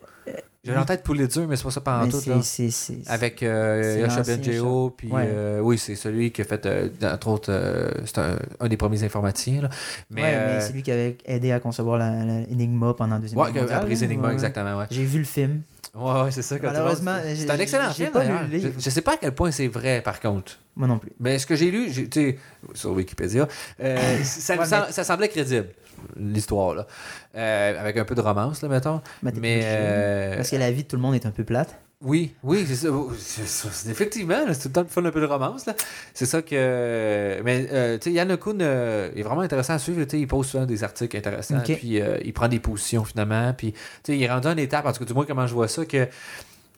Speaker 2: J'ai en tête Pulitzer, mais c'est pas ça pendant
Speaker 3: Mais
Speaker 2: tout,
Speaker 3: c'est-
Speaker 2: là.
Speaker 3: c'est- c'est-
Speaker 2: Avec euh,
Speaker 3: c'est
Speaker 2: Yasha
Speaker 3: l'ancien
Speaker 2: Benjeo, puis
Speaker 3: Ouais.
Speaker 2: euh, oui, c'est celui qui a fait, euh, entre autres, euh, c'est un, un des premiers informaticiens, là. Mais,
Speaker 3: ouais,
Speaker 2: euh,
Speaker 3: mais c'est lui qui avait aidé à concevoir la, la Enigma pendant la deuxième
Speaker 2: ouais, euh,
Speaker 3: Guerre mondiale,
Speaker 2: après les
Speaker 3: là,
Speaker 2: Enigma,
Speaker 3: ouais.
Speaker 2: exactement, ouais.
Speaker 3: J'ai vu le film.
Speaker 2: Ouais, ouais, c'est ça. comme tout le monde.
Speaker 3: Malheureusement,
Speaker 2: c'est
Speaker 3: j'ai-
Speaker 2: un excellent
Speaker 3: j'ai
Speaker 2: film.
Speaker 3: pas lu le
Speaker 2: d'ailleurs. Je,
Speaker 3: livre.
Speaker 2: je sais pas à quel point c'est vrai, par contre.
Speaker 3: Moi non plus.
Speaker 2: Mais ce que j'ai lu, j'ai- tu sais, sur Wikipédia, euh, ça,
Speaker 3: [coughs] Ouais,
Speaker 2: ça- ça semblait crédible, l'histoire, là. Euh, avec un peu de romance, là, mettons.
Speaker 3: Mais t'es
Speaker 2: Mais.
Speaker 3: obligé.
Speaker 2: euh,
Speaker 3: Parce que la vie de tout le monde est un peu plate.
Speaker 2: Oui, oui, c'est ça. C'est ça. C'est- Effectivement, là, c'est tout le temps le fun un peu de romance. là. C'est ça que. Mais, euh, tu sais, Yann Okun est vraiment intéressant à suivre. là. Tu sais, il pose souvent des articles intéressants.
Speaker 3: Ok.
Speaker 2: Puis, euh, il prend des positions, finalement. Puis, tu sais, il est rendu à une étape, en tout cas, du moins, comment je vois ça, que.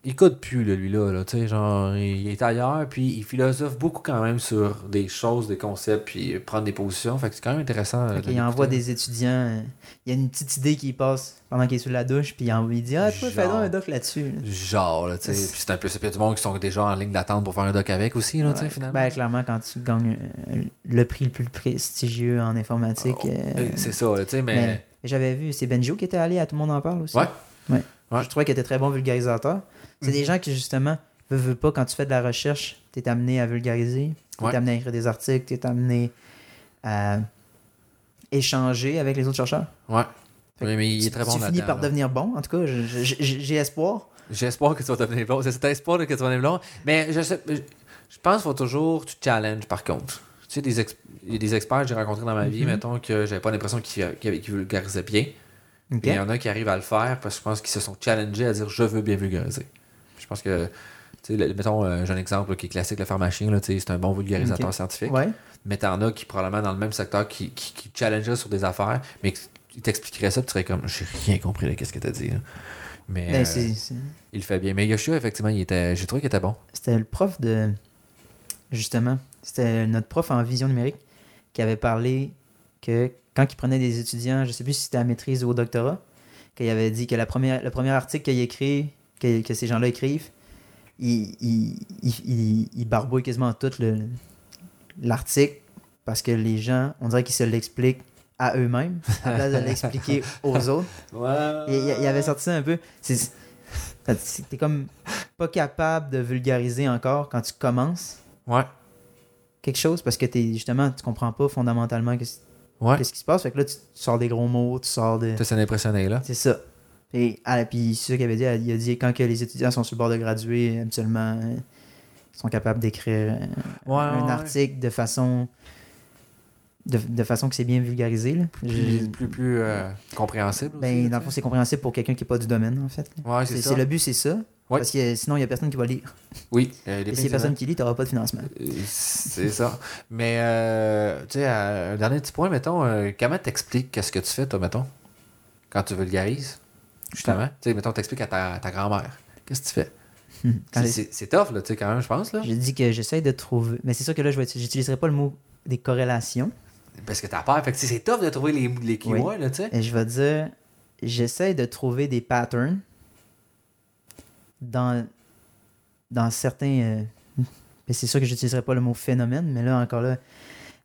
Speaker 2: Il code plus, là, lui-là. Là, tu sais, genre, il est ailleurs, puis il philosophe beaucoup quand même sur des choses, des concepts, puis euh, prendre des positions. Fait que c'est quand même intéressant. euh, de
Speaker 3: Fait qu'il
Speaker 2: l'écouter.
Speaker 3: envoie des étudiants. euh, Il y a une petite idée qui passe pendant qu'il est sous la douche, puis il, envoie, il dit Ah, toi, fais donc un doc là-dessus. là.
Speaker 2: Genre, là, tu sais. Puis c'est un peu ça. Puis il y a du monde qui sont déjà en ligne d'attente pour faire un doc avec aussi, là, tu sais,
Speaker 3: Ouais.
Speaker 2: finalement.
Speaker 3: Ben, clairement, quand tu gagnes euh, le prix le plus prestigieux en informatique.
Speaker 2: Oh,
Speaker 3: euh,
Speaker 2: euh, c'est ça, là, tu sais, mais.
Speaker 3: mais j'avais vu, c'est Benjo qui était allé à Tout le monde en parle aussi.
Speaker 2: Ouais. Ouais. Mhm.
Speaker 3: Je trouvais qu'il était très bon vulgarisateur. C'est des gens qui, justement, veut, veut pas, quand tu fais de la recherche, tu es amené à vulgariser, tu es
Speaker 2: Ouais.
Speaker 3: amené à écrire des articles, tu es amené à échanger avec les autres chercheurs.
Speaker 2: Ouais. Oui, mais il
Speaker 3: Tu-
Speaker 2: est très bon
Speaker 3: Tu finis
Speaker 2: là-dedans.
Speaker 3: par
Speaker 2: là.
Speaker 3: devenir bon, en tout cas, je- je- je- j'ai espoir.
Speaker 2: J'espère que tu vas devenir bon. C'est cet espoir là, que tu vas devenir bon. Mais je, sais, je je pense qu'il faut toujours tu challenges par contre. Tu sais, des ex- il y a des experts que j'ai rencontrés dans ma vie, mettons, que j'avais pas l'impression qu'ils qu'ils- qu'ils vulgarisaient bien.
Speaker 3: Mm-hmm. Ok.
Speaker 2: Et il y en a qui arrivent à le faire parce que je pense qu'ils se sont challengés à dire je veux bien vulgariser. Je pense que, tu sais, le- mettons, euh, j'ai un exemple là, qui est classique, le pharmacien, là, tu sais, c'est un bon vulgarisateur
Speaker 3: Ok.
Speaker 2: scientifique.
Speaker 3: Ouais.
Speaker 2: Mais t'en as qui, probablement, dans le même secteur, qui, qui, qui challengeraient sur des affaires, mais qui t'expliqueraient ça, puis tu serais comme, j'ai rien compris de qu'est-ce que t'as dit. là. Mais
Speaker 3: Ben,
Speaker 2: euh,
Speaker 3: c'est- c'est-
Speaker 2: il le fait bien. Mais Yoshua, effectivement, il était, j'ai trouvé qu'il était bon.
Speaker 3: C'était le prof de. Justement, c'était notre prof en vision numérique qui avait parlé que quand il prenait des étudiants, je sais plus si c'était à maîtrise ou au doctorat, qu'il avait dit que la première, le premier article qu'il écrit, que, que ces gens-là écrivent, il, il, il- il- il barbouille quasiment tout le- l'article parce que les gens, on dirait qu'ils se l'expliquent à eux-mêmes à place de l'expliquer aux autres. Il, il- il avait sorti ça un peu. C'est- c'est- c'est- T'es comme pas capable de vulgariser encore quand tu commences
Speaker 2: Ouais.
Speaker 3: quelque chose parce que t'es justement tu comprends pas fondamentalement qu'est-ce
Speaker 2: Ouais.
Speaker 3: qu'est-ce qui se passe. Fait que là tu, tu sors des gros mots, tu sors de.
Speaker 2: Ça, ça impressionné, là.
Speaker 3: C'est ça. Et ah, puis c'est ça qu'il avait dit, il a dit quand que les étudiants sont sur le bord de graduer, habituellement euh, ils sont capables d'écrire euh,
Speaker 2: Ouais,
Speaker 3: un
Speaker 2: ouais,
Speaker 3: article de façon de, de façon que c'est bien vulgarisé. là.
Speaker 2: Plus,
Speaker 3: Je-
Speaker 2: plus, plus, euh, compréhensible.
Speaker 3: ben,
Speaker 2: aussi,
Speaker 3: dans
Speaker 2: là,
Speaker 3: le fond, c'est compréhensible pour quelqu'un qui n'est pas du domaine, en fait.
Speaker 2: tu sais. Ouais, c'est
Speaker 3: Ah, C'est
Speaker 2: ça.
Speaker 3: c'est le but, c'est ça.
Speaker 2: Ouais.
Speaker 3: Parce que sinon, il n'y a personne qui va lire.
Speaker 2: Oui. euh,
Speaker 3: Et
Speaker 2: les
Speaker 3: s'il n'y a personne qui lit, tu n'auras pas de financement.
Speaker 2: Euh, C'est ça. Mais, euh, tu sais, euh, un dernier petit point, mettons, euh, comment t'expliques qu'est-ce que tu fais, toi, mettons, quand tu vulgarises, justement? Tu sais, mettons, t'expliques à ta, ta grand-mère. Qu'est-ce que tu fais? C'est-
Speaker 3: Quand j'ai-
Speaker 2: C'est c'est tough, là, tu sais, quand même, je pense, là.
Speaker 3: J'ai dit que j'essaie de trouver. Mais c'est sûr que là, je vais- j'utiliserai pas le mot des corrélations.
Speaker 2: Parce que t'as peur. Fait que, tu sais, c'est tough de trouver les, les keywords,
Speaker 3: Oui. Euh,
Speaker 2: là, tu sais.
Speaker 3: Et je vais dire, j'essaie de trouver des patterns dans, dans certains. euh, Mais c'est sûr que j'utiliserai pas le mot phénomène, mais là, encore là. euh,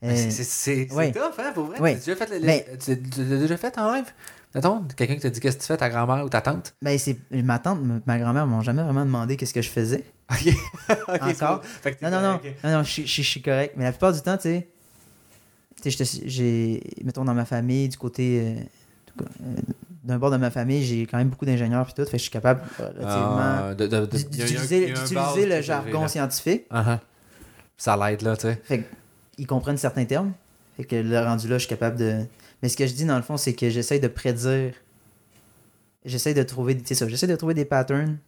Speaker 2: Mais Ben, c'est- C'est c'est- c'est
Speaker 3: ouais.
Speaker 2: tough, hein, pour vrai.
Speaker 3: Ouais.
Speaker 2: Tu l'as déjà fait, le- le-
Speaker 3: Mais-
Speaker 2: tu- tu l'as déjà fait en live? Mettons, quelqu'un qui t'a dit qu'est-ce que tu fais, ta grand-mère ou ta tante? [laughs]
Speaker 3: ben, c'est- ma tante, m- ma grand-mère m'ont jamais vraiment demandé qu'est-ce que je faisais.
Speaker 2: OK. Ok, c'est
Speaker 3: Encore?
Speaker 2: bon. Fait que
Speaker 3: Non, non, non,
Speaker 2: ok.
Speaker 3: non, non, je, suis- je suis- je suis correct. Mais la plupart du temps, tu sais, tu sais, je te- j'ai, mettons, dans ma famille, du côté, euh, du co- euh, d'un bord de ma famille, j'ai quand même beaucoup d'ingénieurs puis tout, fait que je suis capable euh, relativement
Speaker 2: Ah, de- de- de-
Speaker 3: d'u-
Speaker 2: il y a- il y a un-
Speaker 3: d'utiliser
Speaker 2: il y a un base qui
Speaker 3: d'utiliser le
Speaker 2: est arrivé,
Speaker 3: jargon
Speaker 2: là.
Speaker 3: scientifique.
Speaker 2: Uh-huh. Ça l'aide, là, tu sais.
Speaker 3: Fait qu'ils comprennent certains termes. Fait que le rendu là, je suis capable de. Mais ce que je dis dans le fond, c'est que j'essaie de prédire. J'essaie de trouver. Tu sais ça, j'essaie de trouver des patterns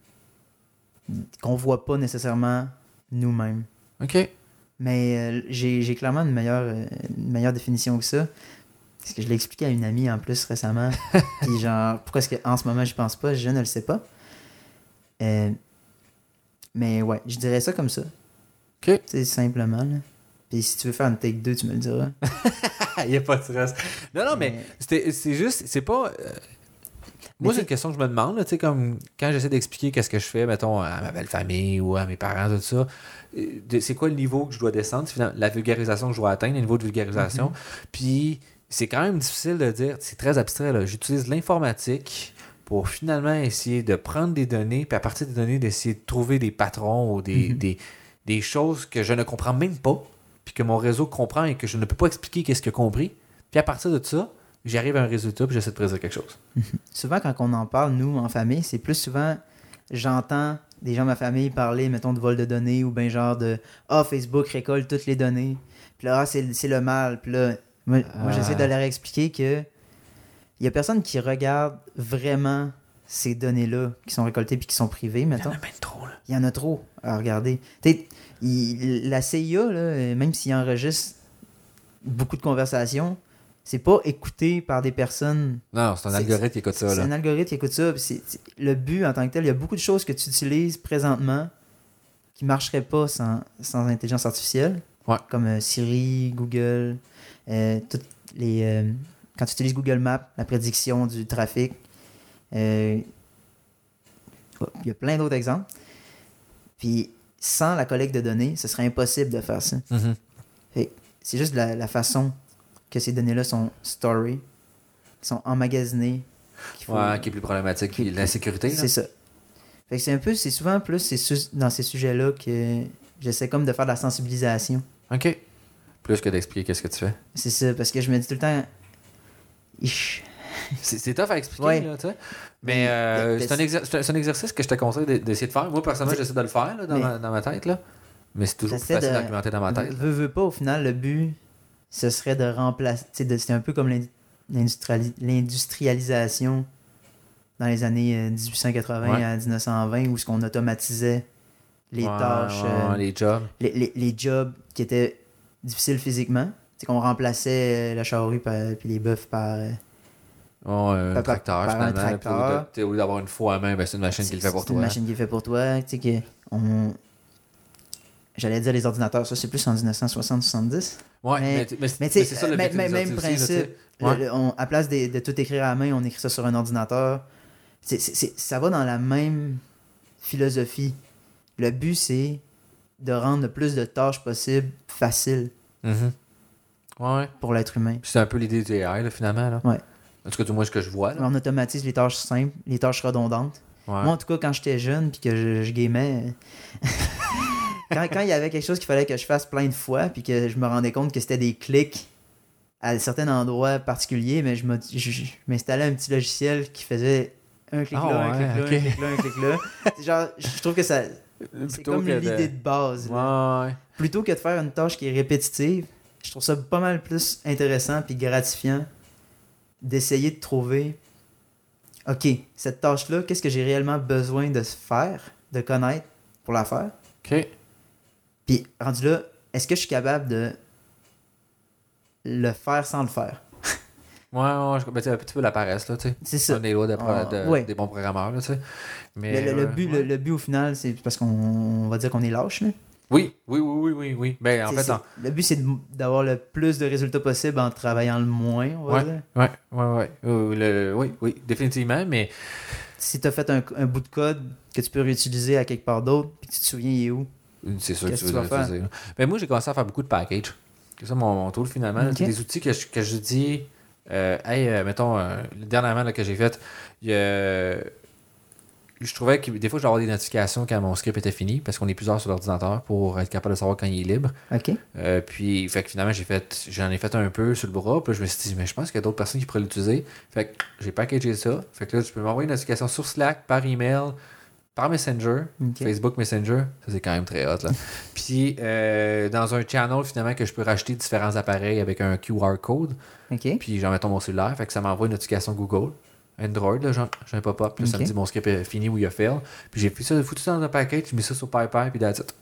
Speaker 3: qu'on voit pas nécessairement nous-mêmes.
Speaker 2: OK.
Speaker 3: Mais euh, j'ai j'ai clairement une meilleure, euh, une meilleure définition que ça. Parce que je l'ai expliqué à une amie en plus récemment. Puis genre, pourquoi est-ce qu'en ce moment je pense pas Je ne le sais pas. Euh, mais ouais, je dirais ça comme ça.
Speaker 2: OK.
Speaker 3: C'est simplement. Là. Puis si tu veux faire une take 2, tu me le diras.
Speaker 2: [laughs] Il n'y a pas de stress. Non, non, mais
Speaker 3: Mais-
Speaker 2: c'était- c'est juste, c'est pas. euh, moi,
Speaker 3: Mais
Speaker 2: c'est une question que je me demande, là, tu sais, comme quand j'essaie d'expliquer qu'est-ce que je fais, mettons, à ma belle-famille ou à mes parents, tout ça, euh, de- c'est quoi le niveau que je dois descendre, c'est finalement la vulgarisation que je dois atteindre, le niveau de vulgarisation. Puis, c'est quand même difficile de dire, c'est très abstrait, là. J'utilise l'informatique pour finalement essayer de prendre des données, puis à partir des données, d'essayer de trouver des patrons ou des, des, des choses que je ne comprends même pas, puis que mon réseau comprend et que je ne peux pas expliquer qu'est-ce qu'il a compris. Puis à partir de ça, j'arrive à un résultat, puis j'essaie de prédire quelque chose.
Speaker 3: Souvent, quand on en parle, nous, en famille, c'est plus souvent j'entends des gens de ma famille parler, mettons, de vol de données ou ben genre de Ah, Facebook récolte toutes les données. Puis là, ah, c'est c'est le mal. Puis là, moi, moi, j'essaie de leur expliquer que il y a personne qui regarde vraiment ces données-là qui sont récoltées puis qui sont privées,
Speaker 2: [laughs]
Speaker 3: mettons.
Speaker 2: même trop, là.
Speaker 3: Il y en a trop à regarder. Tu sais, il- la CIA, là, même s'il enregistre beaucoup de conversations, c'est pas écouté par des personnes
Speaker 2: Non, non, c'est un
Speaker 3: C'est-
Speaker 2: algorithme qui écoute ça.
Speaker 3: c'est
Speaker 2: Là.
Speaker 3: un algorithme qui écoute ça. puis c'est- c'est- le but en tant que tel, il y a beaucoup de choses que tu utilises présentement qui ne marcheraient pas sans, sans intelligence artificielle.
Speaker 2: Ouais.
Speaker 3: Comme euh, Siri, Google, euh, toutes les, euh, quand tu utilises Google Maps, la prédiction du trafic. euh, oh, il y a plein d'autres exemples. Puis sans la collecte de données, ce serait impossible de faire ça.
Speaker 2: Mhm.
Speaker 3: C'est juste la, la façon que ces données-là sont storées, sont emmagasinées. qu'il faut-
Speaker 2: Ouais, qui est plus problématique. Puis L'insécurité. là.
Speaker 3: c'est ça. Fait que c'est un peu, c'est souvent plus ces su- dans ces sujets-là que j'essaie comme de faire de la sensibilisation.
Speaker 2: OK. Plus que d'expliquer qu'est-ce que tu fais.
Speaker 3: C'est ça, parce que je me dis tout le temps. Ich.
Speaker 2: [laughs] C'est c'est tough à expliquer,
Speaker 3: Ouais.
Speaker 2: là, tu sais. Mais euh,
Speaker 3: Mais-
Speaker 2: c'est un, exer- c'est un- c'est un exercice que je te conseille d'e- d'essayer de faire. Moi, personnellement, j'essaie de le faire là, dans,
Speaker 3: Mais-
Speaker 2: ma, dans ma tête, là. Mais c'est toujours plus
Speaker 3: J'essaie
Speaker 2: facile
Speaker 3: de-
Speaker 2: d'argumenter dans ma tête.
Speaker 3: Veux, veux pas, au final, le but, ce serait de remplacer. tu sais, de- C'est un peu comme l'ind- l'industriali- l'industrialisation dans les années euh, 1880
Speaker 2: Ouais.
Speaker 3: à 1920, où ce qu'on automatisait les
Speaker 2: Ouais,
Speaker 3: tâches.
Speaker 2: ouais,
Speaker 3: euh,
Speaker 2: ouais, les jobs.
Speaker 3: les, les- les jobs qui étaient difficiles physiquement. C'est qu'on remplaçait euh, la charrue par- puis les bœufs par. euh,
Speaker 2: Oh, un
Speaker 3: Par- par-
Speaker 2: tracteur,
Speaker 3: par un
Speaker 2: finalement. puis au-
Speaker 3: tracteur.
Speaker 2: t'sais, au lieu d'avoir une fois à main, ben, c'est une machine qui le fait pour
Speaker 3: C'est une
Speaker 2: toi.
Speaker 3: machine qui le fait pour toi. Tu sais que on- J'allais dire les ordinateurs, ça c'est plus en 1960-70.
Speaker 2: Ouais,
Speaker 3: Mais-
Speaker 2: mais, t- mais,
Speaker 3: Mais tu
Speaker 2: mais
Speaker 3: sais,
Speaker 2: c'est ça le
Speaker 3: mais-
Speaker 2: but
Speaker 3: mais-
Speaker 2: des
Speaker 3: même
Speaker 2: outils aussi, là,
Speaker 3: principe.
Speaker 2: tu sais. Ouais.
Speaker 3: Le- le- on- à place de, de tout écrire à la main, on écrit ça sur un ordinateur. C'est- c'est- c'est- ça va dans la même philosophie. Le but c'est de rendre le plus de tâches possible faciles
Speaker 2: Mhm. Ouais.
Speaker 3: pour l'être humain.
Speaker 2: Puis C'est un peu l'idée du AI, là, finalement. Là.
Speaker 3: Ouais.
Speaker 2: En tout cas, du moins, ce que je vois. Là.
Speaker 3: On automatise les tâches simples, les tâches redondantes.
Speaker 2: Ouais.
Speaker 3: Moi, en tout cas, quand j'étais jeune puis que je, je gamais, [laughs] euh, quand, quand il y avait quelque chose qu'il fallait que je fasse plein de fois puis que je me rendais compte que c'était des clics à certains endroits particuliers, mais je m'aut- je- je m'installais un petit logiciel qui faisait un clic
Speaker 2: Ah
Speaker 3: là, un
Speaker 2: ouais,
Speaker 3: clic là,
Speaker 2: ok.
Speaker 3: un clic là, un clic là. C'est Genre, je trouve
Speaker 2: [laughs]
Speaker 3: que ça, c'est
Speaker 2: Plutôt
Speaker 3: comme
Speaker 2: que de-
Speaker 3: l'idée de base. là.
Speaker 2: Ouais.
Speaker 3: Plutôt que de faire une tâche qui est répétitive, je trouve ça pas mal plus intéressant puis gratifiant d'essayer de trouver OK, cette tâche-là, qu'est-ce que j'ai réellement besoin de faire, de connaître pour la faire
Speaker 2: OK.
Speaker 3: Puis rendu là, est-ce que je suis capable de le faire sans le faire
Speaker 2: Ouais, ouais, je- ben, t'sais, un petit peu la paresse, là, tu sais.
Speaker 3: C'est ça.
Speaker 2: C'est des lois de, pro-
Speaker 3: Ah,
Speaker 2: de-
Speaker 3: ouais.
Speaker 2: des bons programmeurs, là, tu sais.
Speaker 3: Le,
Speaker 2: Mais,
Speaker 3: le- le
Speaker 2: euh,
Speaker 3: but,
Speaker 2: ouais.
Speaker 3: le, le but au final, c'est parce qu'on on va dire qu'on est lâche. Là.
Speaker 2: Oui, oui, oui, oui, oui, oui. Ben, en
Speaker 3: C'est-
Speaker 2: fait,
Speaker 3: c'est-
Speaker 2: en-
Speaker 3: le but, c'est de- d'avoir le plus de résultats possible en travaillant le moins. On va dire.
Speaker 2: ouais, ouais, ouais. Euh, le- oui, oui, définitivement, mais
Speaker 3: si tu as fait un, un bout de code que tu peux réutiliser à quelque part d'autre, puis que tu te souviens il est où.
Speaker 2: C'est sûr que
Speaker 3: Qu'est-ce
Speaker 2: tu veux
Speaker 3: que
Speaker 2: le
Speaker 3: tu vas
Speaker 2: faire. Mais moi, j'ai commencé à faire beaucoup de packages. C'est ça mon, mon tool finalement.
Speaker 3: Ok.
Speaker 2: C'est des outils que je, que je dis. euh, hey, euh, mettons, euh, le dernièrement là, que j'ai fait, il y a- je trouvais que des fois, je dois avoir des notifications quand mon script était fini parce qu'on est plusieurs sur l'ordinateur pour être capable de savoir quand il est libre.
Speaker 3: OK.
Speaker 2: Euh, puis, fait que finalement, j'ai fait, j'en ai fait un peu sur le bras. Puis là, je me suis dit, mais je pense qu'il y a d'autres personnes qui pourraient l'utiliser. Fait que j'ai packagé ça. Fait que là, tu peux m'envoyer une notification sur Slack, par email, par Messenger,
Speaker 3: Ok.
Speaker 2: Facebook Messenger. Ça, c'est quand même très
Speaker 3: [laughs]
Speaker 2: hot, là. puis, euh, dans un channel, finalement, que je peux racheter différents appareils avec un QR code.
Speaker 3: OK.
Speaker 2: Puis, j'en mettons mon cellulaire. Fait que ça m'envoie une notification Google. Android, là, genre, j'ai un pop-up. Puis là, ça
Speaker 3: Ok.
Speaker 2: me dit mon script est fini ou il a fail. Puis, j'ai pris ça, foutu ça dans un package, j'ai mis ça sur PayPal, puis that's it.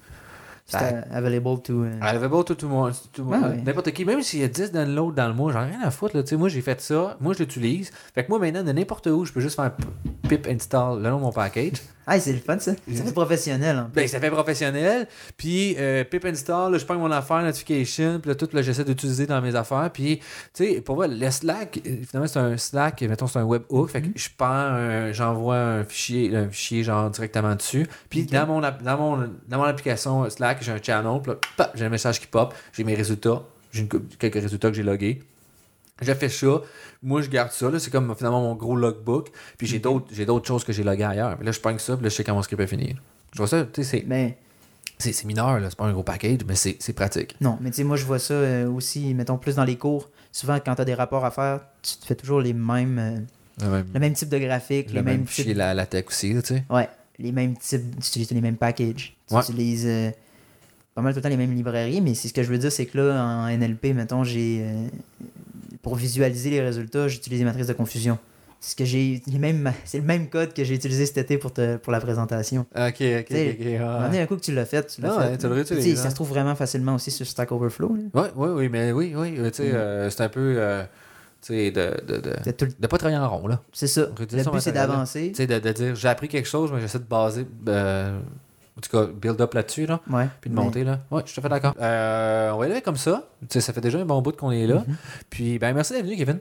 Speaker 3: C'est
Speaker 2: Ça-
Speaker 3: euh, available to. euh,
Speaker 2: elle avait beau tout, tout le monde, tout le monde-
Speaker 3: Ah ouais.
Speaker 2: n'importe qui, même s'il y a 10 downloads dans le mois, j'en ai rien à foutre. Là, Tu sais, moi, j'ai fait ça, moi, je l'utilise. Fait que moi, maintenant, de n'importe où, je peux juste faire p- pip install le nom de mon package.
Speaker 3: Ah, c'est le fun, ça. C'est fait professionnel. hein.
Speaker 2: Ben, ça fait professionnel. Puis, euh, pip install, là, je prends mon affaire, notification, puis là, tout, là, j'essaie d'utiliser dans mes affaires. Puis, tu sais, pour moi, le Slack, euh, finalement, c'est un Slack, mettons, c'est un webhook. Fait que je prends, un- j'envoie un fichier, un fichier, genre, directement dessus. Puis, dans, mon, app- dans, mon, dans mon application Slack, j'ai un channel, puis là, pop, j'ai un message qui pop, j'ai mes résultats, j'ai une coupe- quelques résultats que j'ai logués. J'ai fait ça. Moi, je garde ça. là. C'est comme finalement mon gros logbook. Puis j'ai d'autres, j'ai d'autres choses que j'ai loguées ailleurs. Puis là, je prends ça. Puis là, je sais quand mon script est fini. Je vois ça. Tu sais, c'est,
Speaker 3: Mais
Speaker 2: c'est, c'est mineur. Là. C'est pas un gros package, mais c'est, c'est pratique.
Speaker 3: non, mais tu sais, moi, je vois ça euh, aussi, mettons, plus dans les cours. Souvent, quand tu as des rapports à faire, tu te fais toujours les mêmes. euh,
Speaker 2: Le même,
Speaker 3: le même type de graphique,
Speaker 2: le
Speaker 3: les
Speaker 2: même
Speaker 3: mêmes
Speaker 2: fichier,
Speaker 3: types.
Speaker 2: la, la tech aussi. là, tu sais.
Speaker 3: Ouais. Les mêmes types. Tu utilises les mêmes packages. Tu
Speaker 2: Ouais.
Speaker 3: utilises. euh, pas mal tout le temps les mêmes librairies, mais c'est ce que je veux dire, c'est que là, en NLP, mettons, j'ai. euh, pour visualiser les résultats, j'utilise des matrices de confusion. C'est ce que j'ai les mêmes- c'est le même code que j'ai utilisé cet été pour, te- pour la présentation.
Speaker 2: Ah, Ok, ok, ok.
Speaker 3: T'sais,
Speaker 2: ok, ah. ouais.
Speaker 3: À un moment donné, un coup que tu l'as fait, tu l'as
Speaker 2: Ah
Speaker 3: fait.
Speaker 2: ouais, tu le réutilises,
Speaker 3: Puis, tu sais,
Speaker 2: hein.
Speaker 3: Ça se trouve vraiment facilement aussi sur Stack Overflow. là.
Speaker 2: Oui, oui, oui, mais oui, oui. euh, tu sais, euh, c'est un peu. euh, tu sais, de. de, de...
Speaker 3: C'est tout le-
Speaker 2: de pas travailler en rond, là.
Speaker 3: C'est ça.
Speaker 2: Réutilisation
Speaker 3: Le but, c'est
Speaker 2: matérielle.
Speaker 3: d'avancer.
Speaker 2: Tu sais, de, de dire j'ai appris quelque chose, mais j'essaie de baser. euh, en tout cas, build up là-dessus, là.
Speaker 3: Ouais.
Speaker 2: Puis de
Speaker 3: Mais-
Speaker 2: monter, là. Oui, je suis
Speaker 3: Mm. Mhm.
Speaker 2: tout à fait d'accord. Euh, on va y aller comme ça. Tu sais, ça fait déjà un bon bout qu'on est là. Puis, ben, merci d'être venu, Kevin.